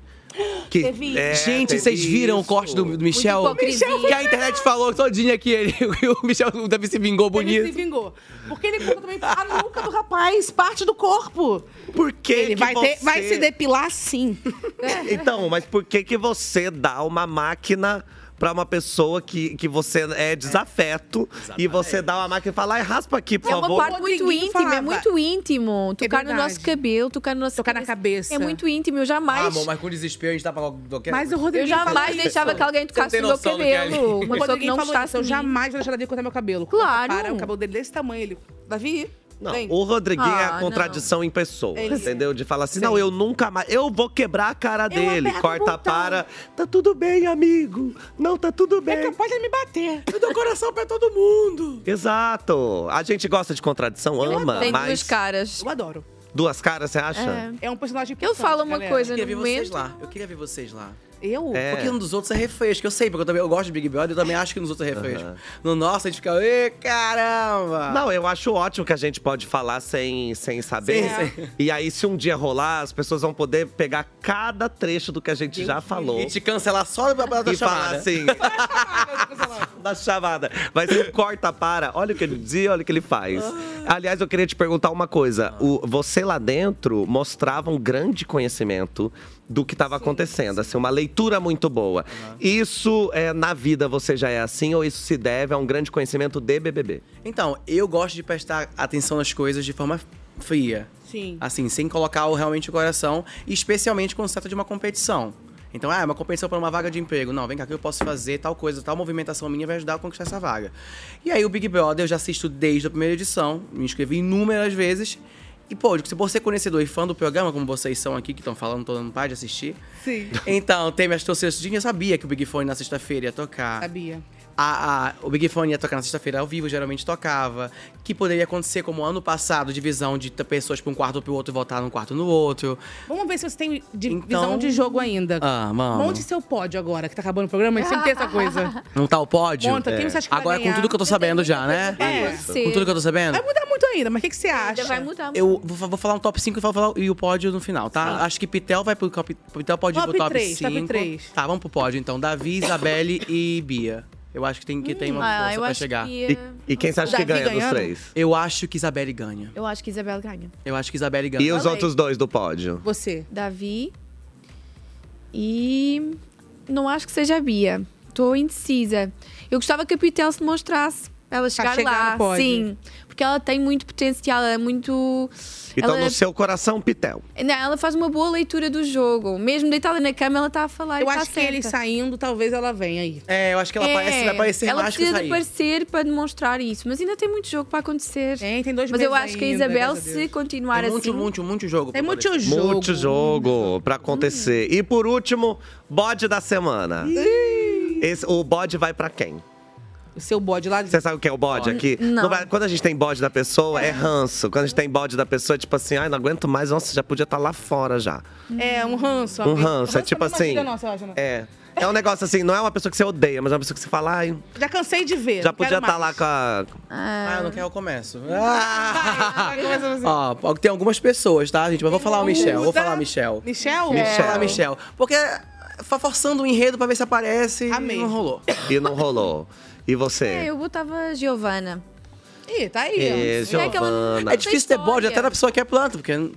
Que, Teve- É, Gente, teve vocês viram o corte do, do Michel? Muita hipocrisia. Que a internet falou todinha que ele, o Michel o Davi se vingou Ele se bonito. vingou. Porque ele conta também a nuca do rapaz, parte do corpo. Por que Ele que vai, ter, você- vai se depilar sim. É. Então, mas por que que você dá uma máquina pra uma pessoa que, que você é desafeto e você dá uma máquina e fala, ai, raspa aqui, por É uma favor? parte muito íntima, é muito íntimo. Tocar no nosso cabelo, tocar no nosso Tocar na cabeça. É muito íntimo, eu Ah, jamais. amor, mas com desespero a gente tá pra qualquer Mas o coisa. Rodriguinho Eu jamais falou isso. deixava que alguém tocasse Você não tem noção no meu do que é cabelo. ali. Uma O pessoa que Rodriguinho não falou gostasse isso, Eu em mim. jamais vou deixar Davi cortar meu cabelo. Claro. Para, o cabelo dele é desse tamanho. Ele, Davi, Não, vem. o Rodriguinho é a Ah, contradição em pessoa, Ele- entendeu? De falar assim, não, eu nunca mais, eu vou quebrar a cara dele. aperto o Corta botão. para, tá tudo bem, amigo. Não, tá tudo bem. É capaz de me bater. Eu dou coração pra todo mundo. Exato. A gente gosta de contradição, ama, Tem mas duas caras. Eu adoro. duas caras, você acha? É um personagem Eu falo uma Galera, coisa eu no queria ver vocês momento. lá. Eu queria ver vocês lá. Eu? É. Porque um dos outros é refresco. Eu sei, porque eu também eu gosto de Big Brother, eu também acho que nos outros é refresco. No nosso, a gente fica, ê, caramba! Não, eu acho ótimo que a gente pode falar sem, sem saber. Sim, sim. E aí, se um dia rolar, as pessoas vão poder pegar cada trecho do que a gente já falou. E te cancelar só pra, pra da e falar chamada. assim. da chamada. Mas ele corta para, olha o que ele dizia, olha o que ele faz. Ah. Aliás, eu queria te perguntar uma coisa. O, você lá dentro mostrava um grande conhecimento do que estava acontecendo, assim, uma leitura muito boa. Isso é, na vida você já é assim ou isso se deve a um grande conhecimento de BBB? Então, eu gosto de prestar atenção nas coisas de forma fria. Sim. Assim, sem colocar o- realmente o coração, e especialmente quando se trata de uma competição. Então, ah, é uma competição para uma vaga de emprego. Não, vem cá, o que eu posso fazer? Tal coisa, tal movimentação minha vai ajudar a conquistar essa vaga. E aí, o Big Brother, eu já assisto desde a primeira edição, me inscrevi inúmeras vezes. E, pô, se você é conhecedor e fã do programa, como vocês são aqui, que estão falando, tô dando paz de assistir. Sim. Então, tem minhas torcidas. Eu sabia que o Big Fone na sexta-feira ia tocar. Sabia. A- a- o Big Fone ia tocar na sexta-feira ao vivo, geralmente tocava. Que poderia acontecer, como ano passado, divisão de t- pessoas pra um quarto ou pro outro votar num quarto no outro. Vamos ver se você tem de- Então- visão de jogo ainda. Ah, mano. Monte seu pódio agora, que tá acabando o programa. A gente sempre tem essa coisa. Não tá o pódio? Monta, É. quem você acha que vai Agora, com ganhar? tudo que eu tô sabendo já, né? É. você. Com tudo que eu tô sabendo. Vai mudar muito ainda, mas o que, que você acha? vai mudar Eu vou, fa- vou falar um top 5 e vou falar e o pódio no final, tá? Acho que Pitel vai pro top, Pitel pode ir Top pro top três, 5. top três. Tá, vamos pro pódio então. Davi, Isabelle e Bia. Eu acho que tem que Hum, tem uma ah, força eu pra acho chegar. que, eh, E quem você acha que Davi ganha dos ganhando? três? Eu acho que Isabelle ganha. Eu acho que Isabela ganha. Eu acho que Isabelle ganha. E os outros dois do pódio? Você. Davi. E não acho que seja a Bia. Estou indecisa. Eu gostava que a Pitel se mostrasse. pra Ela Tá chegar chegando, lá, pode. sim. Porque ela tem muito potencial, ela é muito. tá Então, é ela, é, no seu coração, Pitel. Não, ela faz uma boa leitura do jogo. Mesmo deitada na cama, ela está a falar. e Eu tá acho que ele certa. saindo, talvez ela venha aí. É, eu acho que ela É, parece, vai parecer ela mais que precisa de um sair. aparecer para demonstrar isso. Mas ainda tem muito jogo para acontecer. Tem, tem dois Mas eu meses acho que a ainda, Isabel, graças a se continuar Tem assim. muito, muito, muito jogo. Tem pra muito aparecer. jogo. Muito jogo pra acontecer. E por último, bode da semana. Esse- o bode vai pra quem? O seu bode lá. Você sabe o que é o bode aqui? Não. vai- quando a gente tem bode da pessoa, é. ranço. Quando a gente tem bode da pessoa, é tipo assim, ai, não aguento mais, nossa, já podia estar lá fora já. É, um ranço. Um ranço, é tipo também é uma assim. gíria nossa, eu acho, né? É. É um negócio assim, não é uma pessoa que você odeia, mas é uma pessoa que você fala, ai, Já cansei de ver. já não quero podia estar mais. lá com a. tá É. Ah, eu não quero, eu começo. Ah! Ó, tem algumas pessoas, tá, gente? Mas vou falar o Michel, vou Muda. falar o Michel. Michel? Vou falar Michel. Porque tá forçando um enredo pra ver se aparece e não rolou. E não rolou. E você? É, eu botava Giovana. Ih, né, tá ó. É, Giovana. É difícil ter bode até na pessoa que é planta, porque.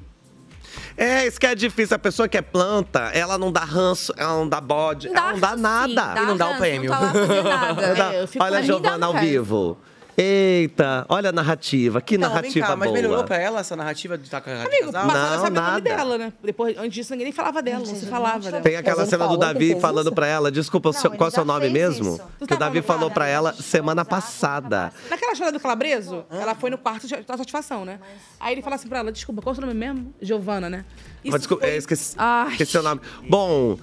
É, isso que é difícil. A pessoa que é planta, ela não dá ranço, ela não dá bode, ela não dá nada. dá E não dá o ranço, prêmio. não tá lá fazendo nada. Não dá. É, eu fico- Olha a Mas me dá Giovana ao um resto. vivo. Eita, olha a narrativa. Que Não, Tá vem narrativa cá, mas melhorou boa. pra ela essa narrativa de estar com a Amigo, casal? passou a saber o nome dela, né? Depois, antes disso, ninguém nem falava dela. Você falava dela. Tem aquela cena do Davi falando pra ela, desculpa, o seu- qual é o seu nome mesmo? Que o Davi falou pra né? ela semana passada. Naquela história do Calabreso, Ah. ela foi no quarto de da satisfação, né? Aí ele fala assim pra ela, desculpa, qual é o seu nome mesmo? Giovana, né? Mas desculpa, é, esqueci, Ai. esqueci o nome. Bom,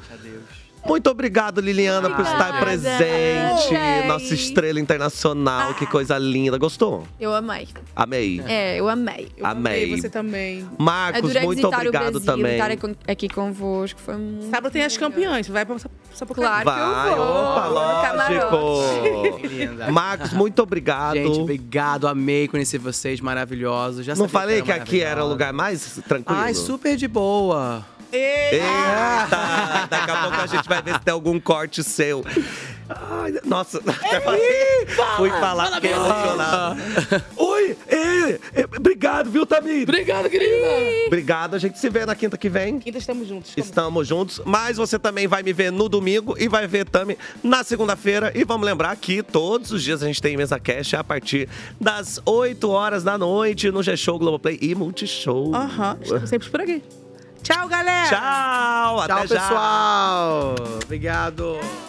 Muito obrigado, Liliana, por estar Obrigada, presente. gente. Nossa estrela internacional, que coisa linda. Gostou? Eu amei. Amei. É, eu amei. Eu Amei. amei, você também. É Marcos, Adorei muito visitar obrigado o Brasil, também. Estar aqui- aqui convosco foi muito. Sábado tem as campeãs, vai pra Sapucaí. Claro Vai, que eu vou. opa, Tá lógico. Marcos, muito obrigado. Gente, obrigado. Amei conhecer vocês, maravilhosos. Já Não sabia falei que era aqui era o maravilhosa. lugar mais tranquilo? Ai, super de boa. Eita! Daqui a pouco a gente vai ver se tem algum corte seu. Ai, nossa, até falei- fui falar, Fala fiquei bem. emocionado. Oi! é, é, obrigado, viu, Tamir? Obrigado, querida! Obrigado, a gente se vê na quinta que vem. Quinta estamos juntos. Estamos juntos, mas você também vai me ver no domingo e vai ver Tami na segunda-feira. E vamos lembrar que todos os dias a gente tem mesa cash a partir das 8 horas da noite no G-Show, Globoplay e Multishow. Aham, estamos sempre por aqui. Tchau, galera! Tchau, até Tchau, já. pessoal. Obrigado.